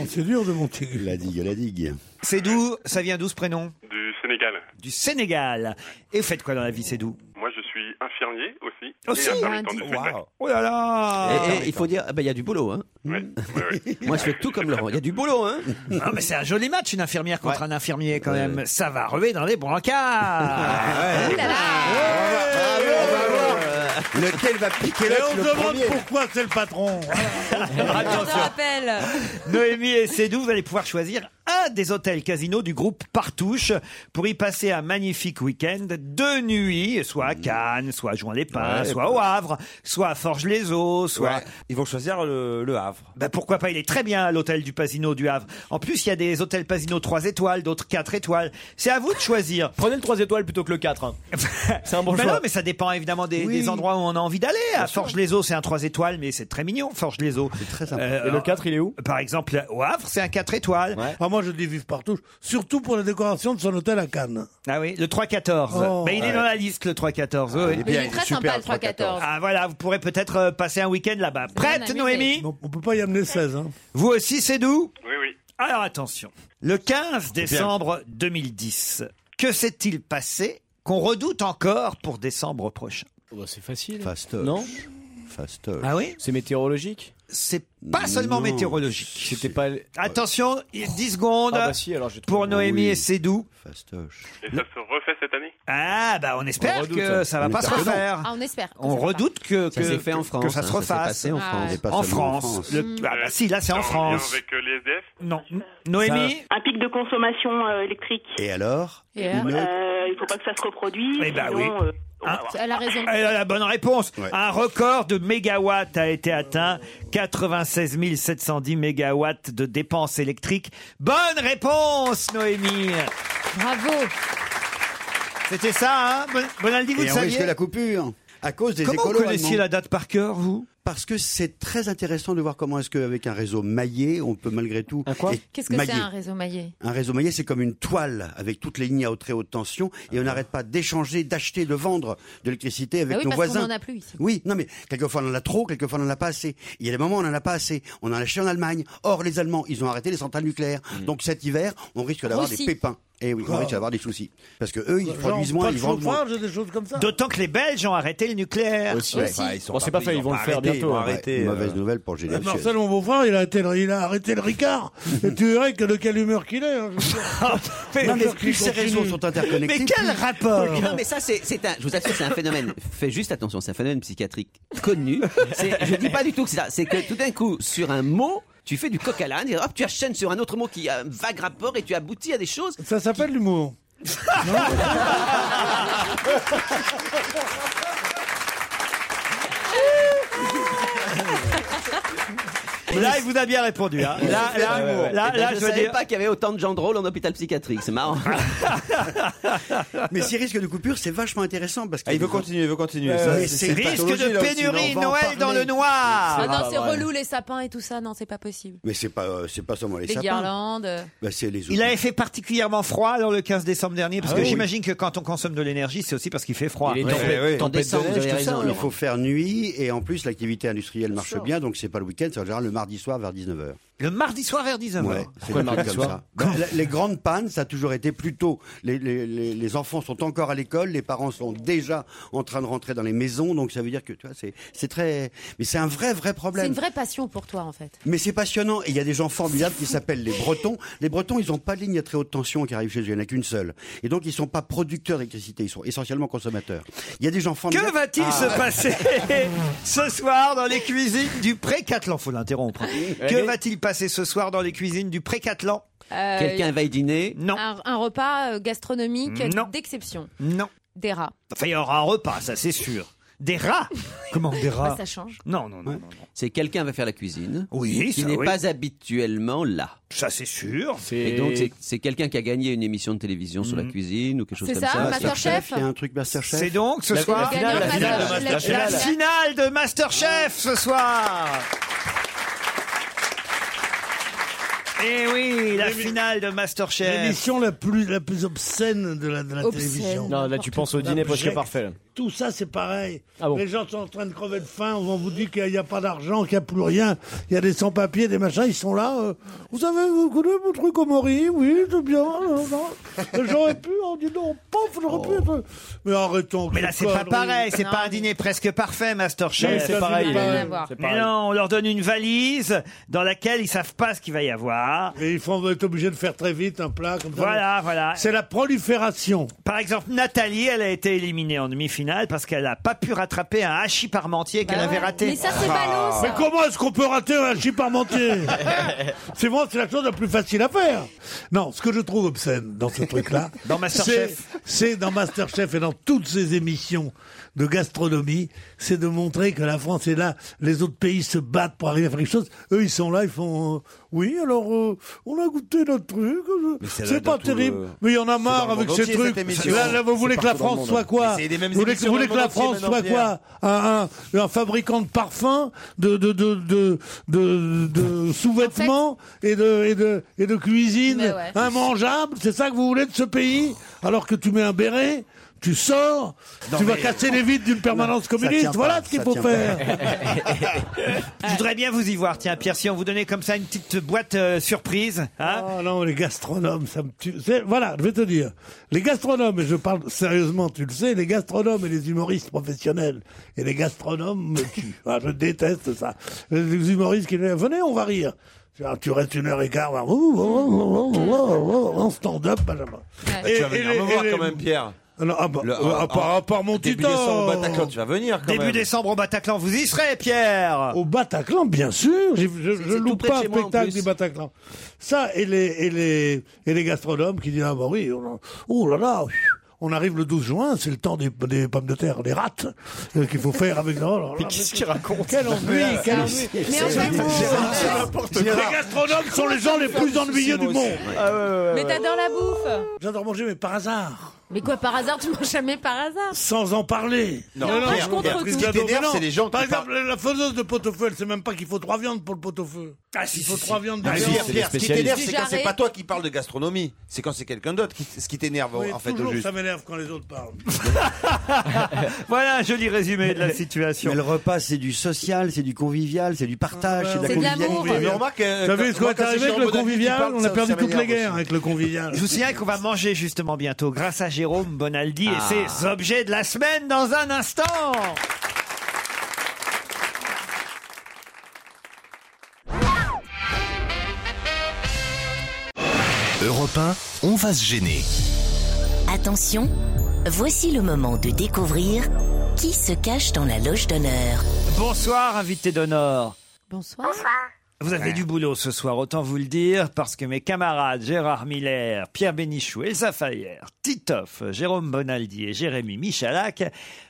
S5: c'est dur de Montaigu.
S14: La digue, la digue.
S3: C'est doux, ça vient d'où ce prénom
S18: Du Sénégal.
S3: Du Sénégal. Et vous faites quoi dans la vie, c'est doux
S18: Moi, je suis infirmier aussi.
S3: Aussi
S18: et
S9: hein,
S18: intermittent du spectacle.
S3: Oh là là
S4: Et- et il faut dire, ah ben, il y a du boulot, hein. Moi, je fais tout comme Laurent. Il y a du boulot, hein.
S3: Non, Ah, mais c'est un joli match, une infirmière contre un infirmier quand même. Ça va ruer dans les brancards.
S14: Lequel va piquer
S5: Et on se demande pourquoi c'est le patron.
S3: Attention.
S13: rappelle.
S3: Noémie et Cédou, vous allez pouvoir choisir un des hôtels casinos du groupe Partouche pour y passer un magnifique week-end, deux nuits, soit à Cannes, soit à Jouan-les-Pins,
S8: Mmh. Ouais,
S3: soit au Havre, soit à Forges-les-Eaux, soit...
S8: Ouais. Ils vont choisir le, le Havre.
S3: Ben pourquoi pas, il est très bien l'hôtel du Pasino du Havre. En plus, il y a des hôtels Pasino 3 étoiles, d'autres 4 étoles. C'est à vous de choisir. Prenez le 3 étoiles plutôt que le 4. c'est un bon
S6: choix.
S3: Bah Non, mais ça dépend évidemment des,
S6: Oui.
S3: des endroits où on a envie d'aller. À Forges-les-Eaux, c'est un 3 étoiles, mais c'est très mignon, Forges-les-Eaux. C'est très sympa.
S6: Et le 4,
S3: il est où Par exemple, au Havre, c'est un 4 étoiles.
S5: Ah, moi, je dis vive partout. Surtout pour la décoration de son hôtel à Cannes.
S3: Ah oui, le 3-14.
S5: Oh.
S3: Ben, il est
S5: Ouais.
S3: dans la liste, le 3-14. oui, oui.
S5: il est bien, Mais il est il est très super, sympa, le 3-14.
S3: Ah voilà, vous pourrez peut-être euh, passer un week-end là-bas. Prête, Noémie
S5: On on peut pas y amener 16. Hein.
S3: Vous aussi, c'est doux
S18: Oui, oui.
S3: Alors attention. Le 15 décembre 2010, que s'est-il passé qu'on redoute encore pour décembre prochain
S6: Oh, bah, C'est facile.
S14: Fastoche.
S6: Non
S14: Fastoche.
S3: Ah oui
S6: C'est météorologique
S3: C'est pas seulement
S6: Non.
S3: météorologique.
S6: C'était pas.
S3: Attention, 10 secondes
S6: Ah bah si, alors j'ai
S3: pour
S6: trouvé.
S3: Noémie
S6: Oui.
S3: et Sédou.
S18: Et ça se refait cette année
S3: Ah bah on espère
S18: On redoute.
S3: que ça va
S18: On
S3: pas se
S18: espère que non.
S3: refaire.
S7: Ah, on espère. que
S3: On
S7: ça va
S3: redoute que,
S4: Ça
S3: que-
S4: s'est fait en
S3: que-
S4: France,
S3: que ça
S4: hein,
S3: se
S4: ça s'est
S3: refasse.
S4: passé en Ah France. ouais. Et pas
S3: En
S4: seulement en
S3: France.
S4: France.
S3: Le-
S4: Mm.
S3: ah bah si, là c'est en
S18: lien
S3: France.
S18: avec euh, les SDF
S3: Non. Noémie
S17: Un pic de consommation euh, électrique.
S14: Et alors
S17: Euh, il faut pas que ça se reproduise.
S3: Eh ben
S17: sinon,
S3: oui.
S17: euh, on va
S3: Hein
S17: voir.
S7: Ah, Elle a raison.
S3: Elle a la bonne réponse. Un record de mégawatts a été atteint. 96 710 mégawatts de dépenses électriques. Bonne réponse, Noémie.
S7: Bravo.
S3: C'était ça, hein Bon- Bonaldi, vous
S14: Et
S3: le
S14: on risque
S3: saviez
S14: la coupure à cause des
S3: Comment
S14: écolos
S3: vous connaissiez
S14: allemands.
S3: la date par cœur, vous
S14: Parce que c'est très intéressant de voir comment est-ce qu'avec un réseau maillé, on peut malgré tout... Un quoi
S7: Qu'est-ce que c'est un réseau maillé
S14: Un réseau maillé, c'est comme une toile avec toutes les lignes à très haute tension et on n'arrête pas d'échanger, d'acheter, de vendre de l'électricité
S7: Bah
S14: avec
S7: oui,
S14: nos
S7: parce
S14: voisins.
S7: qu'on en a plus ici.
S14: Oui, non mais quelquefois on en a trop, quelquefois on en a pas assez. Il y a des moments où on en a pas assez. On en a acheté en Allemagne. Or les Allemands, ils ont arrêté les centrales nucléaires.
S3: Mm.
S14: Donc cet hiver, on risque d'avoir des
S5: Aussi.
S14: pépins. Et oui, on
S5: Ah.
S14: risque d'avoir des soucis parce que eux, ils
S5: Genre,
S14: produisent moins,
S5: pas de
S14: ils vendent moins.
S5: chauffage, des choses comme ça.
S3: D'autant que les Belges ont arrêté le nucléaire.
S14: Aussi. Aussi. Ouais, ils sont Bon, c'est pas pas fait, ils vont le faire bientôt, hein. Ouais, mauvaise nouvelle pour Gélier.
S5: Eh, Marcel, mon beau-frère, il a, arrêté le, il a arrêté le Ricard. Et tu verrais que de quelle humeur qu'il est. hein, je vous
S3: Mais-
S5: jure.
S3: Non, mais
S5: Humeur qui
S3: plus ces
S5: continue.
S3: réseaux sont interconnectés, Mais quel plus- rapport
S4: Non, mais ça, c'est c'est un. Je vous assure, c'est un phénomène. Fais juste attention, c'est un phénomène psychiatrique connu. C'est- Je dis pas du tout que c'est ça. C'est que tout d'un coup, sur un mot, tu fais du coq à l'âne et hop, tu enchaînes sur un autre mot qui a un vague rapport et tu aboutis à des choses.
S5: Ça s'appelle l'humour.
S14: euh.
S3: Là, il vous a bien répondu. hein. Là, là, là,
S4: Eh ben,
S3: là,
S4: je
S3: je veux
S4: savais
S3: dire-
S4: pas qu'il y avait autant de gens drôles en hôpital psychiatrique. C'est marrant.
S14: Mais si risque de coupure, c'est vachement intéressant parce que
S8: Ah, il veut continuer, il veut continuer.
S14: Euh,
S8: Ça,
S14: mais
S8: c'est
S14: c'est
S8: une
S14: risque de
S8: pathologie, là, aussi,
S3: pénurie,
S8: on va en
S3: Noël
S8: parler.
S3: dans le noir.
S7: Ah non, c'est
S14: bah ouais.
S7: relou les sapins et tout ça. Non, c'est pas possible.
S14: Mais c'est pas, euh, c'est pas seulement les,
S7: Les
S14: sapins.
S7: guirlandes. euh.
S14: Bah, c'est les autres.
S3: Il avait fait particulièrement froid alors le 15 décembre dernier parce
S14: Ah
S3: que
S14: oui.
S3: j'imagine que quand on consomme de l'énergie, c'est aussi parce qu'il fait froid.
S14: Ouais, ouais, ouais. Il faut faire nuit et en plus l'activité industrielle marche bien, donc c'est pas le week-end, c'est en général le mardi soir vers 19h.
S3: Le mardi soir vers 19h.
S14: Ouais, c'est des trucs comme ça. Bah, la- les grandes pannes, ça a toujours été plus tôt. Les, les- les- les enfants sont encore à l'école, les parents sont déjà en train de rentrer dans les maisons, donc ça veut dire que tu vois, c'est c'est très, mais c'est un vrai vrai
S7: C'est
S14: problème.
S7: une vraie passion pour toi en fait.
S14: Mais c'est passionnant. Et il y a des gens formidables qui s'appellent les Bretons. Les Bretons, ils n'ont pas de ligne à très haute tension qui arrive chez eux. Il n'y en a qu'une seule. Et donc, ils ne sont pas producteurs d'électricité. Ils sont essentiellement consommateurs. Il y a des gens formidables.
S3: Que va-t-il
S14: Ah.
S3: se passer ce soir dans les cuisines du Pré-Catelan Faut l'interrompre. Que va-t-il passer ce soir dans les cuisines du Pré-Catelan
S7: Euh, Quelqu'un
S3: va y dîner Non.
S7: Un, un repas euh, gastronomique
S3: Non.
S7: d'exception.
S3: Non.
S7: Des rats.
S3: Enfin, il y aura un repas, ça c'est sûr. Des rats Comment des
S7: Bah,
S3: rats
S7: ça change.
S3: Non, non, non. non.
S4: C'est quelqu'un va faire la cuisine.
S3: Oui,
S4: Qui
S3: ça,
S4: n'est
S3: oui.
S4: pas habituellement là.
S3: Ça, c'est sûr.
S4: Et donc, c'est- c'est quelqu'un qui a gagné une émission de télévision sur la cuisine ou quelque chose
S3: C'est
S4: comme
S3: ça,
S4: ça.
S3: Masterchef
S14: Il y a un truc Masterchef.
S3: C'est donc ce
S4: La- la
S3: soir
S4: finale, la finale de
S3: la
S4: Masterchef.
S3: finale.
S4: La
S3: finale de Masterchef ce soir. Et Eh oui, la finale de Masterchef.
S5: L'émission la plus, la plus obscène de la, de la
S3: Obscène,
S5: télévision.
S6: Non, là, tu penses au dîner presque
S5: Abject.
S6: parfait, là.
S5: Tout ça, c'est pareil.
S3: Ah
S6: bon
S5: Les gens sont en train de crever de faim. On vous dit qu'il n'y a pas d'argent, qu'il n'y a plus rien. Il y a des sans-papiers, des machins. Ils sont là. euh, vous savez, vous connaissez mon truc au Mori Oui, c'est bien. euh, non. J'aurais pu. On dit non, pof, j'aurais pu être- euh, Mais arrêtons.
S3: Oh. Mais là, c'est pas pareil, c'est pas un dîner presque parfait,
S5: Mais
S3: Masterchef.
S5: c'est Ça n'a pareil, rien euh, à voir. c'est
S3: Mais
S5: pareil.
S3: non, on leur donne une valise dans laquelle ils savent pas ce qu'il va y avoir.
S5: Et ils vont être obligés de faire très vite un plat comme ça.
S3: Voilà, voilà.
S5: C'est la prolifération.
S3: Par exemple, Nathalie, elle a été éliminée en demi-finale parce qu'elle n'a pas pu rattraper un hachis parmentier qu'elle avait raté.
S5: Bah
S3: Ah.
S5: Mais comment est-ce qu'on peut rater un hachis parmentier
S8: Euh,
S5: C'est moi, c'est la chose la plus facile à faire. Non, ce que je trouve obscène dans ce truc-là,
S3: Dans Masterchef.
S5: c'est- c'est dans Masterchef et dans toutes ces émissions de gastronomie, c'est de montrer que la France est là, les autres pays se battent pour arriver à faire quelque chose. Eux, ils sont là, ils font euh, oui, alors euh, on a goûté notre truc, euh,
S21: Mais c'est là
S5: c'est
S21: dans
S5: pas
S21: tout le-
S5: terrible, mais il y en a
S21: c'est dans
S5: marre
S21: le
S5: avec
S21: monde
S5: ces
S21: entier,
S5: trucs.
S21: cette émission.
S5: Là, là, vous
S21: C'est
S5: voulez que la
S21: partout dans le
S5: France
S21: monde.
S5: soit quoi
S21: Mais c'est les mêmes
S5: Vous voulez,
S21: émissions
S5: vous voulez
S21: dans
S5: que la
S21: le monde
S5: France
S21: entier
S5: soit
S21: maintenant,
S5: quoi un, un- un fabricant de parfums, de, de, de, de, de- de sous-vêtements et, de, et, de, et de cuisine
S15: Mais ouais.
S5: immangeable. C'est ça que vous voulez de ce pays Alors que tu mets un béret, tu sors,
S3: Non,
S5: tu vas
S3: mais-
S5: casser les vides d'une permanence communiste. Voilà ce qu'il faut faire.
S3: Je voudrais bien vous y voir, tiens, Pierre, si on vous donnait comme ça une petite boîte euh, surprise. Hein
S5: Oh non, les gastronomes, ça me tue. C'est- Voilà, je vais te dire. Les gastronomes, et je parle sérieusement, tu le sais, les gastronomes et les humoristes professionnels et les gastronomes me tuent. Ah, je déteste ça. Les humoristes qui disent, venez, on va rire. Ah, Tu restes une heure et quart, oh, ouh, ouh, ouh, ouh, ouh, ouh, oh, en stand-up, Benjamin.
S8: Bah, tu vas venir me voir quand même, Pierre. Le- ah,
S5: euh, à part- à part mon
S8: début
S5: titan.
S8: décembre au Bataclan, tu vas venir quand
S3: Début
S8: même.
S3: décembre au Bataclan, vous y serez, Pierre
S5: Au Bataclan, bien sûr. J'ai- Je, je loue
S3: près de
S5: pas un
S3: chez moi, en
S5: spectacle
S3: plus.
S5: du Bataclan. Ça, et les, et les, et les gastronomes qui disent, ah bah oui, on a- oh là là, on arrive le 12 juin, c'est le temps des, des pommes de terre, des rats, euh, qu'il faut faire avec... Oh là là, mais
S6: qu'est-ce qu'il raconte
S5: Quel ennui, quel ennui.
S15: Mais en fait,
S5: Les gastronomes sont les gens les plus ennuyeux du monde.
S15: Mais t'adores la bouffe.
S5: J'adore manger, mais par hasard.
S7: Mais quoi, par hasard, tu manges jamais par hasard
S5: Sans en parler.
S15: Non, Non, non, Pierre, je contre Pierre, tout. ce qui
S5: Non,
S15: t'énerve,
S5: non.
S15: c'est les gens
S5: Par
S15: qui
S5: exemple, la fauseuse de pot-au-feu, elle sait même pas qu'il faut trois viandes pour le pot-au-feu.
S8: Ah, si,
S5: Il
S8: si,
S5: faut
S8: si.
S5: trois viandes de
S8: Ah,
S5: viande.
S8: Pierre, Pierre, ce qui t'énerve, c'est quand
S5: Jarret.
S8: c'est pas toi qui parle de gastronomie. C'est quand c'est quelqu'un d'autre qui, ce qui t'énerve,
S5: Oui,
S8: en fait, au
S5: toujours,
S8: juste.
S5: ça m'énerve quand les autres parlent.
S3: Voilà un joli résumé de la situation.
S14: Mais le repas, c'est du social, c'est du convivial, c'est du partage, c'est de la convivialité.
S5: Vous savez ce qu'on est arrivé avec le convivial On a perdu toutes les guerres avec le convivial.
S3: Je vous signale qu'on va manger justement bientôt grâce à Jérôme Bonaldi
S5: Ah.
S3: et ses objets de la semaine dans un instant.
S22: Europe 1, on va se gêner.
S23: Attention, voici le moment de découvrir qui se cache dans la loge d'honneur.
S3: Bonsoir, invité d'honneur.
S7: Bonsoir.
S3: Vous avez du boulot ce soir, autant vous le dire, parce que mes camarades Gérard Miller, Pierre Bénichou, Elsa Fayer, Titoff, Jérôme Bonaldi et Jérémy Michalak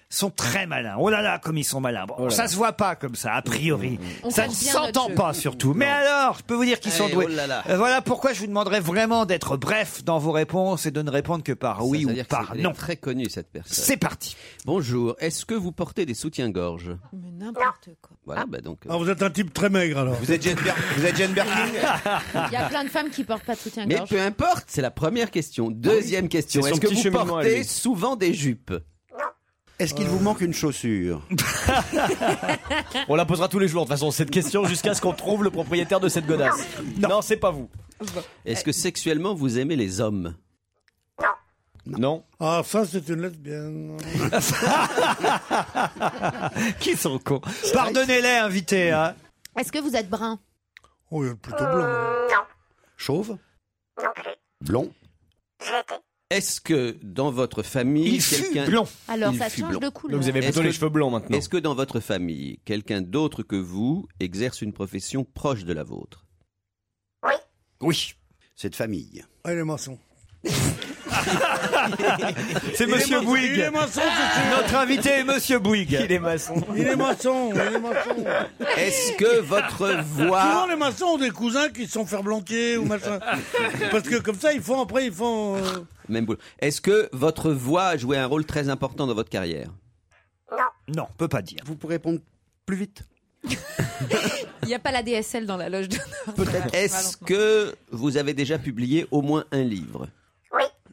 S3: sont très malins. Oh là là, comme ils sont malins. Bon,
S21: là
S3: ça
S21: là. Mm,
S3: se voit pas comme ça, a priori.
S21: On
S3: ça
S21: sent
S3: ne
S21: bien
S3: s'entend
S21: notre jeu.
S3: pas surtout. Mais alors, je peux vous dire qu'ils sont
S21: Eh,
S3: doués.
S21: oh là là.
S3: Euh, Voilà pourquoi je vous demanderai vraiment d'être bref dans vos réponses et de ne répondre que par Ah oui ou par
S4: Elle est
S3: non.
S4: très connue, cette personne.
S3: C'est parti.
S4: Bonjour, est-ce que vous portez des soutiens-gorge
S7: Mais n'importe quoi.
S4: Voilà, bah donc.
S5: Ah, vous êtes un type très maigre alors.
S4: Vous êtes Jane, Berkin
S7: Il y a plein de femmes qui portent pas de
S4: Mais
S7: soutien-gorge.
S4: peu importe, c'est la première question. Deuxième question,
S14: Ah C'est son
S4: est-ce que
S14: petit
S4: vous
S14: cheminement à
S4: portez
S14: lui.
S4: souvent des jupes
S14: Est-ce qu'il vous manque une chaussure
S6: On la posera tous les jours, de toute façon, cette question, jusqu'à ce qu'on trouve le propriétaire de cette godasse. Non, c'est pas vous.
S4: Est-ce
S14: Euh.
S4: que sexuellement vous aimez les hommes
S6: Non.
S5: Ah, ça, c'est une lesbienne.
S3: Qui sont cons Pardonnez-les, invités. hein.
S7: Est-ce que vous êtes brun
S5: Oh, il est plutôt blanc.
S7: Euh,
S14: Chauve Blond
S4: Est-ce que dans votre famille,
S14: Il fut
S4: quelqu'un
S14: blond.
S7: Alors, ça
S4: fut
S7: change de couleur.
S6: Donc, vous avez plutôt
S4: Est-ce
S6: les cheveux blancs, maintenant.
S4: Est-ce que dans votre famille, quelqu'un d'autre que vous exerce une profession proche de la vôtre
S3: Oui.
S14: C'est de famille.
S5: Ah, il est maçon.
S3: C'est
S5: Il est
S3: Monsieur
S5: maçon,
S3: Bouygues.
S5: il est maçon, c'est sûr.
S3: Notre invité est Monsieur Bouygues.
S6: Il est maçon.
S5: Il est maçon, il est maçon.
S4: Est-ce que votre
S5: Souvent,
S4: voix...
S5: les maçons ont des cousins qui sont ferblantiers ou machin. Parce que comme ça, ils font, après, ils font. euh,
S4: Même boulot. Est-ce que votre voix a joué un rôle très important dans votre carrière
S3: Non, on peut pas dire.
S14: Vous pouvez répondre plus vite.
S7: Il n'y a pas la DSL dans la loge d'honneur.
S4: Peut-être. Est-ce que vous avez déjà publié au moins un livre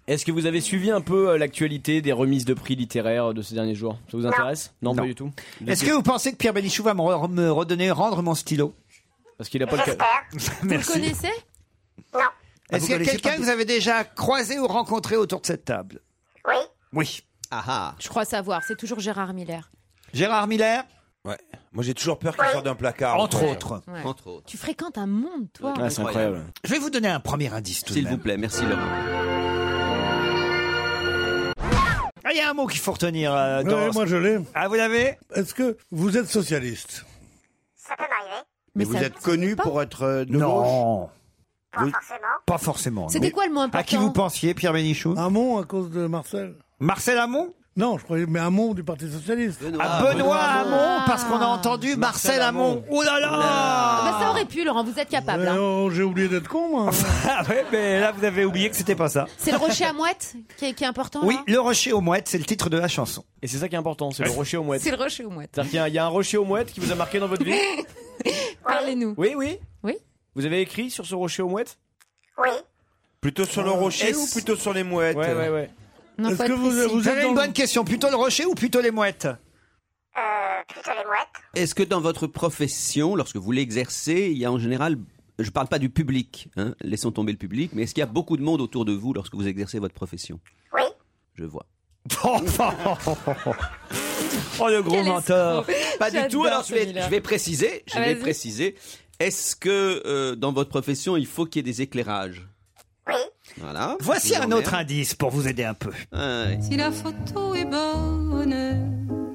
S6: Est-ce que vous avez suivi un peu euh, l'actualité des remises de prix littéraires de ces derniers jours Ça vous intéresse non, pas du tout.
S3: Est-ce que vous pensez que Pierre Bénichou va me, re- me redonner, rendre mon stylo
S6: Parce qu'il a
S3: pas le cas.
S7: Vous le connaissez
S6: Ah,
S3: Est-ce que quelqu'un que vous avez déjà croisé ou rencontré autour de cette table
S7: Oui.
S3: Oui.
S6: Ah,
S7: Je crois savoir, c'est toujours Gérard Miller.
S3: Gérard Miller
S8: Ouais. Moi, j'ai toujours peur qu'il sorte d'un placard.
S3: Entre autres.
S7: Ouais.
S4: Entre autres.
S7: Tu fréquentes un monde, toi.
S3: Ouais, c'est incroyable. Je vais vous donner un premier indice tout de
S4: S'il
S3: même.
S4: vous plaît, merci Laurent.
S3: Ah, Il y a un mot qu'il faut retenir. euh, dans-
S5: moi je l'ai.
S3: Ah, vous l'avez
S5: Est-ce que vous êtes socialiste
S14: Mais, vous
S5: ça-
S14: êtes connu pour être euh, de
S3: Non.
S14: Pas forcément.
S3: Pas forcément.
S7: C'était quoi le mot important
S3: À qui vous pensiez, Pierre Bénichou
S5: Hamon à cause de Marcel.
S3: Marcel Hamon
S5: Non, je croyais, mais Hamon du Parti Socialiste.
S3: Ah, Benoît
S5: Oh,
S3: Hamon, parce qu'on a entendu Ah. Marcel Hamon. Oh là là
S7: Bah, ça aurait pu, Laurent, vous êtes capable. hein.
S5: oh, J'ai oublié d'être con, moi.
S3: ah ouais, mais là, vous avez oublié que c'était pas ça.
S7: C'est le rocher à mouette qui est, qui est important
S3: Oui,
S7: là
S3: Le Rocher aux Mouettes, c'est le titre de la chanson.
S6: Et c'est ça qui est important, c'est le rocher aux mouettes.
S7: C'est le rocher aux mouettes.
S6: C'est-à-dire qu'il y a- il y, a un rocher aux mouettes qui vous a marqué dans votre vie
S7: Parlez-nous.
S6: Oui, oui.
S7: Oui.
S6: Vous avez écrit sur ce rocher aux mouettes Euh,
S9: Oui.
S8: Plutôt sur le rocher ou
S6: Est-ce-
S8: plutôt sur les mouettes
S6: Ouais, ouais, ouais.
S7: Non,
S5: Est-ce faut que être vous- précis. vous êtes
S3: avez
S5: dans
S3: une
S5: le-
S3: bonne question. Plutôt le rocher ou plutôt les mouettes
S4: Est-ce que dans votre profession, lorsque vous l'exercez, il y a en général, je ne parle pas du public, hein, laissons tomber le public, mais est-ce qu'il y a beaucoup de monde autour de vous lorsque vous exercez votre profession
S9: Oui.
S4: Je vois.
S3: Oh le gros menteur
S4: Pas du tout. Alors je vais,
S3: celui-là.
S4: je vais préciser. Je
S3: Ah,
S4: vais
S3: vas-y.
S4: préciser. Est-ce que euh, dans votre profession, il faut qu'il y ait des éclairages Voilà.
S3: Voici
S4: Je vous
S3: un autre
S4: emmerde.
S3: indice pour vous aider un peu.
S24: Si la photo est bonne.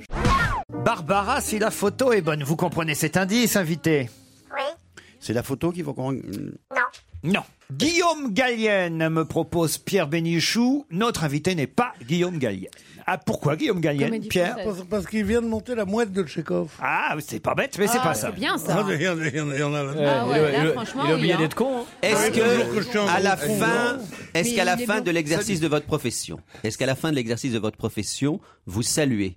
S3: Barbara, si la photo est bonne, vous comprenez cet indice, invité
S14: C'est la photo qu'il faut qu'on.
S3: Non. Guillaume Gallienne me propose Pierre Bénichou. Notre invité n'est pas Guillaume Gallienne. Ah, pourquoi Guillaume Gallienne, Pierre
S5: Parce, parce qu'il vient de monter la mouette de Tchekhov.
S3: Ah, c'est pas bête, mais c'est
S5: Ah,
S3: pas ça.
S5: c'est bien, ça. Ah, mais il y en a- il y en a- il y en a-
S3: Euh,
S5: Ah ouais,
S3: il a-
S5: là,
S3: il a-
S5: franchement,
S3: il a oublié
S5: oui, hein.
S3: d'être con. hein.
S4: Est-ce
S5: Ouais, toujours que je suis
S4: que
S5: un
S4: à la
S5: gros con,
S4: fin,
S5: non.
S4: est-ce
S5: Mais
S4: qu'à la
S5: il est
S4: fin
S5: bon.
S4: de l'exercice de votre profession, est-ce qu'à la fin de l'exercice de votre profession, vous saluez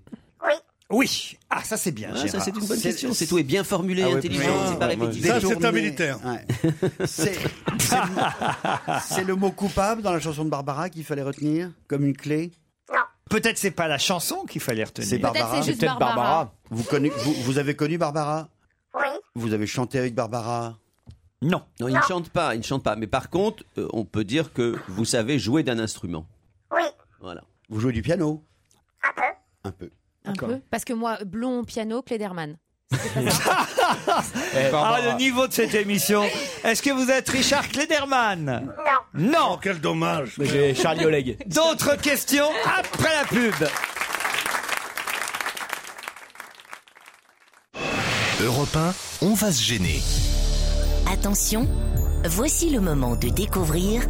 S3: Oui. Ah, ça c'est bien.
S4: Ah, ça
S3: Gérard.
S4: c'est une bonne question. C'est tout est bien formulé,
S3: Ah ouais,
S4: intelligent,
S3: mais-
S4: c'est pas
S3: ouais, moi,
S4: répétitif.
S5: Ça, c'est un militaire.
S14: C'est c'est le mot coupable dans la chanson de Barbara qu'il fallait retenir comme une clé.
S3: Peut-être c'est pas la chanson qu'il fallait retenir.
S14: C'est Barbara. Vous, conna- vous, vous avez connu Barbara
S9: Oui.
S14: Vous avez chanté avec Barbara
S3: Non.
S4: Non, il ne chante pas, il ne chante pas. Mais par contre, euh, on peut dire que vous savez jouer d'un instrument.
S9: Oui.
S4: Voilà.
S14: Vous jouez du piano Un peu.
S7: Un
S14: D'accord.
S7: peu. Parce que moi, blond, piano, Cléderman.
S3: Ah, le niveau de cette émission. Est-ce que vous êtes Richard Klederman Non. Non.
S5: Oh, quel dommage.
S6: J'ai Charlie Oleg.
S3: D'autres questions après la pub.
S25: Europe 1, on va se gêner.
S23: Attention, voici le moment de découvrir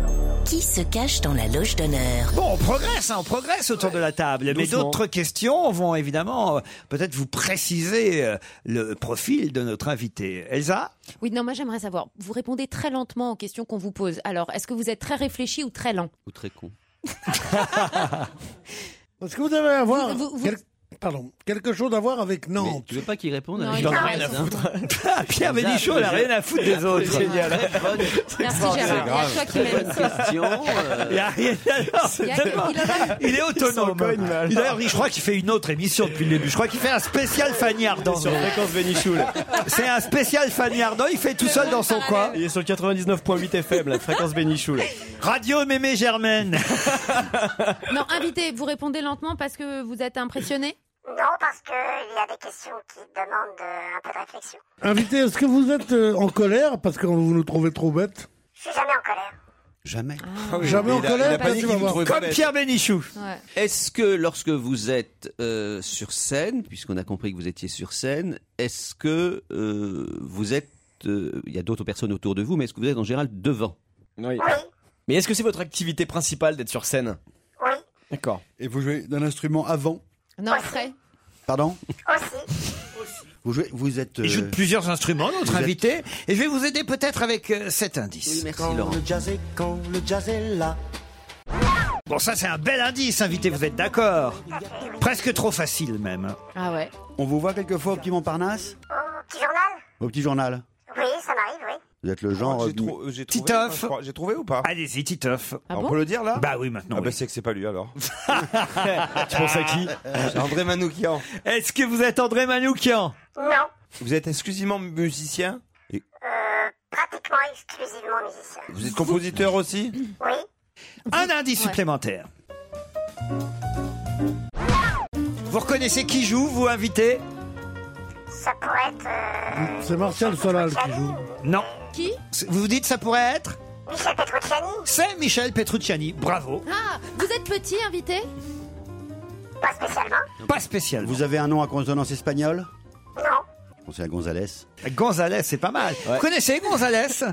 S23: qui se cache dans la loge d'honneur.
S3: Bon, on progresse, hein, on progresse autour de la table. Mais
S23: Doucement.
S3: d'autres questions vont évidemment euh, peut-être vous préciser euh, le profil de notre invité. Elsa
S7: Oui, non, moi j'aimerais savoir. Vous répondez très lentement aux questions qu'on vous pose. Alors, est-ce que vous êtes très réfléchi ou très lent
S4: Ou très con.
S5: Parce que vous devez avoir.
S7: Vous- vous- vous-
S5: quel- Pardon, quelque chose à voir avec Nantes.
S4: Tu veux pas qu'il réponde
S5: Non,
S4: avec
S5: il en a
S4: ça,
S5: rien à
S4: hein
S3: Ah, Pierre Bénichou, elle a rien à foutre des autres.
S4: C'est génial. Merci,
S7: Gérard. Il y a toi qui m'aimes.
S3: Oh,
S4: euh.
S3: Il a rien à-
S7: Il y a-
S3: c'est tellement-
S7: il a-
S3: Il est autonome. Il- D'ailleurs, je crois qu'il fait une autre émission depuis le début. Je crois qu'il fait un spécial Fanny Ardant.
S6: Sur Fréquence Bénichou, là.
S3: C'est un spécial Fanny Ardant. Il fait tout seul dans son coin.
S6: Il est sur 99.8 FM, la fréquence Bénichou. là.
S3: Radio Mémé Germaine.
S7: Non, invité, vous répondez lentement parce que vous êtes impressionné
S9: Non, parce qu'il y a des questions qui demandent euh, un peu de réflexion.
S5: Invité, est-ce que vous êtes euh, en colère parce que vous nous trouvez trop bêtes
S9: Je suis jamais en colère.
S14: Jamais.
S3: Ah.
S5: Jamais en colère
S4: pas dit qu'il
S5: tu vas
S4: vous
S5: voir.
S4: trouvait pas bête.
S3: Bénichou.
S4: Est-ce que lorsque vous êtes euh, sur scène, puisqu'on a compris que vous étiez sur scène, est-ce que euh, vous êtes. euh, Il y a d'autres personnes autour de vous, mais est-ce que vous êtes en général devant
S6: Oui. Mais est-ce que c'est votre activité principale d'être sur scène D'accord.
S14: Et vous jouez d'un instrument avant
S7: Non, après.
S14: Pardon Vous jouez, vous êtes. euh,
S3: Il joue de plusieurs instruments, notre
S14: vous êtes-
S3: invité. Et je vais vous aider peut-être avec euh, cet indice.
S14: quand le jazz est, quand le jazz est là.
S3: Bon, ça, c'est un bel indice, invité, vous êtes d'accord Presque trop facile, même.
S7: Ah ouais.
S14: On vous voit quelquefois au petit Montparnasse
S9: Petit journal
S14: Au petit journal
S9: Oui, ça m'arrive, oui.
S14: Vous êtes le genre.
S8: J'ai trou- euh, j'ai trouvé, enfin, je crois- J'ai trouvé ou pas
S3: Allez-y, Titoff.
S8: Ah On bon peut le dire, là
S3: Bah oui, maintenant.
S8: Ah bah c'est que c'est pas lui alors.
S3: tu penses à qui
S8: André Manoukian.
S3: Est-ce que vous êtes André Manoukian
S9: Non,
S8: Vous êtes exclusivement musicien
S9: pratiquement exclusivement musicien.
S8: Vous êtes compositeur aussi
S9: Oui,
S3: Un indice supplémentaire. Vous reconnaissez qui joue, vous invité
S9: ça pourrait être euh,
S5: C'est Martial Solal qui joue.
S3: Non.
S7: Qui
S3: Vous vous dites ça pourrait être
S9: Michel Petrucciani
S3: C'est Michel Petrucciani. Bravo.
S7: Ah, vous êtes petit invité
S3: Oh,
S9: Pas spécialement
S3: Pas spécial.
S14: Vous avez un nom à consonance espagnole
S9: Non.
S14: On sait à Gonzalez.
S3: Gonzalez, c'est pas mal. Vous connaissez Gonzalez
S9: Euh,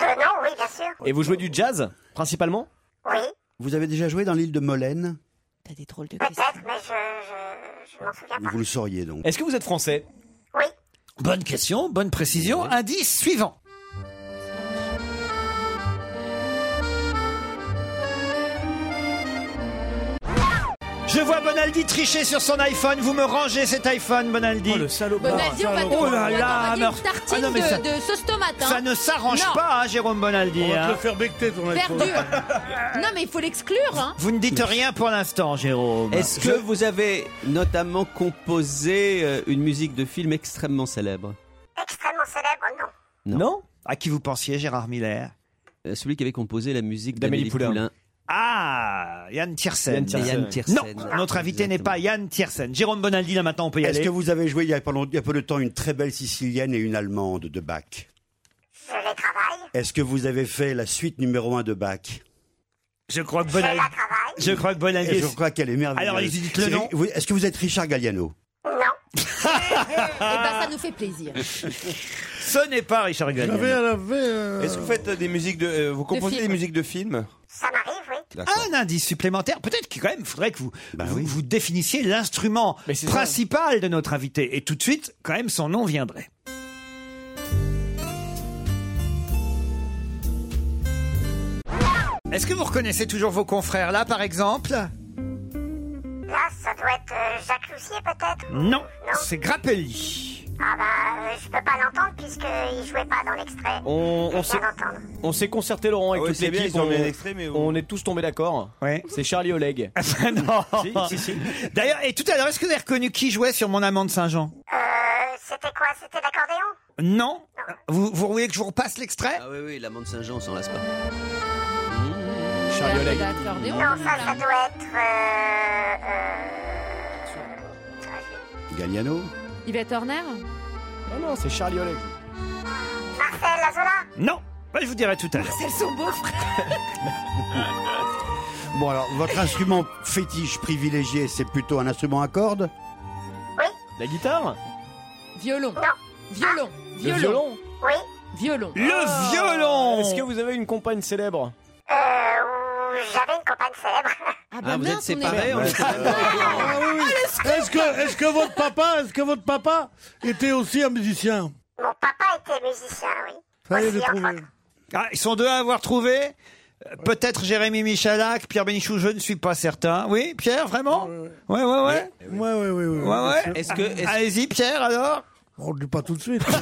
S9: non, oui, bien sûr.
S6: Et vous jouez du jazz, principalement
S9: Oui,
S14: Vous avez déjà joué dans l'île de Molène
S7: T'as des drôles de
S9: peut-être, mais je, je, je m'en souviens pas.
S14: Vous le sauriez donc.
S6: Est-ce que vous êtes français
S3: Bonne question, bonne précision. Indice suivant. Je vois Bonaldi tricher sur son iPhone. Vous me rangez cet iPhone, Bonaldi. Oh, le salopard.
S7: Bonaldi, on va te on
S3: Oh là là,
S7: va te
S3: meurt.
S7: une tartine
S3: Ah non, mais
S7: de,
S3: ça-
S7: de sauce tomate. hein.
S3: Ça ne s'arrange
S7: Non.
S3: pas, hein, Jérôme Bonaldi.
S5: On va te
S3: hein.
S5: le faire becter ton iPhone.
S7: Perdu. non, mais il faut l'exclure. Hein.
S3: Vous ne dites rien pour l'instant, Jérôme.
S4: Est-ce que vous avez notamment composé euh, une musique de film extrêmement célèbre
S9: Extrêmement célèbre, non.
S4: Non.
S3: À qui vous pensiez, Gérard Miller
S4: Euh, Celui qui avait composé la musique
S6: D'Amélie
S4: d'Amélie Poulain.
S3: Ah, Yann Tiersen.
S4: Yann Tiersen. Yann Tiersen.
S3: Non, notre invité n'est pas Yann Tiersen. Jérôme Bonaldi, là maintenant, on peut y
S14: Est-ce
S3: aller.
S14: que vous avez joué il y, a pas long- il y a peu de temps une très belle sicilienne et une allemande de Bach
S9: Je les travaille,
S14: Est-ce que vous avez fait la suite numéro 1 de Bach
S3: Je crois que
S9: je
S3: Bonaldi.
S9: la travaille.
S3: Je crois que Bonaldi.
S14: Et Je crois qu'elle est merveilleuse.
S3: Alors, allez-y, dites le
S14: C'est-
S3: nom.
S14: vous- Est-ce que vous êtes Richard Galliano
S9: Non,
S7: Eh ben, ça nous fait plaisir.
S3: Ce n'est pas Richard Galliano.
S5: J'avais, elle avait, euh,
S8: Est-ce que vous faites des musiques de. euh, vous composez des
S7: films.
S8: musiques de films
S9: ça m'arrive, oui.
S3: Un indice supplémentaire, peut-être qu'il quand même faudrait que vous,
S14: Bah
S3: vous,
S14: oui.
S3: vous définissiez l'instrument
S6: Mais c'est ça.
S3: principal de notre invité. Et tout de suite, quand même, son nom viendrait. Est-ce que vous reconnaissez toujours vos confrères là, par exemple
S9: Là, ça doit être euh, Jacques Loussier, peut-être
S3: Non, c'est Grappelli.
S9: Ah bah, euh, je peux pas l'entendre puisqu'il jouait pas dans l'extrait.
S6: On, on
S9: Je peux
S6: s'est,
S9: pas l'entendre.
S6: on s'est concerté, Laurent, avec
S8: Ah ouais,
S6: toute
S8: c'est bien,
S6: l'équipe.
S8: ils ont
S6: on,
S8: mis un extrait, mais on-
S6: on est tous tombés d'accord.
S3: Ouais.
S6: C'est Charlie Oleg.
S3: non.
S6: Si, si, si.
S3: D'ailleurs, et tout à l'heure, est-ce que vous avez reconnu qui jouait sur Mon amant de Saint-Jean
S9: Euh, c'était quoi C'était l'accordéon
S3: Non vous, vous voulez que je vous repasse l'extrait
S4: Ah oui, oui, l'amant de Saint-Jean, on s'en lasse pas.
S6: Charlie Oleg.
S7: L'accordéon,
S9: Non, ça,
S7: là.
S9: ça doit être... Euh, euh,
S14: Galliano
S7: Yvette Horner
S6: Non, Ah non, c'est Charlie Oleg.
S9: Marcel Lazola
S3: Non Bah, Je vous dirai tout à l'heure.
S7: C'est son beau-frère.
S14: Bon, alors, votre instrument fétiche privilégié, c'est plutôt un instrument à cordes
S6: La guitare
S7: Violon.
S9: Non.
S7: Violon.
S6: Le
S7: Violon.
S6: violon
S9: Oui
S7: Violon.
S9: Ah.
S3: Le violon
S6: Est-ce que vous avez une compagne célèbre
S9: Euh, j'avais une compagne célèbre.
S7: Ah,
S6: bah
S4: Ah, vous êtes
S7: mince, on est-
S4: séparés on est-
S5: Ah oui, oui. Est-ce que, est-ce que votre papa, est-ce que votre papa était aussi un musicien
S9: Mon papa était musicien, oui.
S5: Ça y est,
S9: Aussi,
S5: j'ai
S9: entre
S5: trouvé.
S9: autres.
S3: Ah, ils sont deux à avoir trouvé Euh, Peut-être Jérémy Michalak, Pierre Bénichou, je ne suis pas certain. Oui, Pierre, vraiment Ouais, ouais, ouais.
S5: Ouais, ouais, ouais, ouais.
S3: Ouais, ouais.
S4: Est-ce que. est-ce-
S3: Allez-y, Pierre, alors.
S5: On ne dit pas tout de suite.
S6: Non,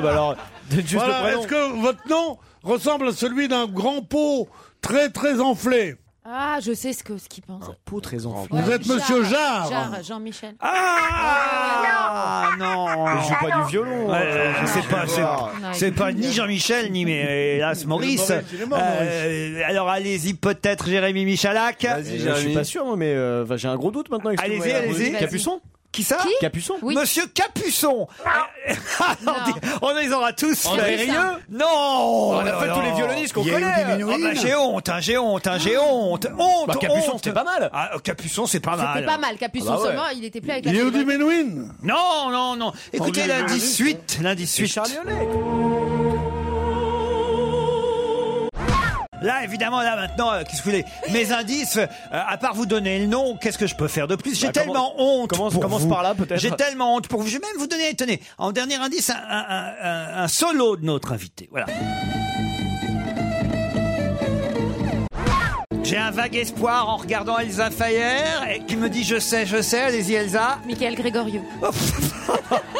S6: bah alors, juste le
S5: voilà.
S6: prénom.
S5: Est-ce que votre nom ressemble à celui d'un grand pot très très enflé
S7: Ah, je sais ce que ce qu'il pense.
S6: Peau très enflée.
S5: Vous êtes Monsieur Jarre.
S7: Jarre, Jean-Michel.
S3: Ah non
S6: Elle joue pas du violon.
S3: Ouais, euh, c'est pas, c'est-
S7: Non,
S3: c'est pas ni Jean-Michel ni mais hélas Maurice.
S5: Maurice, il est mort, Maurice.
S3: Euh, alors allez-y peut-être Jérémy Michalak.
S6: Euh, Je suis pas sûr, moi, mais euh, enfin, j'ai un gros doute maintenant. excusez-moi.
S3: Allez-y, allez-y.
S6: Vous- Capuçon
S3: Qui ça
S7: Qui
S6: Capuçon
S7: Oui.
S3: Monsieur Capuçon.
S7: Non.
S3: on, dit- on les aura tous.
S7: André
S3: fait.
S7: Rieu
S3: Non.
S8: Oh
S3: On
S6: a fait tous les violonistes qu'on
S14: connaît.
S3: j'ai honte, hein, j'ai honte, hein, j'ai honte, honte,
S6: Bah, Capuçon,
S3: honte.
S6: c'était pas mal.
S3: Ah, euh, Capuçon, c'est pas mal.
S7: C'était pas mal, Capuçon
S6: Ah bah ouais.
S7: seulement, il était plus avec la
S5: Yehudi
S7: célébrité.
S5: Menuhin
S3: Non, non, non.
S6: Oh,
S3: Écoutez
S5: André
S3: lundi
S5: Rieu.
S3: 8, lundi 8.
S6: Charlie Oleg.
S3: Là, évidemment, là, maintenant, euh, qu'est-ce que vous voulez Mes indices, euh, à part vous donner le nom, qu'est-ce que je peux faire de plus J'ai
S6: Bah,
S3: tellement
S6: comment-
S3: honte.
S6: commence-
S3: pour
S6: commence
S3: vous.
S6: par là, peut-être.
S3: J'ai tellement honte pour vous. Je vais même vous donner, tenez, en dernier indice, un, un- un- un- un solo de notre invité. Voilà. J'ai un vague espoir en regardant Elsa Fayer et qui me dit je sais, je sais, allez-y Elsa. Oh,
S7: Michael Grégorio.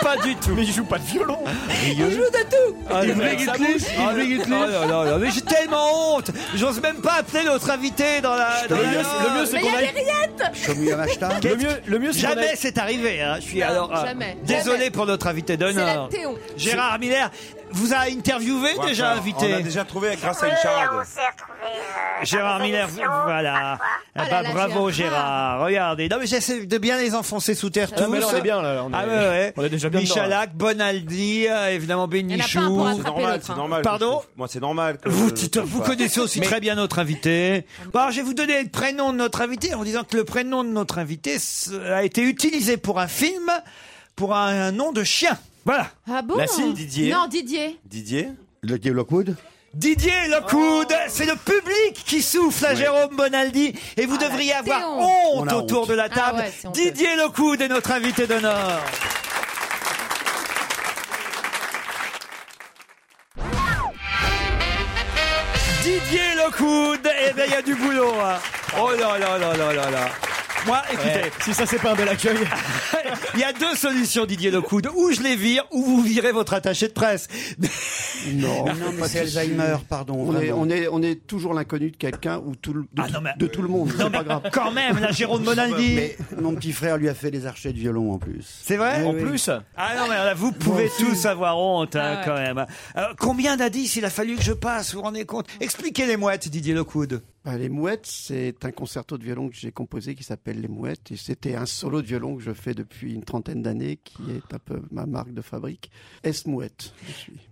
S3: pas du tout. Oh Mais il joue pas de violon.
S7: Il joue de tout.
S3: Yves Guitlis, Yves Guitlis. non, non, non, mais j'ai tellement honte. J'ose même pas appeler notre invité dans la. dans
S8: Le
S3: la-
S8: mieux, c'est- le mieux, c'est Mais qu'on il y a aille- des Le mieux- le mieux, c'est qu'on
S3: jamais
S8: aille-
S3: c'est arrivé. hein. Je suis
S8: Non,
S3: alors euh,
S8: jamais.
S3: désolé pour notre invité d'honneur.
S9: C'est la Théon.
S3: Gérard Miller vous a interviewé
S8: Ouais,
S3: déjà
S8: enfin,
S3: invité.
S8: Bah, on a déjà trouvé grâce à
S9: Oui,
S8: une
S9: on
S8: charade.
S9: s'est retrouvés. euh,
S3: Gérard
S9: dans des
S3: Miller,
S9: émissions.
S3: voilà. Ah
S9: là
S3: bah,
S9: là,
S3: bravo
S9: Gérard.
S3: Gérard. Regardez. Non mais j'essaie de bien les enfoncer sous terre
S8: Ah,
S3: tous.
S8: mais là, on est bien, là, là, on est-
S3: ah ouais, ouais.
S8: on est déjà bien dedans, là.
S3: Michalak, Bonaldi, euh, évidemment Bénichou.
S8: C'est normal,
S7: hein.
S8: c'est normal.
S3: Pardon.
S8: Moi, c'est normal. que-
S3: Vous, Tito, euh, vous
S8: Ouais.
S3: connaissez aussi
S8: Mais-
S3: très bien notre invité. Bon, alors, je vais vous donner le prénom de notre invité en disant que le prénom de notre invité s- a été utilisé pour un film, pour un, un nom de chien. Voilà.
S7: Ah bon Non, Didier.
S8: Didier
S14: Le Didier Lockwood
S3: Didier Lockwood,
S26: Oh.
S3: c'est le public qui souffle à Jérôme Bonaldi et vous devriez
S26: la
S3: avoir
S26: Ah, bah, honte.
S3: honte
S26: On a
S3: autour
S26: honte.
S3: de la
S26: Ah
S3: table.
S26: ouais, c'est honteux.
S3: Didier Lockwood est notre invité d'honneur. Didier Lockwood, eh ben il y a du boulot. hein. Oh là là là là là là. Moi, écoutez,
S6: Ouais,
S3: si ça c'est pas un bel accueil, il y a deux solutions, Didier Lockwood. Ou je les vire, ou vous virez votre attaché de presse.
S14: Non, mais c'est Alzheimer, pardon. On est,
S3: vraiment. Ah
S14: on, est, on est toujours l'inconnu de quelqu'un ou tout le- de, tout- de tout le monde. c'est pas grave.
S3: quand même, la Jérôme Bonaldi.
S14: Mais mon petit frère lui a fait les archets de violon en plus. Eh
S3: C'est vrai
S14: Oui, oui.
S3: Ah non, mais là, vous pouvez tous avoir honte, hein,
S14: Ah ouais.
S3: quand même. Alors, combien d'indices il a fallu que je passe, vous vous rendez compte Expliquez les mouettes, Didier Lockwood.
S27: Bah, les Mouettes, c'est un concerto de violon que j'ai composé qui s'appelle Les Mouettes. Et c'était un solo de violon que je fais depuis une trentaine d'années, qui est un peu ma marque de fabrique. S-Mouette.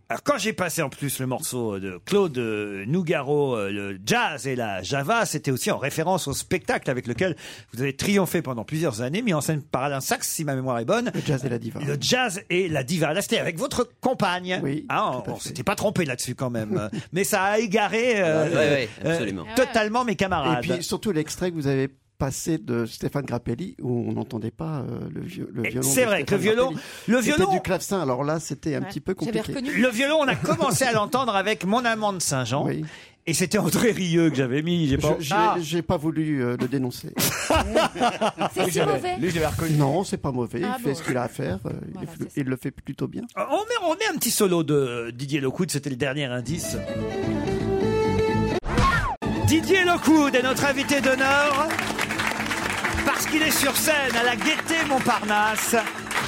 S3: Alors, quand j'ai passé en plus le morceau de Claude euh, Nougaro, euh, le jazz et la java, c'était aussi en référence au spectacle avec lequel vous avez triomphé pendant plusieurs années, mis en scène par Alain Saxe, si ma mémoire est bonne. Le
S27: jazz et la diva.
S3: Le jazz et la diva. Là, c'était avec votre compagne. Oui. on on s'était pas trompé là-dessus quand même. mais ça a égaré euh,
S28: Ah, Ouais, ouais,
S3: euh,
S28: absolument.
S27: Ah
S3: totalement mes
S27: Et
S3: camarades.
S27: puis surtout l'extrait que vous avez passé de Stéphane Grappelli, où on n'entendait pas euh, le, vi- le
S3: Et
S27: violon.
S3: Eh, c'est
S27: de
S3: vrai que
S27: Stéphane
S3: le violon-
S27: Grappelli.
S3: le
S27: C'était
S3: violon-
S27: du clavecin, alors là c'était un petit peu compliqué.
S3: Le violon, on a commencé à l'entendre avec Mon amant de Saint-Jean. Et c'était André Rieu que j'avais mis. J'ai
S27: Je-
S3: pas... Ah,
S27: j'ai- J'ai pas voulu euh, le dénoncer.
S3: si j'avais- mauvais. lui, j'avais reconnu.
S27: Non, c'est pas mauvais.
S3: Ah
S27: il fait
S3: bon.
S27: ce qu'il a à faire. euh, il le- il, le fait plutôt bien.
S3: Ah, On met, on met un petit solo de Didier Lockwood, c'était le dernier indice. Didier Lockwood est notre invité d'honneur parce qu'il est sur scène à la Gaîté Montparnasse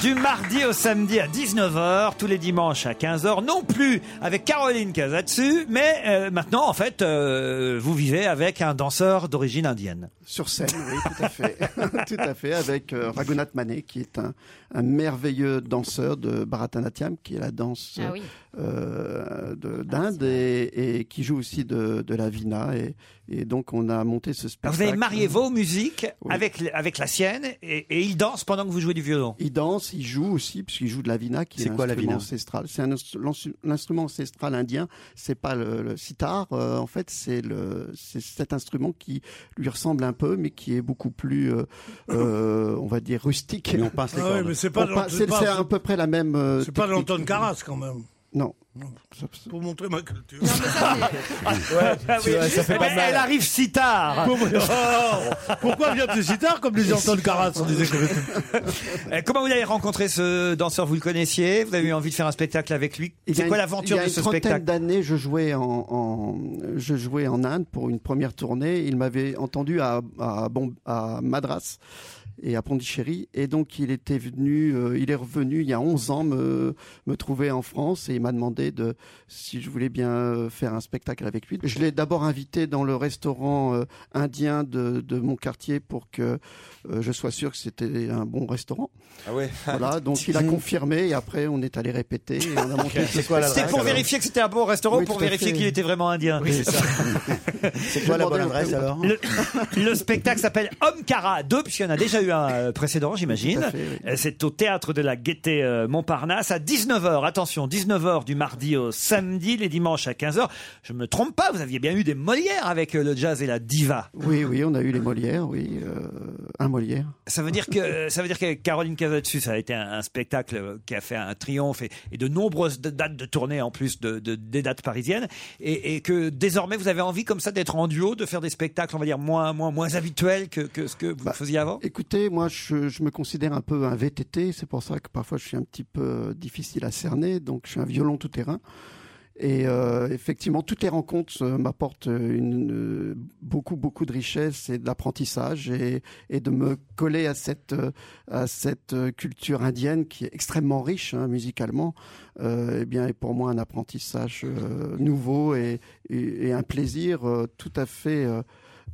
S3: du mardi au samedi à 19h, tous les dimanches à 15h, non plus avec Caroline Casatsu, mais euh, maintenant en fait euh, vous vivez avec un danseur d'origine indienne.
S27: Sur scène, oui, tout à fait. tout à fait, avec euh, Raghunath Mané, qui est un, un merveilleux danseur de Bharatanatyam, qui est la danse
S7: Ah oui.
S27: euh,
S3: Ah,
S27: de- d'Inde, et, et qui joue aussi de, de la vina. Et, et donc, on a monté ce
S3: Alors,
S27: spectacle.
S3: Ah, vous avez marié vos musiques avec, avec la sienne et, et il danse pendant que vous jouez du violon.
S27: Il danse, il joue aussi, puisqu'il joue de la vina, qui est,
S3: C'est quoi,
S27: un
S3: la
S27: instrument
S3: vina
S27: ancestral. C'est un instru- l'instru- l'instrument ancestral indien. C'est pas le, le sitar. euh, en fait, c'est le, c'est cet instrument qui lui ressemble un peu, mais qui est beaucoup plus, euh, euh, on va dire, rustique.
S5: Mais on pince les Ah oui, cordes. mais c'est pas
S27: On
S5: dans-
S27: pince-
S5: c'est
S27: c'est-
S5: pas-
S27: c'est à peu près la même. euh,
S5: C'est pas
S27: technique.
S5: l'Anton Carras quand même.
S27: Non.
S5: Pour montrer ma culture.
S3: Ah oui, mais elle arrive si tard.
S5: Oh, pourquoi viens-tu si tard comme les Anton Carras on disait que
S3: Euh, Comment vous l'avez rencontré ce danseur Vous le connaissiez Vous avez eu envie de faire un spectacle avec lui
S27: Il y a
S3: C'est quoi
S27: une-
S3: l'aventure de ce
S27: Il y a une trentaine
S3: spectacle
S27: d'années, je jouais en, en- je jouais en Inde pour une première tournée. Il m'avait entendu à, à, Bomb- à Madras et à Pondichéry. Et donc, il était venu, euh, il est revenu il y a 11 ans me, me trouver en France et il m'a demandé de, si je voulais bien euh, faire un spectacle avec lui. Je l'ai d'abord invité dans le restaurant euh, indien de, de mon quartier pour que euh, je sois sûr que c'était un bon restaurant.
S8: Ah ouais.
S27: Voilà, donc il a confirmé et après on est allé répéter et on a monté ce
S3: C'était
S27: spectacle.
S3: pour vérifier que c'était un bon restaurant
S27: Oui,
S3: pour
S27: tout à
S3: vérifier
S27: fait.
S3: qu'il était vraiment indien.
S27: Oui, c'est ça.
S3: c'est
S27: quoi la bonne adresse, alors
S3: le, le spectacle s'appelle Homme Cara 2 puisqu'il y en a déjà eu eu un euh, précédent, j'imagine.
S8: Tout à fait, oui.
S3: Euh, C'est au théâtre de la Gaîté euh, Montparnasse à 19h. Attention, 19h du mardi au samedi, les dimanches à 15h. Je me trompe pas, vous aviez bien eu des Molières avec euh, le jazz et la diva.
S27: Oui, oui, on a eu les Molières, oui, euh, un Molière.
S3: Ça veut dire que ça veut dire que Caroline Cavazzu, ça a été un, un spectacle qui a fait un triomphe et, et de nombreuses d- dates de tournée en plus de, de- des dates parisiennes et, et que désormais vous avez envie comme ça d'être en duo, de faire des spectacles on va dire moins moins moins habituels que, que ce que
S27: Bah,
S3: vous faisiez avant.
S27: Écoutez, moi, je, je me considère un peu un VTT. C'est pour ça que parfois je suis un petit peu euh, difficile à cerner. Donc, je suis un violon tout terrain. Et euh, effectivement, toutes les rencontres euh, m'apportent une, euh, beaucoup, beaucoup de richesse et d'apprentissage et, et de me coller à cette, euh, à cette euh, culture indienne qui est extrêmement riche hein, musicalement. Euh, eh bien, est pour moi un apprentissage euh, nouveau et, et- et un plaisir euh, tout à fait euh,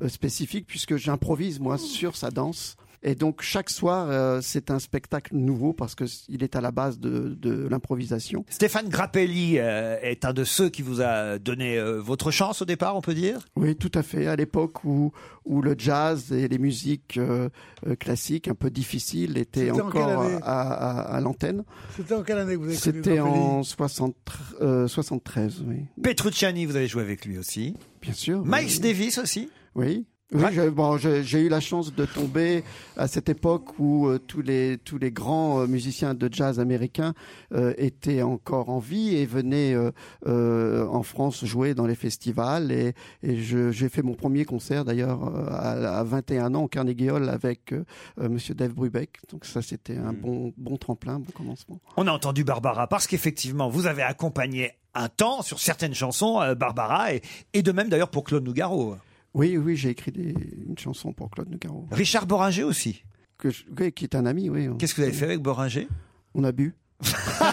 S27: euh, spécifique puisque j'improvise moi sur sa danse. Et donc chaque soir, euh, c'est un spectacle nouveau parce que s- il est à la base de, de l'improvisation.
S3: Stéphane Grappelli euh, est un de ceux qui vous a donné euh, votre chance au départ, on peut dire.
S27: Oui, tout à fait. À l'époque où, où le jazz et les musiques euh, euh, classiques un peu difficiles étaient
S5: C'était en quelle
S27: encore
S5: année
S27: à, à- à l'antenne.
S5: C'était en quelle année que vous avez connu
S27: C'était
S5: Grappelli
S27: en 73, euh, 73, oui.
S3: Petrucciani, vous avez joué avec lui aussi.
S27: Bien sûr.
S3: Miles Davis aussi.
S27: Oui. Oui, je- bon, je- j'ai eu la chance de tomber à cette époque où euh, tous les tous les grands euh, musiciens de jazz américains euh, étaient encore en vie et venaient euh, euh, en France jouer dans les festivals et, et je- j'ai fait mon premier concert d'ailleurs euh, à, à 21 ans au Carnegie Hall avec euh, euh, Monsieur Dave Brubeck donc ça c'était un bon bon tremplin bon commencement.
S3: On a entendu Barbara parce qu'effectivement, vous avez accompagné un temps sur certaines chansons euh, Barbara et, et de même d'ailleurs pour Claude Nougaro.
S27: Oui oui j'ai écrit des- une chanson pour Claude Nougaro
S3: Richard Boringer aussi
S27: que je- oui, qui est un ami oui.
S3: Qu'est-ce que vous avez fait avec Boringer
S27: On a bu.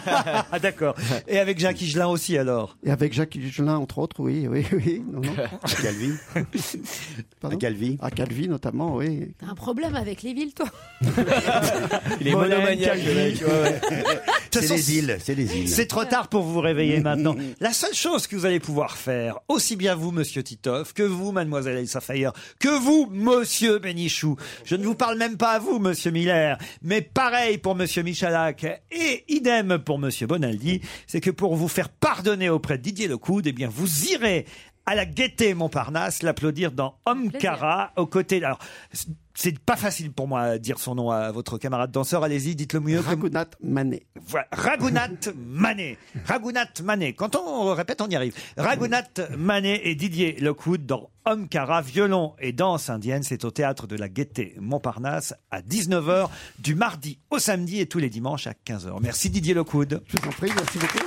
S3: ah d'accord. Et avec Jacques Higelin aussi alors.
S27: Et avec Jacques Higelin, entre autres, oui, oui, oui. Non, non.
S14: Calvi.
S27: à Calvi. À Calvi, notamment, oui.
S7: T'as un problème avec les villes, toi
S27: Il est Monaco, monomaniaque, le mec, ouais, ouais.
S3: C'est
S14: des îles, c'est des îles.
S3: C'est trop tard pour vous réveiller maintenant. La seule chose que vous allez pouvoir faire, aussi bien vous, monsieur Titov, que vous, mademoiselle Elsa Fayer, que vous, monsieur Bénichou, je ne vous parle même pas à vous, monsieur Miller, mais pareil pour monsieur Michalak et idem pour monsieur Bonaldi, c'est que pour vous faire pardonner auprès de Didier Lecoude, eh bien, vous irez à la gaieté Montparnasse, l'applaudir dans Omkara, aux côtés. Alors, c'est- c'est pas facile pour moi à dire son nom à votre camarade danseur. Allez-y, dites-le mieux.
S27: Ragunat Mané.
S3: Voilà, Ragunat Mané. Ragunat Mané. Quand on répète, on y arrive. Ragunat Mané et Didier Lockwood dans Omkara, violon et danse indienne. C'est au théâtre de la Gaîté Montparnasse à 19h du mardi au samedi et tous les dimanches à 15h. Merci Didier Lockwood.
S27: Je vous en prie, merci beaucoup.